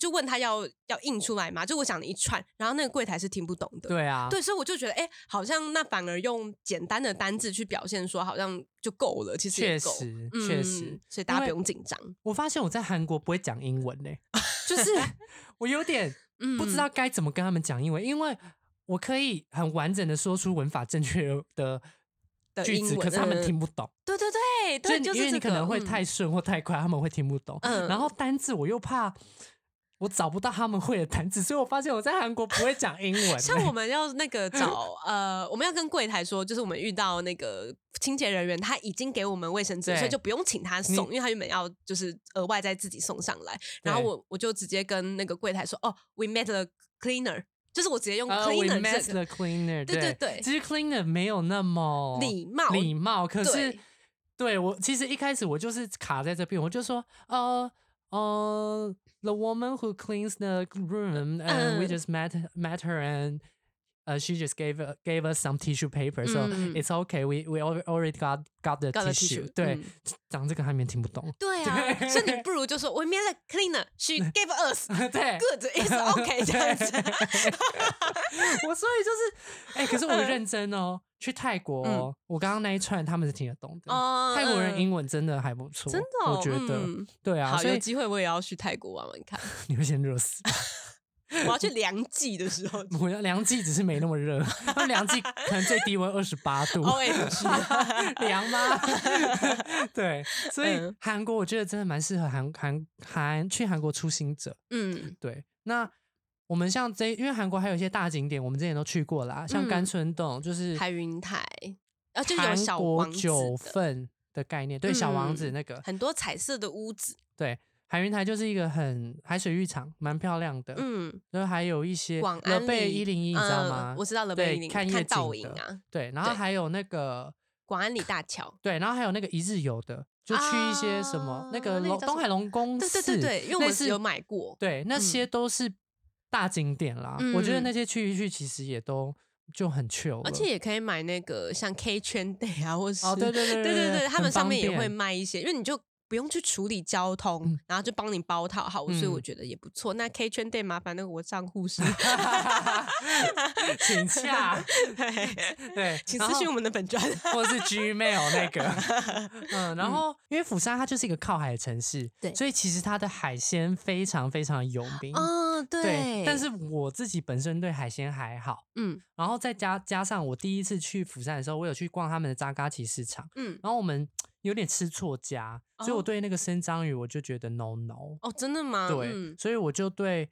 Speaker 1: 就问他要要印出来嘛，就我讲了一串，然后那个柜台是听不懂的，
Speaker 2: 对啊，
Speaker 1: 对，所以我就觉得，哎、好像那反而用简单的单字去表现，说好像就够了，其实也
Speaker 2: 确
Speaker 1: 够
Speaker 2: 实确实
Speaker 1: 嗯，，所以大家
Speaker 2: 因
Speaker 1: 不
Speaker 2: 为
Speaker 1: 用紧张，
Speaker 2: 我发现我在韩国不会讲英 文呢、就是我有点
Speaker 1: 嗯
Speaker 2: 不知道该怎么跟他们讲英文，因为我可以很完整的说出文法正确的
Speaker 1: 的
Speaker 2: 句
Speaker 1: 英
Speaker 2: 子，
Speaker 1: 文
Speaker 2: 可是他们
Speaker 1: 嗯
Speaker 2: 听不懂，
Speaker 1: 对对对对，
Speaker 2: 就
Speaker 1: 就是
Speaker 2: 因为你
Speaker 1: 这
Speaker 2: 可能
Speaker 1: 个
Speaker 2: 会
Speaker 1: 嗯
Speaker 2: 太顺或太快，他们会听不懂。
Speaker 1: 嗯
Speaker 2: 然后单字我又怕我找不到他们会的单词，所以我发现我在韩国不会讲英文、
Speaker 1: 像我们要 那个找呃，我们要跟柜台说，就是我们遇到那个清洁人员，他已经给我们卫生纸，
Speaker 2: 对
Speaker 1: 所以就不用请他
Speaker 2: 你
Speaker 1: 送，因为他原本要就是额外再自己送上来。然后
Speaker 2: 对
Speaker 1: 我我就直接跟那个柜台说，哦，we met the cleaner，就是我直接用
Speaker 2: 呃 we
Speaker 1: cleaner
Speaker 2: met
Speaker 1: 这个
Speaker 2: the cleaner，
Speaker 1: 对对对
Speaker 2: 其实 cleaner 没有那么
Speaker 1: 礼貌
Speaker 2: 礼貌，可是
Speaker 1: 对
Speaker 2: 对我其实一开始我就是卡在这边，我就说呃呃，the woman who cleans the room and we
Speaker 1: 嗯
Speaker 2: just met met her and。Uh, she just gave gave us some tissue paper, so
Speaker 1: 嗯
Speaker 2: it's okay. We we al- already got got the
Speaker 1: got the
Speaker 2: tissue.
Speaker 1: tissue，
Speaker 2: 对
Speaker 1: 嗯，
Speaker 2: 讲这个他们也听不懂。
Speaker 1: 对啊，
Speaker 2: 对
Speaker 1: 所以你不如就说 we met the cleaner，she gave us
Speaker 2: 对，
Speaker 1: good is okay 这 样子。
Speaker 2: 我所以就是，哎、可是我
Speaker 1: 嗯
Speaker 2: 认真哦，去泰国、哦，我刚刚那一串他们是听得懂的。
Speaker 1: 哦
Speaker 2: 泰国人
Speaker 1: 嗯
Speaker 2: 英文真的还不错，
Speaker 1: 真的哦
Speaker 2: 我觉得，
Speaker 1: 嗯
Speaker 2: 对啊，
Speaker 1: 好，
Speaker 2: 所
Speaker 1: 有
Speaker 2: 以
Speaker 1: 机会我也要去泰国玩玩看，
Speaker 2: 你会先热死。
Speaker 1: 我要去凉季的时候。
Speaker 2: 我要凉季只是没那么热， 他们凉季可能最低温二十八度，
Speaker 1: O M G，
Speaker 2: 凉吗？ 对，所以
Speaker 1: 嗯
Speaker 2: 韩国我觉得真的蛮适合韩韩韩去韩国出行者。
Speaker 1: 嗯，
Speaker 2: 对，那我们像这，因为韩国还有一些大景点，我们之前都去过啦，像甘
Speaker 1: 嗯
Speaker 2: 春洞，就是
Speaker 1: 海云台，啊，就有
Speaker 2: 韩
Speaker 1: 小
Speaker 2: 国
Speaker 1: 王子
Speaker 2: 九
Speaker 1: 的，
Speaker 2: 份的概念，对，小王子
Speaker 1: 嗯
Speaker 2: 那个，
Speaker 1: 很多彩色的屋子，
Speaker 2: 对，海云台就是一个很海水浴场，蛮漂亮的。
Speaker 1: 嗯，
Speaker 2: 然后还有一些
Speaker 1: 广
Speaker 2: 乐
Speaker 1: 安
Speaker 2: 贝
Speaker 1: 里
Speaker 2: 一零一，你知道
Speaker 1: 嗯
Speaker 2: 吗？
Speaker 1: 我知道乐
Speaker 2: 对
Speaker 1: 贝一零，
Speaker 2: 看夜
Speaker 1: 看倒
Speaker 2: 景
Speaker 1: 影
Speaker 2: 的。
Speaker 1: 啊，
Speaker 2: 对，然后
Speaker 1: 对
Speaker 2: 还有那个，
Speaker 1: 广安里大桥，
Speaker 2: 对，然后还有那个一日游的，就去一些什么、那个
Speaker 1: 啊那个
Speaker 2: 龙
Speaker 1: 叫
Speaker 2: 东
Speaker 1: 什
Speaker 2: 海龙宫
Speaker 1: 对
Speaker 2: 寺，
Speaker 1: 对对对，因为
Speaker 2: 类
Speaker 1: 我
Speaker 2: 似
Speaker 1: 有买过，
Speaker 2: 对，那
Speaker 1: 嗯
Speaker 2: 些都是大景点啦。我觉得
Speaker 1: 嗯
Speaker 2: 那些去一去，其实也都就很 chill
Speaker 1: 而
Speaker 2: 了
Speaker 1: 且也可以买那个像 K 圈 day 啊，或是
Speaker 2: 哦，对对对
Speaker 1: 对对对，他
Speaker 2: 很
Speaker 1: 们上
Speaker 2: 方
Speaker 1: 面也会
Speaker 2: 便
Speaker 1: 卖一些，因为你就不用去处理交通，
Speaker 2: 嗯
Speaker 1: 然后就帮你包套好，所以我
Speaker 2: 嗯
Speaker 1: 觉得也不错。那 K 圈 day 麻烦那个我账户是，
Speaker 2: 请假，
Speaker 1: 对
Speaker 2: 对，
Speaker 1: 请
Speaker 2: 然
Speaker 1: 私信
Speaker 2: 后
Speaker 1: 我们的本专。
Speaker 2: 或是 Gmail 那 个，嗯，然后因为釜山它就是一个靠海的城市，
Speaker 1: 对
Speaker 2: 所以其实它的海鲜非常非常有名，
Speaker 1: 哦，
Speaker 2: 对。但是我自己本身对海鲜还好，
Speaker 1: 嗯
Speaker 2: 然后再加加上我第一次去釜山的时候，我有去逛他们的扎嘎奇市场，
Speaker 1: 嗯，
Speaker 2: 然后我们有点吃错家，所以我
Speaker 1: 哦
Speaker 2: 对那个生章鱼我就觉得 no no，
Speaker 1: 哦，真的吗？
Speaker 2: 对，
Speaker 1: 嗯
Speaker 2: 所以我就对，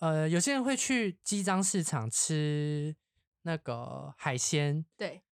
Speaker 2: 呃，有些人会去鸡张市场吃那个海鲜，
Speaker 1: 对，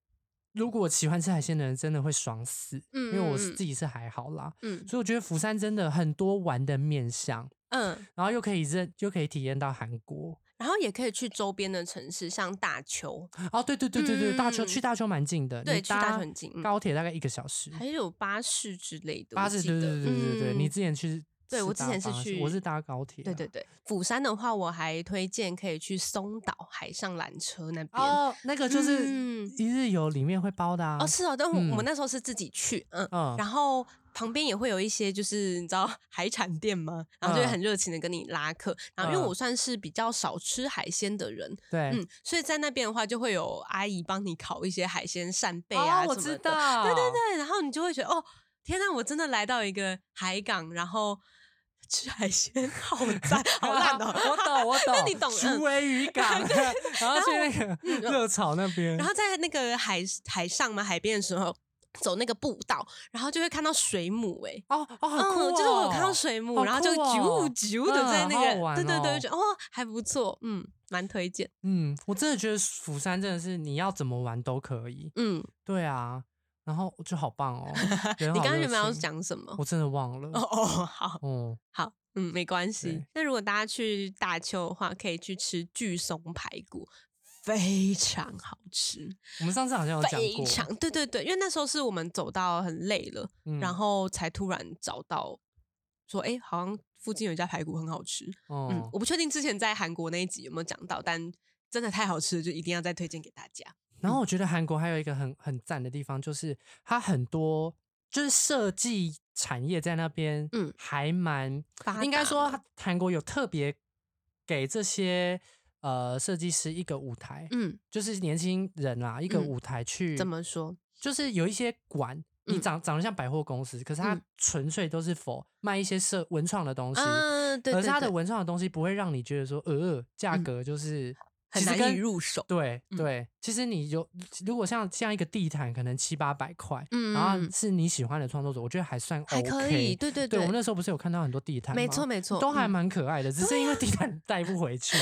Speaker 2: 如果喜欢吃海鲜的人，真的会爽死。因为我是
Speaker 1: 嗯嗯嗯
Speaker 2: 自己是还好啦，
Speaker 1: 嗯
Speaker 2: 所以我觉得釜山真的很多玩的面向，
Speaker 1: 嗯，
Speaker 2: 然后又可以认，又可以体验到韩国。
Speaker 1: 然后也可以去周边的城市，像大邱，
Speaker 2: 哦，对对对对对，大邱
Speaker 1: 嗯嗯嗯
Speaker 2: 去大邱蛮近的，
Speaker 1: 对
Speaker 2: 你
Speaker 1: 去大
Speaker 2: 搭
Speaker 1: 邱很近嗯
Speaker 2: 高铁大概一个小时。
Speaker 1: 还有巴士之类的。
Speaker 2: 巴
Speaker 1: 我
Speaker 2: 士
Speaker 1: 记
Speaker 2: 对
Speaker 1: 得
Speaker 2: 对对对对，你
Speaker 1: 嗯
Speaker 2: 之前去
Speaker 1: 对
Speaker 2: 是
Speaker 1: 我之
Speaker 2: 搭
Speaker 1: 前是
Speaker 2: 巴士
Speaker 1: 去
Speaker 2: 我是搭高铁啊，
Speaker 1: 对对对，釜山的话，我还推荐可以去松岛海上缆车那边。
Speaker 2: 哦，那个就是
Speaker 1: 嗯
Speaker 2: 一日游里面会包的啊。
Speaker 1: 哦，是哦，但我我
Speaker 2: 嗯
Speaker 1: 们那时候是自己去，嗯，
Speaker 2: 嗯，
Speaker 1: 然后旁边也会有一些就是你知道海产店吗？然后就会很热情的跟你拉客。然后因为
Speaker 2: 嗯
Speaker 1: 我算是比较少吃海鲜的人，
Speaker 2: 对，
Speaker 1: 嗯，所以在那边的话就会有阿姨帮你烤一些海鲜扇贝
Speaker 2: 哦
Speaker 1: 啊、
Speaker 2: 我
Speaker 1: 什
Speaker 2: 知
Speaker 1: 么的
Speaker 2: 道，
Speaker 1: 对对对，然后你就会觉得哦，天呐，我真的来到一个海港，然后吃海鲜，好赞，好烂哦！
Speaker 2: 我懂，我懂，
Speaker 1: 那你懂
Speaker 2: 竹
Speaker 1: 嗯
Speaker 2: 围渔港， 然后去那个热炒那边，
Speaker 1: 然后在那个海海上嘛，海边的时候。走那个步道，然后就会看到水母、欸，
Speaker 2: 哦哦，很酷哦，
Speaker 1: 嗯，就是我有看到水母，
Speaker 2: 好
Speaker 1: 然后就
Speaker 2: 酷哦
Speaker 1: 啾啾的在
Speaker 2: 嗯
Speaker 1: 那
Speaker 2: 好好
Speaker 1: 个，
Speaker 2: 玩
Speaker 1: 对对
Speaker 2: 哦
Speaker 1: 对，就觉得哦还不错，嗯，蛮推荐，
Speaker 2: 嗯，我真的觉得釜山真的是你要怎么玩都可以，
Speaker 1: 嗯，
Speaker 2: 对啊，然后就好棒 哦。你
Speaker 1: 你刚刚原本要，讲什么？
Speaker 2: 我真的忘了
Speaker 1: 哦，哦，好
Speaker 2: 哦，
Speaker 1: 好，嗯，没关系
Speaker 2: 对。
Speaker 1: 那如果大家去大邱的话，可以去吃巨松排骨，非常好吃，
Speaker 2: 我们上次好像有哦讲
Speaker 1: 非
Speaker 2: 过，
Speaker 1: 常，对对对，因为那时候是我们走到很累了，
Speaker 2: 嗯
Speaker 1: 然后才突然找到说，哎，好像附近有一家排骨很好吃，嗯
Speaker 2: 哦，，
Speaker 1: 我不确定之前在韩国那一集有没有讲到，但真的太好吃了，就一定要再推荐给大 家。
Speaker 2: 然后我觉得韩国还有一个很很赞的地方，就是它很多就是设计产业在那边，
Speaker 1: 嗯
Speaker 2: 还蛮
Speaker 1: 发
Speaker 2: 应该
Speaker 1: 达
Speaker 2: 说
Speaker 1: 嘛
Speaker 2: 韩国有特别给这些呃设计师一个舞台，
Speaker 1: 嗯，
Speaker 2: 就是年轻人啊一个
Speaker 1: 嗯
Speaker 2: 舞台去、
Speaker 1: 怎么说？
Speaker 2: 就是有一些馆。你
Speaker 1: 嗯
Speaker 2: 长长得像百货公司，可是它
Speaker 1: 嗯
Speaker 2: 纯粹都是否卖一些设文创的东西，
Speaker 1: 嗯，对
Speaker 2: 可
Speaker 1: 对
Speaker 2: 是它的
Speaker 1: 对，
Speaker 2: 文创的东西不会让你觉得说，呃，价
Speaker 1: 嗯
Speaker 2: 格就是
Speaker 1: 很
Speaker 2: 其实
Speaker 1: 难以
Speaker 2: 跟
Speaker 1: 入手。
Speaker 2: 对
Speaker 1: 嗯
Speaker 2: 对，其实你有如果像像一个地毯，可能七八百块，然
Speaker 1: 嗯
Speaker 2: 后是你喜欢的创作者，我觉得还算 OK。
Speaker 1: 还可以，对对
Speaker 2: 对我们那时候不是有看到很多地毯吗，
Speaker 1: 没错没错，
Speaker 2: 都还
Speaker 1: 嗯
Speaker 2: 蛮可爱的，只是因为地毯带不回 去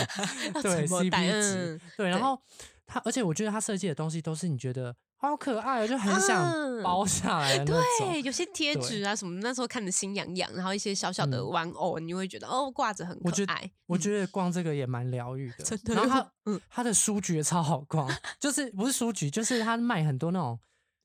Speaker 1: 要，
Speaker 2: 对
Speaker 1: 怎么带
Speaker 2: CP 值
Speaker 1: 嗯，
Speaker 2: 对，然
Speaker 1: 对
Speaker 2: 后它，而且我觉得它设计的东西都是你觉得好可爱哦，就很想
Speaker 1: 嗯
Speaker 2: 包下来的那种，
Speaker 1: 对，有些贴纸啊什么，那时候看着心痒痒，然后一些小小的
Speaker 2: 嗯
Speaker 1: 玩偶，你会觉得哦挂着很
Speaker 2: 我
Speaker 1: 可
Speaker 2: 觉得
Speaker 1: 爱。
Speaker 2: 我觉得逛这个也蛮疗愈的，
Speaker 1: 真的
Speaker 2: 然后它、
Speaker 1: 嗯
Speaker 2: 它的书局也超好逛，就是不是书局，就是它卖很多那种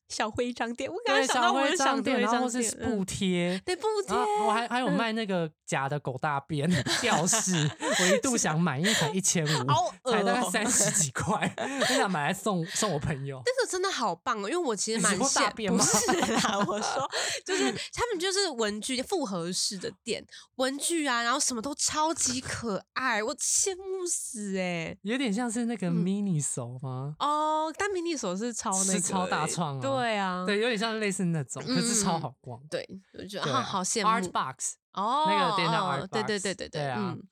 Speaker 1: 小徽章店，我刚
Speaker 2: 对
Speaker 1: 刚想
Speaker 2: 小
Speaker 1: 到我
Speaker 2: 徽
Speaker 1: 也
Speaker 2: 章
Speaker 1: 想
Speaker 2: 店，
Speaker 1: 徽
Speaker 2: 然后
Speaker 1: 章
Speaker 2: 或是
Speaker 1: 店，嗯
Speaker 2: 布贴。
Speaker 1: 对布嗯贴
Speaker 2: 然，后我还还有卖那个假的狗大便 吊饰，我一度想买，因为才一千五，
Speaker 1: 好恶
Speaker 2: 才大概
Speaker 1: 哦。
Speaker 2: 三 十几块，我想买来送送我朋友。
Speaker 1: 这个真的好棒哦，因为我其实
Speaker 2: 你
Speaker 1: 蛮
Speaker 2: 说大
Speaker 1: 羡
Speaker 2: 便
Speaker 1: 不
Speaker 2: 吗
Speaker 1: 是啦，我说就是他们就是文具复合式的店，文具啊，然后什么都超级可爱，我羡慕死哎、
Speaker 2: 有点像是那个
Speaker 1: 嗯
Speaker 2: mini 手吗？
Speaker 1: 哦，但迷你手是超那
Speaker 2: 是
Speaker 1: 个、
Speaker 2: 超大创啊
Speaker 1: 对啊，
Speaker 2: 对，有点像类似那种，可是超
Speaker 1: 嗯嗯嗯
Speaker 2: 好逛。
Speaker 1: 对，我就觉得
Speaker 2: 对
Speaker 1: 啊
Speaker 2: 啊
Speaker 1: 好羡慕
Speaker 2: Art Box
Speaker 1: 哦，
Speaker 2: 那个店叫 Art
Speaker 1: 哦对对
Speaker 2: Box，
Speaker 1: 对对
Speaker 2: 对啊
Speaker 1: 嗯，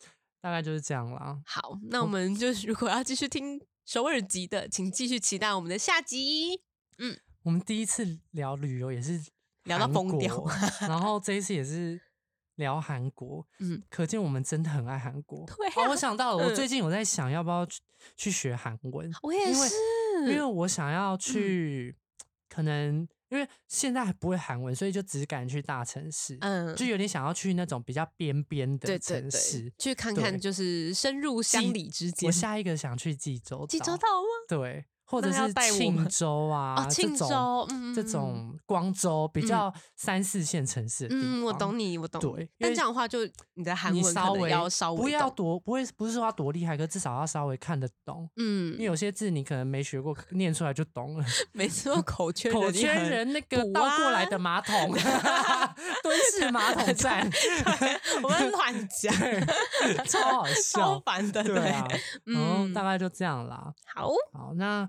Speaker 2: 大概就是这样啦。
Speaker 1: 好，那我们就是如果要继续听首尔集的，请继续期待我们的下集。
Speaker 2: 我们第一次聊旅游也是
Speaker 1: 聊到
Speaker 2: 韩
Speaker 1: 疯掉
Speaker 2: 国然后这一次也是聊韩国，
Speaker 1: 嗯，
Speaker 2: 可见我们真的很爱韩国。
Speaker 1: 对
Speaker 2: 哦，我想到了，我
Speaker 1: 嗯
Speaker 2: 最近有在想要不要去去学韩文，
Speaker 1: 我也
Speaker 2: 因为因为
Speaker 1: 是，
Speaker 2: 我想
Speaker 1: 嗯
Speaker 2: 要去，可能因为现在还不会韩文，所以就只敢去大城市，
Speaker 1: 嗯
Speaker 2: 就有点想要去那种比较边边
Speaker 1: 对
Speaker 2: 的
Speaker 1: 对
Speaker 2: 城市
Speaker 1: 对。，去看看
Speaker 2: 对
Speaker 1: 就是深入乡里之间
Speaker 2: 我。下一个想去济州岛，
Speaker 1: 济州岛吗？
Speaker 2: 对，或者
Speaker 1: 那要
Speaker 2: 是
Speaker 1: 带我
Speaker 2: 庆
Speaker 1: 们
Speaker 2: 州啊，
Speaker 1: 哦，庆
Speaker 2: 这种
Speaker 1: 州，嗯，
Speaker 2: 这
Speaker 1: 嗯，
Speaker 2: 种光州比较三四线城市的地
Speaker 1: 嗯，我
Speaker 2: 方
Speaker 1: 懂你，我懂你。
Speaker 2: 对因
Speaker 1: 但
Speaker 2: 为
Speaker 1: 这样的话，就你的韩
Speaker 2: 你
Speaker 1: 文
Speaker 2: 稍
Speaker 1: 可能
Speaker 2: 微
Speaker 1: 要稍微
Speaker 2: 不要
Speaker 1: 懂，
Speaker 2: 多，不会不是说要多厉害，可至少要稍微看得懂。因为
Speaker 1: 嗯，
Speaker 2: 有些字你可能没学过，念出来就 懂了。
Speaker 1: 每次都口 缺
Speaker 2: 口
Speaker 1: 人也
Speaker 2: 缺
Speaker 1: 很
Speaker 2: 人那个
Speaker 1: 补
Speaker 2: 倒过
Speaker 1: 啊
Speaker 2: 来的马桶， 蹲式马 桶站，
Speaker 1: 对我们乱讲，
Speaker 2: 超好
Speaker 1: 超
Speaker 2: 笑。
Speaker 1: 烦的，
Speaker 2: 对啊，嗯，
Speaker 1: 嗯，
Speaker 2: 大概就这样啦。
Speaker 1: 好，
Speaker 2: 好，那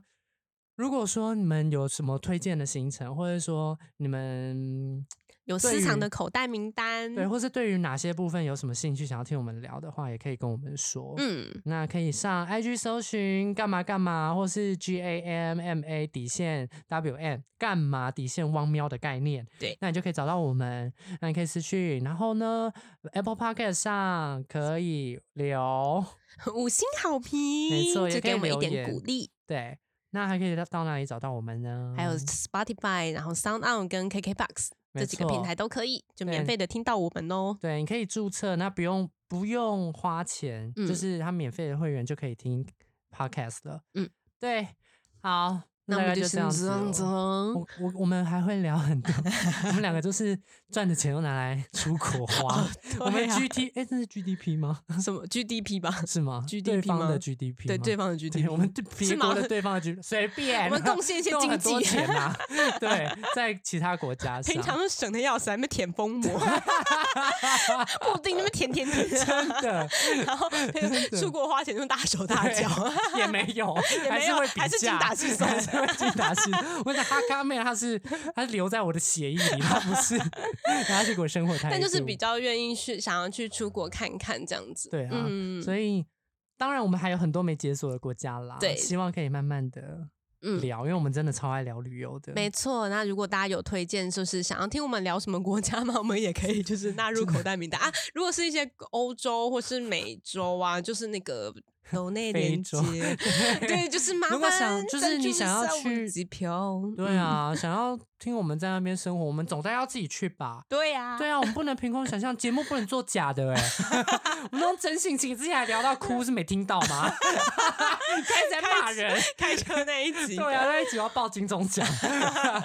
Speaker 2: 如果说你们有什么推荐的行程，或者说你们
Speaker 1: 有
Speaker 2: 对
Speaker 1: 私藏
Speaker 2: 于
Speaker 1: 的口袋名单，
Speaker 2: 对，或是对于哪些部分有什么兴趣想要听我们聊的话，也可以跟我们说。
Speaker 1: 嗯，
Speaker 2: 那可以上 IG 搜寻干嘛干嘛，或是 G A M M A 底线 W M 干嘛底线汪喵的概念，
Speaker 1: 对
Speaker 2: 那你就可以找到我们，那你可以私讯，然后呢，Apple Podcast 上可以留，
Speaker 1: 五星好评，
Speaker 2: 没错也
Speaker 1: 就
Speaker 2: 可以
Speaker 1: 给我们一
Speaker 2: 留
Speaker 1: 点
Speaker 2: 言
Speaker 1: 鼓励。
Speaker 2: 对，那还可以到到哪里找到我们呢？
Speaker 1: 还有 Spotify，然后 Sound On 跟 KKBox
Speaker 2: 嗯没
Speaker 1: 这几个平
Speaker 2: 错
Speaker 1: 台都可以，就
Speaker 2: 对
Speaker 1: 免费的听到我们哦。
Speaker 2: 对，你可以注册，那不用不用花钱，就
Speaker 1: 嗯
Speaker 2: 是他免费的会员就可以听 podcast 了。
Speaker 1: 嗯，
Speaker 2: 对，好，
Speaker 1: 那
Speaker 2: 大
Speaker 1: 我们
Speaker 2: 概就
Speaker 1: 先
Speaker 2: 这样
Speaker 1: 这
Speaker 2: 子
Speaker 1: 样
Speaker 2: 咯
Speaker 1: 子哦。
Speaker 2: 我我我们还会聊很多，我们两 个就是赚的钱都拿来出国花。我们
Speaker 1: 对啊
Speaker 2: G T 哎、这是 G D P 吗？
Speaker 1: 什么 GDP 吧？
Speaker 2: 是吗对
Speaker 1: GDP
Speaker 2: 方的
Speaker 1: 吗
Speaker 2: G D P
Speaker 1: 对，对方的
Speaker 2: 对
Speaker 1: GDP，
Speaker 2: 我们对别
Speaker 1: 是
Speaker 2: 国
Speaker 1: 吗
Speaker 2: 的对方的 G 随便，
Speaker 1: 我们贡献 一些
Speaker 2: 弄
Speaker 1: 经
Speaker 2: 很多
Speaker 1: 济
Speaker 2: 钱啊。 对，在其他国家上，
Speaker 1: 平常都省的要死，还没舔封膜，布丁那么舔舔 舔，
Speaker 2: 真 的
Speaker 1: 然后那个出国花钱就大手大脚。
Speaker 2: 对也没有，
Speaker 1: 也
Speaker 2: 还
Speaker 1: 没
Speaker 2: 是
Speaker 1: 有
Speaker 2: 会比
Speaker 1: 还是精
Speaker 2: 价
Speaker 1: 打细 算
Speaker 2: 还是会精打细算。我想哈卡妹她是她是留在我的协议里，她不是她是给我生活态度，
Speaker 1: 但就是比较愿意去想要去出国看看这样子。
Speaker 2: 对啊，
Speaker 1: 嗯
Speaker 2: 所以当然我们还有很多没解锁的国家啦，
Speaker 1: 对
Speaker 2: 希望可以慢慢的
Speaker 1: 嗯
Speaker 2: 聊，因为我们真的超爱聊旅游的，
Speaker 1: 没错，那如果大家有推荐，就是想要听我们聊什么国家吗？我 们也可以就是纳入口袋名单啊。如果是一些欧洲或是美洲啊，就是那 个有内
Speaker 2: 非
Speaker 1: 连
Speaker 2: 洲
Speaker 1: 接，对，就是麻
Speaker 2: 如果
Speaker 1: 烦
Speaker 2: 想就是
Speaker 1: 赞
Speaker 2: 你
Speaker 1: 助
Speaker 2: 想要
Speaker 1: 一下我们
Speaker 2: 去
Speaker 1: 机票，
Speaker 2: 对啊，想要听我们在那边生活，我们总得要自己去吧。
Speaker 1: 对呀，
Speaker 2: 对啊，我们不能凭空想象，节目不能做假的 哎、我们都真性情，之前还聊到哭，是没听到 吗？开始在骂人，
Speaker 1: 开车那一集，
Speaker 2: 对啊，那一集要报金钟奖，
Speaker 1: 对啊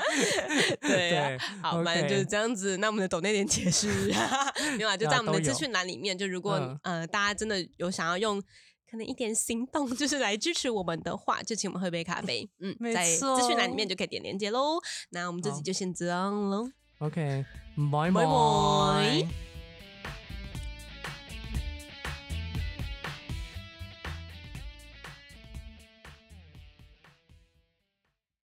Speaker 2: 对，
Speaker 1: 好，反正就是
Speaker 2: OK
Speaker 1: 这样子。那我们的抖内点 解释，没有啊，就在我们的资讯栏里面。就如果、
Speaker 2: 嗯
Speaker 1: 呃大家真的有想要用可能一点行动，就是来支持我们的话，就请我们喝杯咖啡。嗯
Speaker 2: 没，
Speaker 1: 在
Speaker 2: 错
Speaker 1: 资讯栏里面就可以点连接喽。那我们这集
Speaker 2: 好
Speaker 1: 就先这样喽。
Speaker 2: OK，拜
Speaker 1: 拜
Speaker 2: 拜
Speaker 1: 拜。